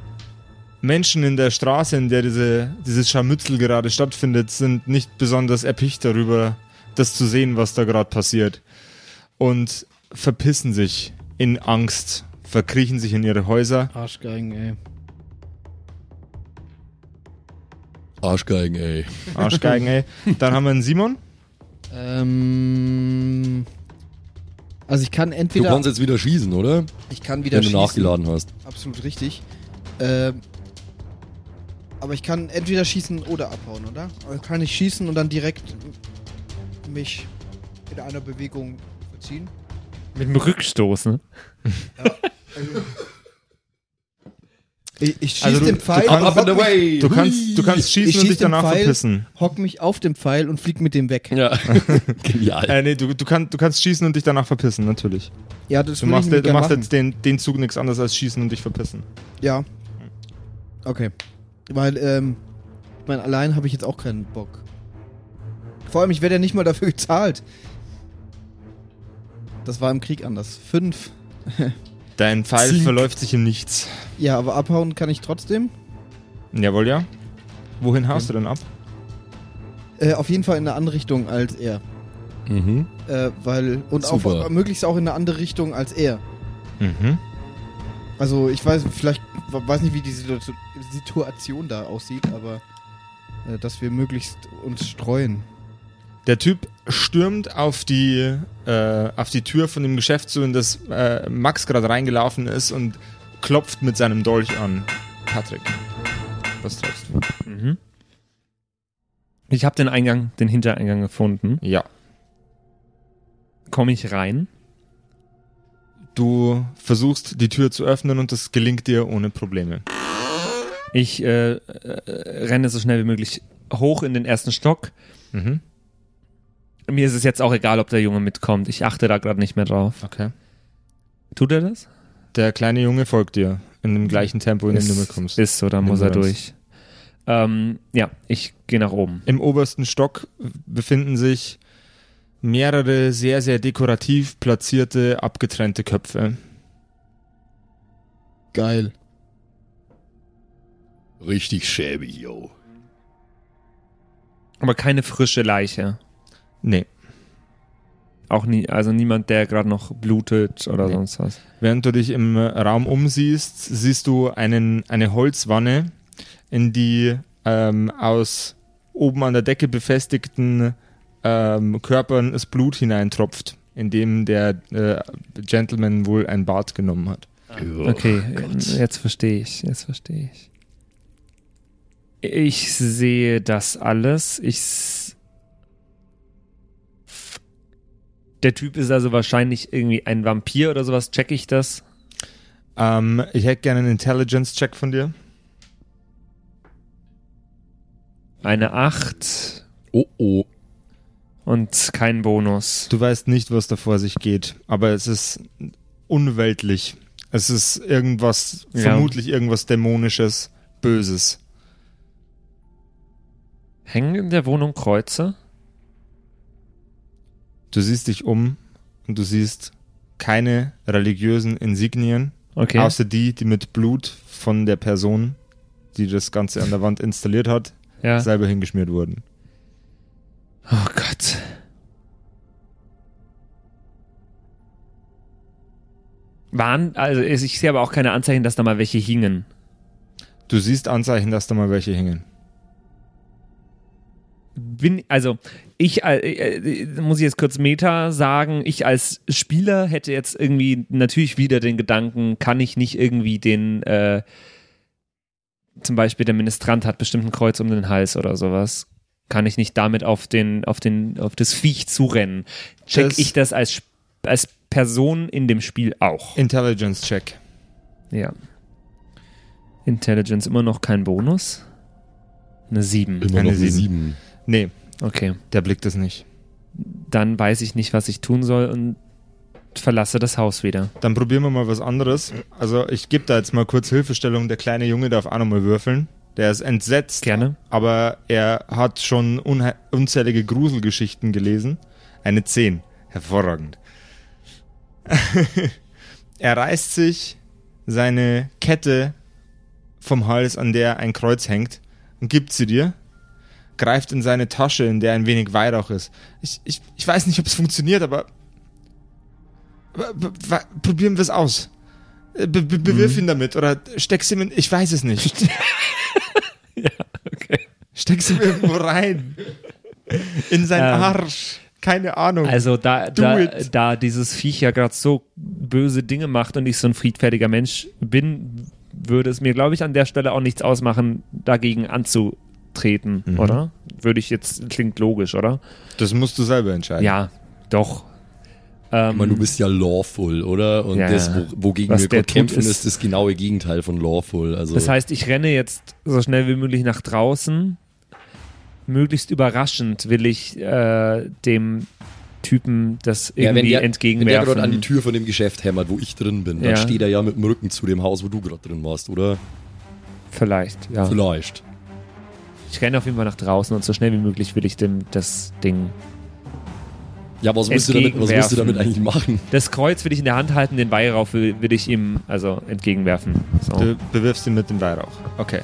[SPEAKER 1] Menschen in der Straße, in der diese, dieses Scharmützel gerade stattfindet, sind nicht besonders erpicht darüber, das zu sehen, was da gerade passiert. Und verpissen sich in Angst, verkriechen sich in ihre Häuser.
[SPEAKER 5] Arschgeigen, ey.
[SPEAKER 2] Arschgeigen, ey.
[SPEAKER 1] Arschgeigen, ey. Dann haben wir einen Simon.
[SPEAKER 4] Ähm, also ich kann
[SPEAKER 2] Du
[SPEAKER 4] entweder
[SPEAKER 2] kannst jetzt wieder schießen, oder?
[SPEAKER 4] ich kann
[SPEAKER 2] Wenn
[SPEAKER 4] wieder
[SPEAKER 2] du
[SPEAKER 4] schießen.
[SPEAKER 2] nachgeladen hast.
[SPEAKER 4] Absolut richtig. Ähm, aber ich kann entweder schießen oder abhauen, oder? Oder kann ich schießen und dann direkt mich in einer Bewegung verziehen?
[SPEAKER 3] Mit dem Rückstoß, ne?
[SPEAKER 4] Ich, ich schieße
[SPEAKER 1] Also du-
[SPEAKER 4] den
[SPEAKER 1] du
[SPEAKER 4] Pfeil,
[SPEAKER 1] kannst-
[SPEAKER 4] hock
[SPEAKER 1] Up and
[SPEAKER 4] mich,
[SPEAKER 2] way!
[SPEAKER 1] Du kannst, du kannst schießen
[SPEAKER 4] Ich
[SPEAKER 1] und
[SPEAKER 4] schieß
[SPEAKER 1] dich danach
[SPEAKER 4] den Pfeil.
[SPEAKER 1] verpissen.
[SPEAKER 4] hock mich auf den Pfeil und flieg mit dem weg.
[SPEAKER 2] Ja. Genial.
[SPEAKER 1] Äh, nee, du, du, kannst, du kannst schießen und dich danach verpissen, natürlich.
[SPEAKER 4] Ja, das
[SPEAKER 1] Du
[SPEAKER 4] will
[SPEAKER 1] machst,
[SPEAKER 4] ich nämlich
[SPEAKER 1] du
[SPEAKER 4] gern
[SPEAKER 1] machst
[SPEAKER 4] machen.
[SPEAKER 1] jetzt den, den Zug nichts anderes als schießen und dich verpissen.
[SPEAKER 4] Ja. Okay. Weil, ähm, ich meine, allein habe ich jetzt auch keinen Bock. Vor allem, ich werde ja nicht mal dafür gezahlt. Das war im Krieg anders. Fünf.
[SPEAKER 1] Dein Pfeil
[SPEAKER 2] Zink.
[SPEAKER 1] verläuft sich im Nichts.
[SPEAKER 4] Ja, aber abhauen kann ich trotzdem.
[SPEAKER 1] Jawohl, ja. Wohin haust du denn ab?
[SPEAKER 4] Äh, auf jeden Fall in eine andere Richtung als er.
[SPEAKER 2] Mhm.
[SPEAKER 4] Äh, weil, und
[SPEAKER 2] Super.
[SPEAKER 4] auch möglichst auch in eine andere Richtung als er.
[SPEAKER 1] Mhm.
[SPEAKER 4] Also ich weiß, vielleicht weiß nicht, wie die Situ- Situation da aussieht, aber äh, dass wir möglichst uns streuen.
[SPEAKER 1] Der Typ stürmt auf die, äh, auf die Tür von dem Geschäft zu, in das äh, Max gerade reingelaufen ist und klopft mit seinem Dolch an. Patrick, was treibst du?
[SPEAKER 3] Mhm. Ich habe den Eingang, den Hintereingang gefunden.
[SPEAKER 1] Ja,
[SPEAKER 3] Komme ich rein?
[SPEAKER 1] du versuchst die Tür zu öffnen und das gelingt dir ohne Probleme.
[SPEAKER 3] Ich äh, äh, renne so schnell wie möglich hoch in den ersten Stock.
[SPEAKER 1] Mhm.
[SPEAKER 3] Mir ist es jetzt auch egal, ob der Junge mitkommt. Ich achte da gerade nicht mehr drauf.
[SPEAKER 1] Okay.
[SPEAKER 3] Tut er das?
[SPEAKER 1] Der kleine Junge folgt dir in dem gleichen Tempo, in dem
[SPEAKER 3] ist,
[SPEAKER 1] du bekommst.
[SPEAKER 3] Ist so, da
[SPEAKER 1] Wenn
[SPEAKER 3] muss
[SPEAKER 1] du
[SPEAKER 3] er
[SPEAKER 1] kommst.
[SPEAKER 3] durch. Ähm, ja, ich gehe nach oben.
[SPEAKER 1] Im obersten Stock befinden sich mehrere sehr, sehr dekorativ platzierte, abgetrennte Köpfe.
[SPEAKER 4] Geil.
[SPEAKER 2] Richtig schäbig, yo.
[SPEAKER 3] Aber keine frische Leiche.
[SPEAKER 1] Nee.
[SPEAKER 3] Auch nie, also niemand, der gerade noch blutet oder
[SPEAKER 1] Nee.
[SPEAKER 3] sonst was.
[SPEAKER 1] Während du dich im äh, Raum umsiehst, siehst du einen, eine Holzwanne, in die ähm, aus oben an der Decke befestigten ähm, Körpern das Blut hineintropft, in dem der äh, Gentleman wohl ein Bad genommen hat. Oh
[SPEAKER 3] Okay, jetzt verstehe ich, jetzt verstehe ich. Ich sehe das alles. Ich. s- Der Typ ist also wahrscheinlich irgendwie ein Vampir oder sowas. Check ich das?
[SPEAKER 1] Ähm, ich hätte gerne einen Intelligence-Check von dir.
[SPEAKER 3] Eine 8
[SPEAKER 2] Oh, oh.
[SPEAKER 3] und kein Bonus.
[SPEAKER 1] Du weißt nicht, was da vor sich geht, aber es ist unweltlich. Es ist irgendwas,
[SPEAKER 3] Ja.
[SPEAKER 1] vermutlich irgendwas Dämonisches, Böses.
[SPEAKER 3] Hängen in der Wohnung Kreuze?
[SPEAKER 1] Du siehst dich um und du siehst keine religiösen Insignien,
[SPEAKER 3] Okay.
[SPEAKER 1] außer die, die mit Blut von der Person, die das Ganze an der Wand installiert hat,
[SPEAKER 3] ja.
[SPEAKER 1] selber hingeschmiert wurden.
[SPEAKER 3] Oh Gott. Waren, also ich sehe aber auch keine Anzeichen, dass da mal welche hingen.
[SPEAKER 1] Du siehst Anzeichen, dass da mal welche hingen.
[SPEAKER 3] bin, also ich, äh, äh, muss ich jetzt kurz Meta sagen, ich als Spieler hätte jetzt irgendwie natürlich wieder den Gedanken, kann ich nicht irgendwie den, äh, zum Beispiel der Ministrant hat bestimmt ein Kreuz um den Hals oder sowas. Kann ich nicht damit auf den, auf den, auf das Viech zurennen? Check
[SPEAKER 1] Das-
[SPEAKER 3] ich das als, Sp- als Person in dem Spiel auch?
[SPEAKER 1] Äh, Intelligence-Check.
[SPEAKER 3] Ja. Intelligence immer noch kein Bonus? Eine 7.
[SPEAKER 2] Immer
[SPEAKER 1] Eine
[SPEAKER 2] noch eine
[SPEAKER 1] Sieben.
[SPEAKER 2] sieben.
[SPEAKER 1] Nee,
[SPEAKER 3] Okay.
[SPEAKER 1] der blickt es nicht.
[SPEAKER 3] dann weiß ich nicht, was ich tun soll und verlasse das Haus wieder.
[SPEAKER 1] Dann probieren wir mal was anderes. Also ich gebe da jetzt mal kurz Hilfestellung. Der kleine Junge darf auch nochmal würfeln. Der ist entsetzt,
[SPEAKER 3] Gerne.
[SPEAKER 1] aber er hat schon unhe- unzählige Gruselgeschichten gelesen. Eine 10. Hervorragend. er reißt sich seine Kette vom Hals, an der ein Kreuz hängt, und gibt sie dir. Greift in seine Tasche, in der ein wenig Weihrauch ist. Ich, ich, ich weiß nicht, ob es funktioniert, aber W- w- w- probieren wir es aus. Äh, Be be bewirf ihn damit oder steck's ihm in. Ich weiß es nicht.
[SPEAKER 3] Okay.
[SPEAKER 1] Steck's ihm irgendwo rein. In seinen
[SPEAKER 3] Ähm,
[SPEAKER 1] Arsch. Keine Ahnung.
[SPEAKER 3] Also da,
[SPEAKER 1] Do
[SPEAKER 3] da,
[SPEAKER 1] it.
[SPEAKER 3] da dieses Viech ja gerade so böse Dinge macht und ich so ein friedfertiger Mensch bin, würde es mir, glaube ich, an der Stelle auch nichts ausmachen, dagegen anzutreten,
[SPEAKER 2] Mhm.
[SPEAKER 3] oder? Würde ich jetzt, klingt logisch, oder?
[SPEAKER 1] das musst du selber entscheiden.
[SPEAKER 3] Ja, doch. Ähm,
[SPEAKER 2] Ich meine, du bist ja lawful, oder? Und
[SPEAKER 3] Ja.
[SPEAKER 2] das, wo, wogegen
[SPEAKER 3] Was
[SPEAKER 2] wir
[SPEAKER 3] der
[SPEAKER 2] gerade kämpfen,
[SPEAKER 3] tut, ist-
[SPEAKER 2] ist das genaue Gegenteil von lawful. Also,
[SPEAKER 3] Das heißt, ich renne jetzt so schnell wie möglich nach draußen. Möglichst überraschend will ich äh, dem Typen das
[SPEAKER 2] Ja,
[SPEAKER 3] irgendwie
[SPEAKER 2] der- Wenn der
[SPEAKER 3] entgegenwerfen.
[SPEAKER 2] gerade an die Tür von dem Geschäft hämmert, wo ich drin bin, dann
[SPEAKER 3] Ja.
[SPEAKER 2] steht er ja mit dem Rücken zu dem Haus, wo du gerade drin warst, oder?
[SPEAKER 3] Vielleicht, ja.
[SPEAKER 2] Vielleicht.
[SPEAKER 3] Ich renne auf jeden Fall nach draußen und so schnell wie möglich will ich dem das Ding.
[SPEAKER 2] Ja, was willst, du damit, was willst du
[SPEAKER 3] Entgegenwerfen.
[SPEAKER 2] damit eigentlich machen?
[SPEAKER 3] Das Kreuz will ich in der Hand halten, den Weihrauch will, will ich ihm also entgegenwerfen. So.
[SPEAKER 1] Du bewirfst ihn mit dem Weihrauch. Okay.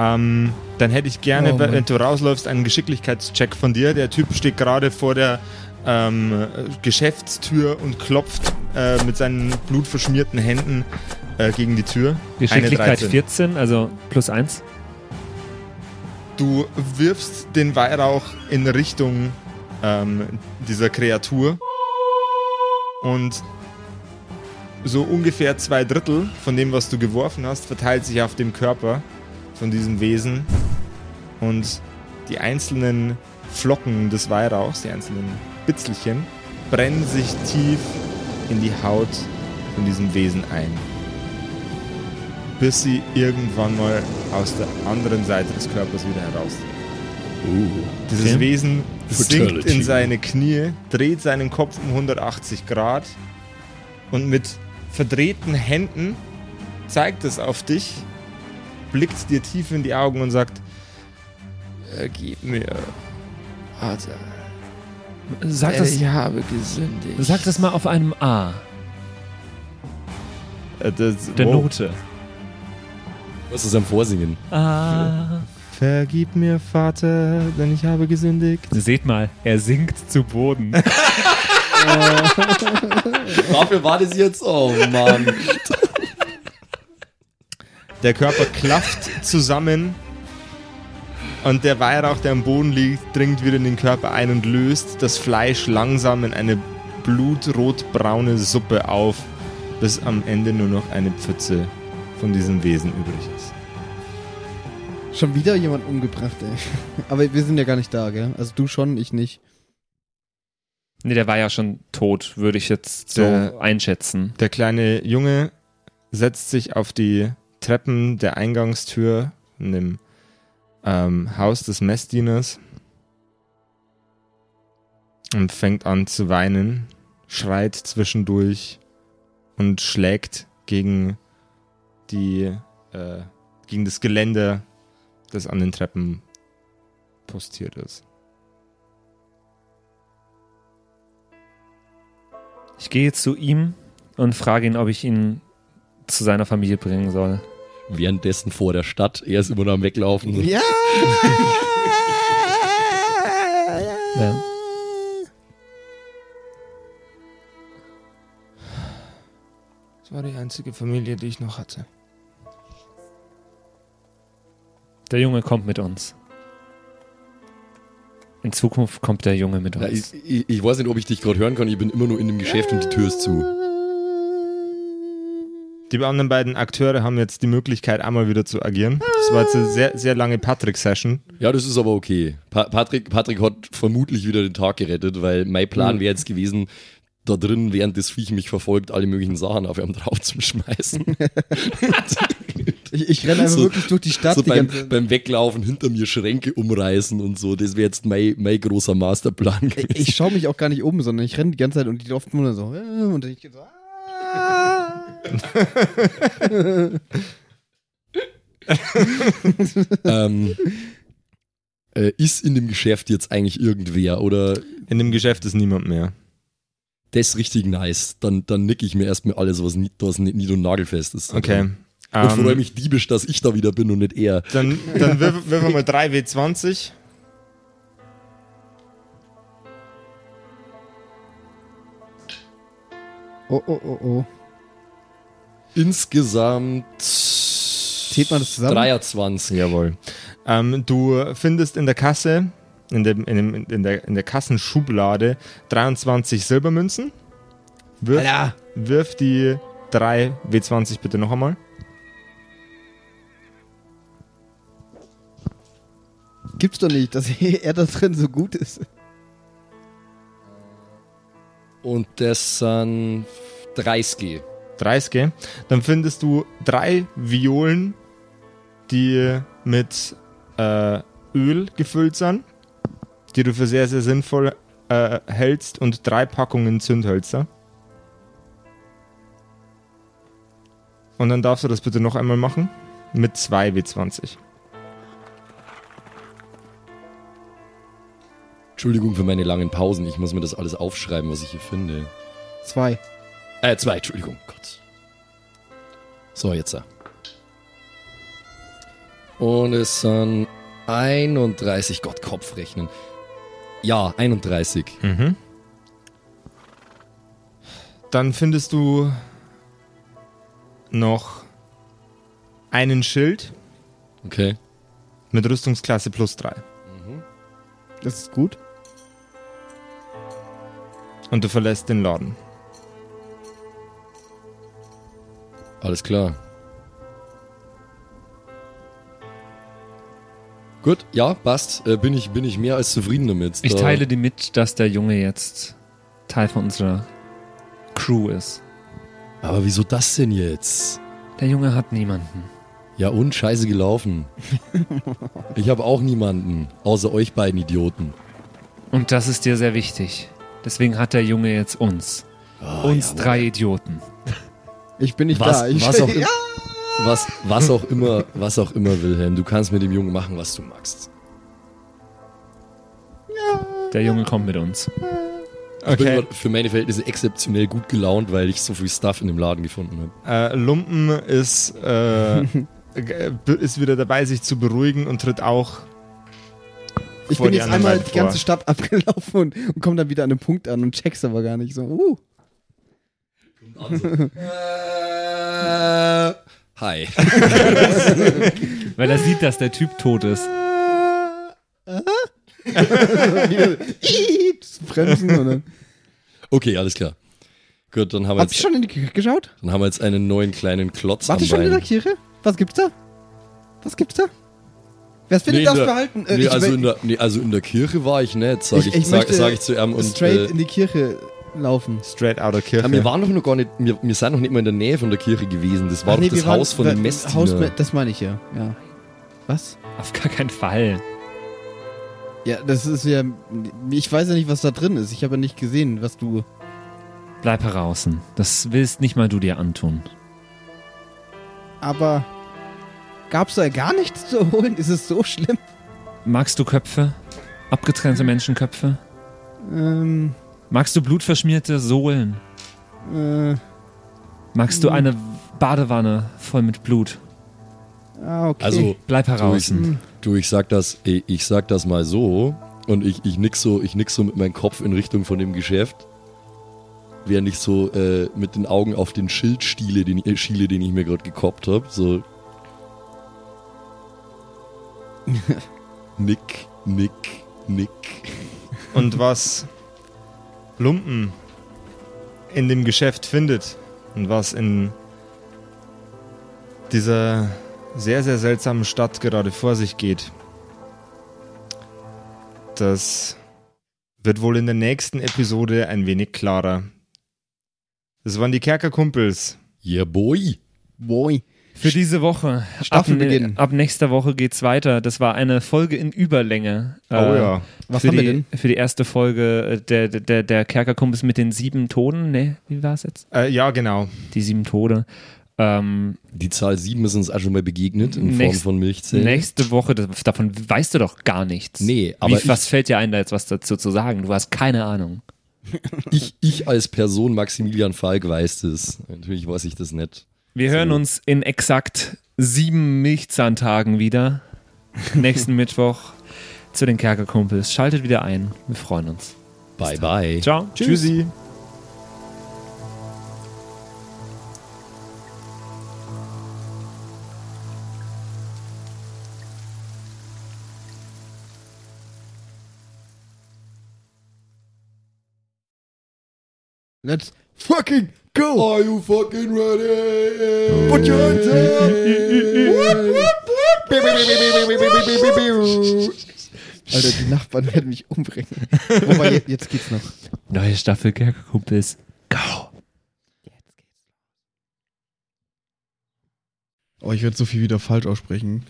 [SPEAKER 1] Ähm, dann hätte ich gerne,
[SPEAKER 4] Oh, Mann.
[SPEAKER 1] wenn du rausläufst, einen Geschicklichkeitscheck von dir. Der Typ steht gerade vor der ähm, Geschäftstür und klopft äh, mit seinen blutverschmierten Händen äh, gegen die Tür. Eine
[SPEAKER 3] Geschicklichkeit
[SPEAKER 1] 13.
[SPEAKER 3] 14, also plus 1.
[SPEAKER 1] Du wirfst den Weihrauch in Richtung ähm, dieser Kreatur und so ungefähr zwei Drittel von dem, was du geworfen hast, verteilt sich auf dem Körper von diesem Wesen und die einzelnen Flocken des Weihrauchs, die einzelnen Bitzelchen, brennen sich tief in die Haut von diesem Wesen ein bis sie irgendwann mal aus der anderen Seite des Körpers wieder heraus.
[SPEAKER 2] Oh.
[SPEAKER 1] Dieses
[SPEAKER 3] Okay.
[SPEAKER 1] Wesen sinkt
[SPEAKER 2] Fatality.
[SPEAKER 1] in seine Knie, dreht seinen Kopf um 180 Grad und mit verdrehten Händen zeigt es auf dich, blickt dir tief in die Augen und sagt: Gib mir. Vater,
[SPEAKER 3] Sag das,
[SPEAKER 1] ich habe gesündigt.
[SPEAKER 3] sag das mal auf einem A,
[SPEAKER 1] Äh, das,
[SPEAKER 3] der
[SPEAKER 1] wow.
[SPEAKER 3] Note.
[SPEAKER 2] Was ist am Vorsingen?
[SPEAKER 3] Ah.
[SPEAKER 1] Vergib mir, Vater, denn ich habe gesündigt.
[SPEAKER 3] Seht mal, er sinkt zu Boden.
[SPEAKER 2] Dafür war das jetzt? Oh Mann.
[SPEAKER 1] Der Körper klafft zusammen und der Weihrauch, der am Boden liegt, dringt wieder in den Körper ein und löst das Fleisch langsam in eine blutrotbraune Suppe auf, bis am Ende nur noch eine Pfütze von diesem Wesen übrig ist.
[SPEAKER 4] Schon wieder jemand umgebracht, ey. Aber wir sind ja gar nicht da, gell? Also du schon, ich nicht.
[SPEAKER 3] Nee, der war ja schon tot, würde ich jetzt so
[SPEAKER 1] Der-
[SPEAKER 3] einschätzen.
[SPEAKER 1] Der kleine Junge setzt sich auf die Treppen der Eingangstür in dem ähm, Haus des Messdieners und fängt an zu weinen, schreit zwischendurch und schlägt gegen die äh, gegen das Geländer, das an den Treppen postiert ist.
[SPEAKER 3] Ich gehe zu ihm und frage ihn, ob ich ihn zu seiner Familie bringen soll.
[SPEAKER 2] Währenddessen vor der Stadt. Er ist immer noch am Weglaufen.
[SPEAKER 4] Ja!
[SPEAKER 3] Ja.
[SPEAKER 1] Das war die einzige Familie, die ich noch hatte.
[SPEAKER 3] Der Junge kommt mit uns. In Zukunft kommt der Junge mit
[SPEAKER 2] Na,
[SPEAKER 3] uns.
[SPEAKER 2] ich, ich, ich weiß nicht, ob ich dich gerade hören kann. Ich bin immer nur in dem Geschäft und die Tür ist zu.
[SPEAKER 1] Die anderen beiden Akteure haben jetzt die Möglichkeit, einmal wieder zu agieren. Das war jetzt eine sehr, sehr lange Patrick-Session.
[SPEAKER 2] Ja, das ist aber okay. Pa Patrick, Patrick hat vermutlich wieder den Tag gerettet, weil mein
[SPEAKER 4] Hm.
[SPEAKER 2] Plan wäre jetzt gewesen, da drin, während das Viech mich verfolgt, alle möglichen Sachen auf ihm drauf zu schmeißen.
[SPEAKER 4] Ich, ich renne einfach
[SPEAKER 2] So-
[SPEAKER 4] wirklich durch die Stadt.
[SPEAKER 2] Also, so
[SPEAKER 4] die
[SPEAKER 2] beim,
[SPEAKER 4] ganze-
[SPEAKER 2] beim Weglaufen hinter mir Schränke umreißen und so. Das wäre jetzt mein, mein großer Masterplan gewesen.
[SPEAKER 4] ich schaue mich auch gar nicht um, sondern ich renne die ganze Zeit und die laufen nur so. äh, Und ich so. ah.
[SPEAKER 2] ähm, äh, ist in dem Geschäft jetzt eigentlich irgendwer oder
[SPEAKER 1] In dem Geschäft ist niemand mehr.
[SPEAKER 2] das ist richtig nice? Dann, dann nick ich mir erstmal alles, was nicht, was nicht nied- und nagelfest ist.
[SPEAKER 1] Okay.
[SPEAKER 2] Und
[SPEAKER 1] Ähm,
[SPEAKER 2] freue mich diebisch, dass ich da wieder bin und nicht er.
[SPEAKER 1] Dann, dann wirf, wirf mal 3W20.
[SPEAKER 4] Oh, oh, oh, oh.
[SPEAKER 2] Insgesamt.
[SPEAKER 4] Zählt man das zusammen?
[SPEAKER 2] 23.
[SPEAKER 1] Jawohl. Ähm, du findest in der Kasse, in, dem, in, dem, in, der, in der Kassenschublade 23 Silbermünzen. Wirf,
[SPEAKER 5] Alter.
[SPEAKER 1] wirf die 3W20 bitte noch einmal.
[SPEAKER 4] Gibt's doch nicht, dass er da drin so gut ist.
[SPEAKER 2] Und das sind 30.
[SPEAKER 1] 30, gell? dann findest du drei Violen, die mit äh, Öl gefüllt sind, die du für sehr, sehr sinnvoll äh, hältst und drei Packungen Zündhölzer. Und dann darfst du das bitte noch einmal machen mit zwei W20.
[SPEAKER 2] Entschuldigung für meine langen Pausen. Ich muss mir das alles aufschreiben, was ich hier finde.
[SPEAKER 4] Zwei.
[SPEAKER 2] Äh, zwei, Entschuldigung. Gott. So, jetzt. äh. Und es sind 31, Gott, Kopf rechnen. Ja, 31.
[SPEAKER 1] Mhm. Dann findest du noch einen Schild
[SPEAKER 2] Okay.
[SPEAKER 1] mit Rüstungsklasse plus 3.
[SPEAKER 4] Das ist gut.
[SPEAKER 1] Und du verlässt den Laden.
[SPEAKER 2] Alles klar. Gut, ja, passt. Äh, bin, ich, bin ich mehr als zufrieden damit.
[SPEAKER 3] Ich
[SPEAKER 2] Da-
[SPEAKER 3] teile dir mit, dass der Junge jetzt Teil von unserer Crew ist.
[SPEAKER 2] Aber wieso das denn jetzt?
[SPEAKER 3] Der Junge hat niemanden.
[SPEAKER 2] Ja und scheiße gelaufen. ich habe auch niemanden, außer euch beiden Idioten.
[SPEAKER 3] Und das ist dir sehr wichtig. Deswegen hat der Junge jetzt uns. uns drei Idioten.
[SPEAKER 4] Ich bin nicht
[SPEAKER 2] Was,
[SPEAKER 4] da. Ich,
[SPEAKER 2] was, auch, im- was, was auch immer, was auch immer, Wilhelm. Du kannst mit dem Jungen machen, was du magst.
[SPEAKER 3] Der Junge kommt mit uns.
[SPEAKER 2] Ich bin
[SPEAKER 1] Okay.
[SPEAKER 2] grad für meine Verhältnisse exzeptionell gut gelaunt, weil ich so viel Stuff in dem Laden gefunden habe.
[SPEAKER 1] Äh, Lumpen ist, äh, g- ist wieder dabei, sich zu beruhigen und tritt auch.
[SPEAKER 4] ich
[SPEAKER 1] vor
[SPEAKER 4] bin
[SPEAKER 1] die
[SPEAKER 4] jetzt
[SPEAKER 1] anderen
[SPEAKER 4] einmal
[SPEAKER 1] beiden
[SPEAKER 4] die
[SPEAKER 1] vor.
[SPEAKER 4] ganze Stadt abgelaufen und, und komme dann wieder an den Punkt an und check's aber gar nicht. So, uh.
[SPEAKER 2] Äh, hi.
[SPEAKER 3] Weil er sieht, dass der Typ tot ist.
[SPEAKER 4] Wieder, ii, das Bremsen und dann.
[SPEAKER 2] Okay, alles klar. Gut, dann haben wir,
[SPEAKER 4] Hast du
[SPEAKER 2] jetzt,
[SPEAKER 4] schon in die Kirche geschaut?
[SPEAKER 2] dann haben wir jetzt einen neuen kleinen Klotz
[SPEAKER 4] Warte
[SPEAKER 2] am
[SPEAKER 4] schon in der
[SPEAKER 2] Bein.
[SPEAKER 4] Kirche? Was gibt's da? Was gibt's da? Wer findet
[SPEAKER 2] Nee,
[SPEAKER 4] das
[SPEAKER 2] in der-
[SPEAKER 4] verhalten? Äh,
[SPEAKER 2] Nee,
[SPEAKER 4] ich
[SPEAKER 2] also,
[SPEAKER 4] will
[SPEAKER 2] in der, nee, also in der Kirche war ich nicht, sag ich,
[SPEAKER 4] Ich- ich
[SPEAKER 2] sag,
[SPEAKER 4] möchte
[SPEAKER 2] sag ich zu ihm. Und,
[SPEAKER 4] straight
[SPEAKER 2] äh,
[SPEAKER 4] in die Kirche laufen.
[SPEAKER 1] Straight out of
[SPEAKER 2] ja,
[SPEAKER 1] Kirche.
[SPEAKER 2] wir waren doch noch gar nicht, wir, wir sind noch nicht mal in der Nähe von der Kirche gewesen. Das war
[SPEAKER 4] Ach nee,
[SPEAKER 2] doch das
[SPEAKER 4] wir waren-
[SPEAKER 2] Haus von
[SPEAKER 4] wir-
[SPEAKER 2] dem
[SPEAKER 4] Haus
[SPEAKER 2] Messdiener.
[SPEAKER 4] mit- Das meine ich ja. ja. Was?
[SPEAKER 3] Auf gar keinen Fall.
[SPEAKER 4] Ja, das ist ja. Ähm, Ich weiß ja nicht, was da drin ist. Ich habe ja nicht gesehen, was du.
[SPEAKER 3] Bleib draußen. Das willst nicht mal du dir antun.
[SPEAKER 4] Aber gab's da gar nichts zu holen? Ist es so schlimm?
[SPEAKER 3] Magst du Köpfe? Abgetrennte Menschenköpfe?
[SPEAKER 4] Hm. Ähm,
[SPEAKER 3] Magst du blutverschmierte Sohlen?
[SPEAKER 4] äh, Hm.
[SPEAKER 3] Magst du eine Badewanne voll mit Blut?
[SPEAKER 4] ah, okay.
[SPEAKER 2] Also,
[SPEAKER 3] Bleib heraus.
[SPEAKER 2] Du, ich sag das, ey, ich sag das mal so und ich, ich nick so, ich nick so mit meinem Kopf in Richtung von dem Geschäft, während ich so äh, mit den Augen auf den Schildstiele, den äh, Schiele, den ich mir gerade gekoppt habe, so nick, nick, nick.
[SPEAKER 1] Und was Lumpen in dem Geschäft findet und was in dieser sehr, sehr seltsamen Stadt gerade vor sich geht, das wird wohl in der nächsten Episode ein wenig klarer. Das waren die Kerkerkumpels.
[SPEAKER 2] Yeah boy.
[SPEAKER 4] Boy.
[SPEAKER 3] Für diese Woche.
[SPEAKER 4] Staffelbeginn.
[SPEAKER 3] Ab, ab nächster Woche geht's weiter. Das war eine Folge in Überlänge.
[SPEAKER 1] Oh
[SPEAKER 3] Äh,
[SPEAKER 1] ja.
[SPEAKER 4] Was
[SPEAKER 3] für
[SPEAKER 4] haben
[SPEAKER 3] die,
[SPEAKER 4] wir denn?
[SPEAKER 3] Für die erste Folge äh, der, der, der Kerkerkumpels mit den sieben Toten. Ne, wie war's jetzt?
[SPEAKER 1] Äh, ja, genau.
[SPEAKER 3] Die sieben Tode. Ähm,
[SPEAKER 2] Die Zahl 7 ist uns auch schon mal begegnet in
[SPEAKER 3] Nächst-
[SPEAKER 2] Form von Milchzähnen.
[SPEAKER 3] Nächste Woche, das, davon weißt du doch gar nichts.
[SPEAKER 2] Nee, aber
[SPEAKER 3] Wie,
[SPEAKER 2] ich-
[SPEAKER 3] was fällt dir ein, da jetzt was dazu zu sagen? Du hast keine Ahnung.
[SPEAKER 2] Ich, ich als Person Maximilian Falk weiß das. Natürlich weiß ich das nicht.
[SPEAKER 3] Wir hören uns in exakt sieben Milchzahntagen wieder. Nächsten Mittwoch zu den Kerkerkumpels. Schaltet wieder ein. Wir freuen uns.
[SPEAKER 2] Bye bye.
[SPEAKER 3] Ciao.
[SPEAKER 1] Tschüssi.
[SPEAKER 4] Let's fucking go!
[SPEAKER 2] Are you fucking ready?
[SPEAKER 4] Put your hands Alter, die Nachbarn werden mich umbringen. Wobei, je- jetzt geht's noch.
[SPEAKER 3] Neue Staffel Kerkerkumpels. Go.
[SPEAKER 4] Oh, ich werde so viel wieder falsch aussprechen.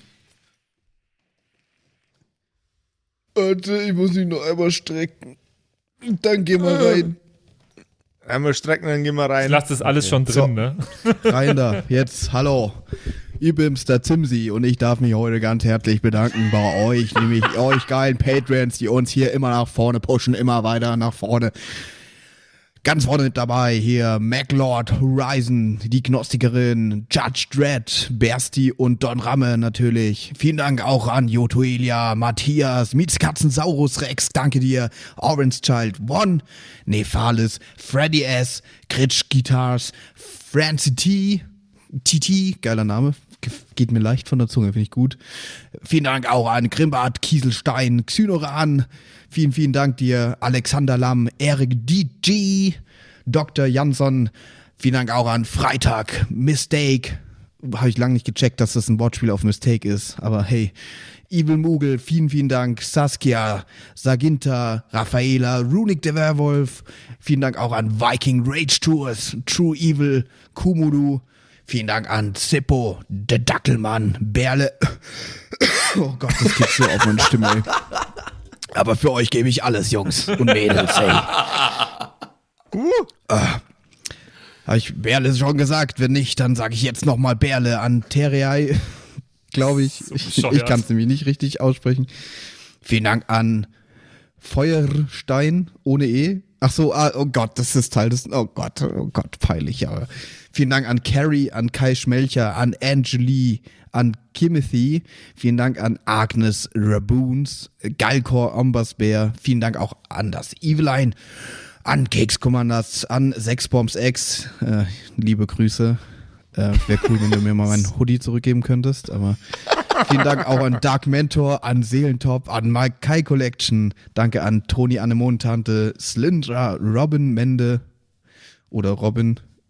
[SPEAKER 4] Alter, ich muss mich noch einmal strecken. Dann geh mal rein.
[SPEAKER 1] Einmal strecken, dann gehen wir rein.
[SPEAKER 7] das alles schon drin,
[SPEAKER 4] So.
[SPEAKER 7] ne?
[SPEAKER 4] Rein da, jetzt, hallo. Ich bin's, der Zimsi, und ich darf mich heute ganz herzlich bedanken bei euch, nämlich euch geilen Patrons, die uns hier immer nach vorne pushen, immer weiter nach vorne. Ganz vorne mit dabei hier MacLord, Horizon, die Gnostikerin, Judge Dredd, Bersti und Don Ramme natürlich. Vielen Dank auch an Jotoelia, Matthias, Mietskatzensaurus Rex, danke dir, Orange Child One, Nephalis, Freddy S., Kritsch Guitars, Francie T., TT, geiler Name, ge- geht mir leicht von der Zunge, finde ich gut. Vielen Dank auch an Grimbart, Kieselstein, Xynoran. Vielen, vielen Dank dir, Alexander Lamm, Eric DG, Dr. Jansson. Vielen Dank auch an Freitag, Mistake. Habe ich lange nicht gecheckt, dass das ein Wortspiel auf Mistake ist, aber hey. Evil Mugel, vielen, vielen Dank. Saskia, Saginta, Raffaela, Runic der Werwolf. Vielen Dank auch an Viking Rage Tours, True Evil, Kumudu. Vielen Dank an Zippo, der Dackelmann, Berle. Oh Gott, das geht so auf meine Stimme, ey. Aber für euch gebe ich alles, Jungs und Mädels, ey. Habe Ah, ich Berle schon gesagt? Wenn nicht, dann sage ich jetzt nochmal Berle an Terrei. Glaube ich. ich. Ich kann es nämlich nicht richtig aussprechen. Vielen Dank an Feuerstein ohne E. Ach so, ah, oh Gott, das ist Teil des. Oh Gott, oh Gott, peinlich, aber. Vielen Dank an Carrie, an Kai Schmelcher, an Angelie, an Kimothy. Vielen Dank an Agnes Raboons, Galkor Ombasbär. Vielen Dank auch an das Eveline, an Kekskommandas, an Sexbombs X. Äh, liebe Grüße. Äh, Wäre cool, wenn du mir mal meinen Hoodie zurückgeben könntest, aber. Vielen Dank auch an Dark Mentor, an Seelentop, an Mike Kai Collection. Danke an Toni Annemontante, Slyndra, Robin Mende oder Robin,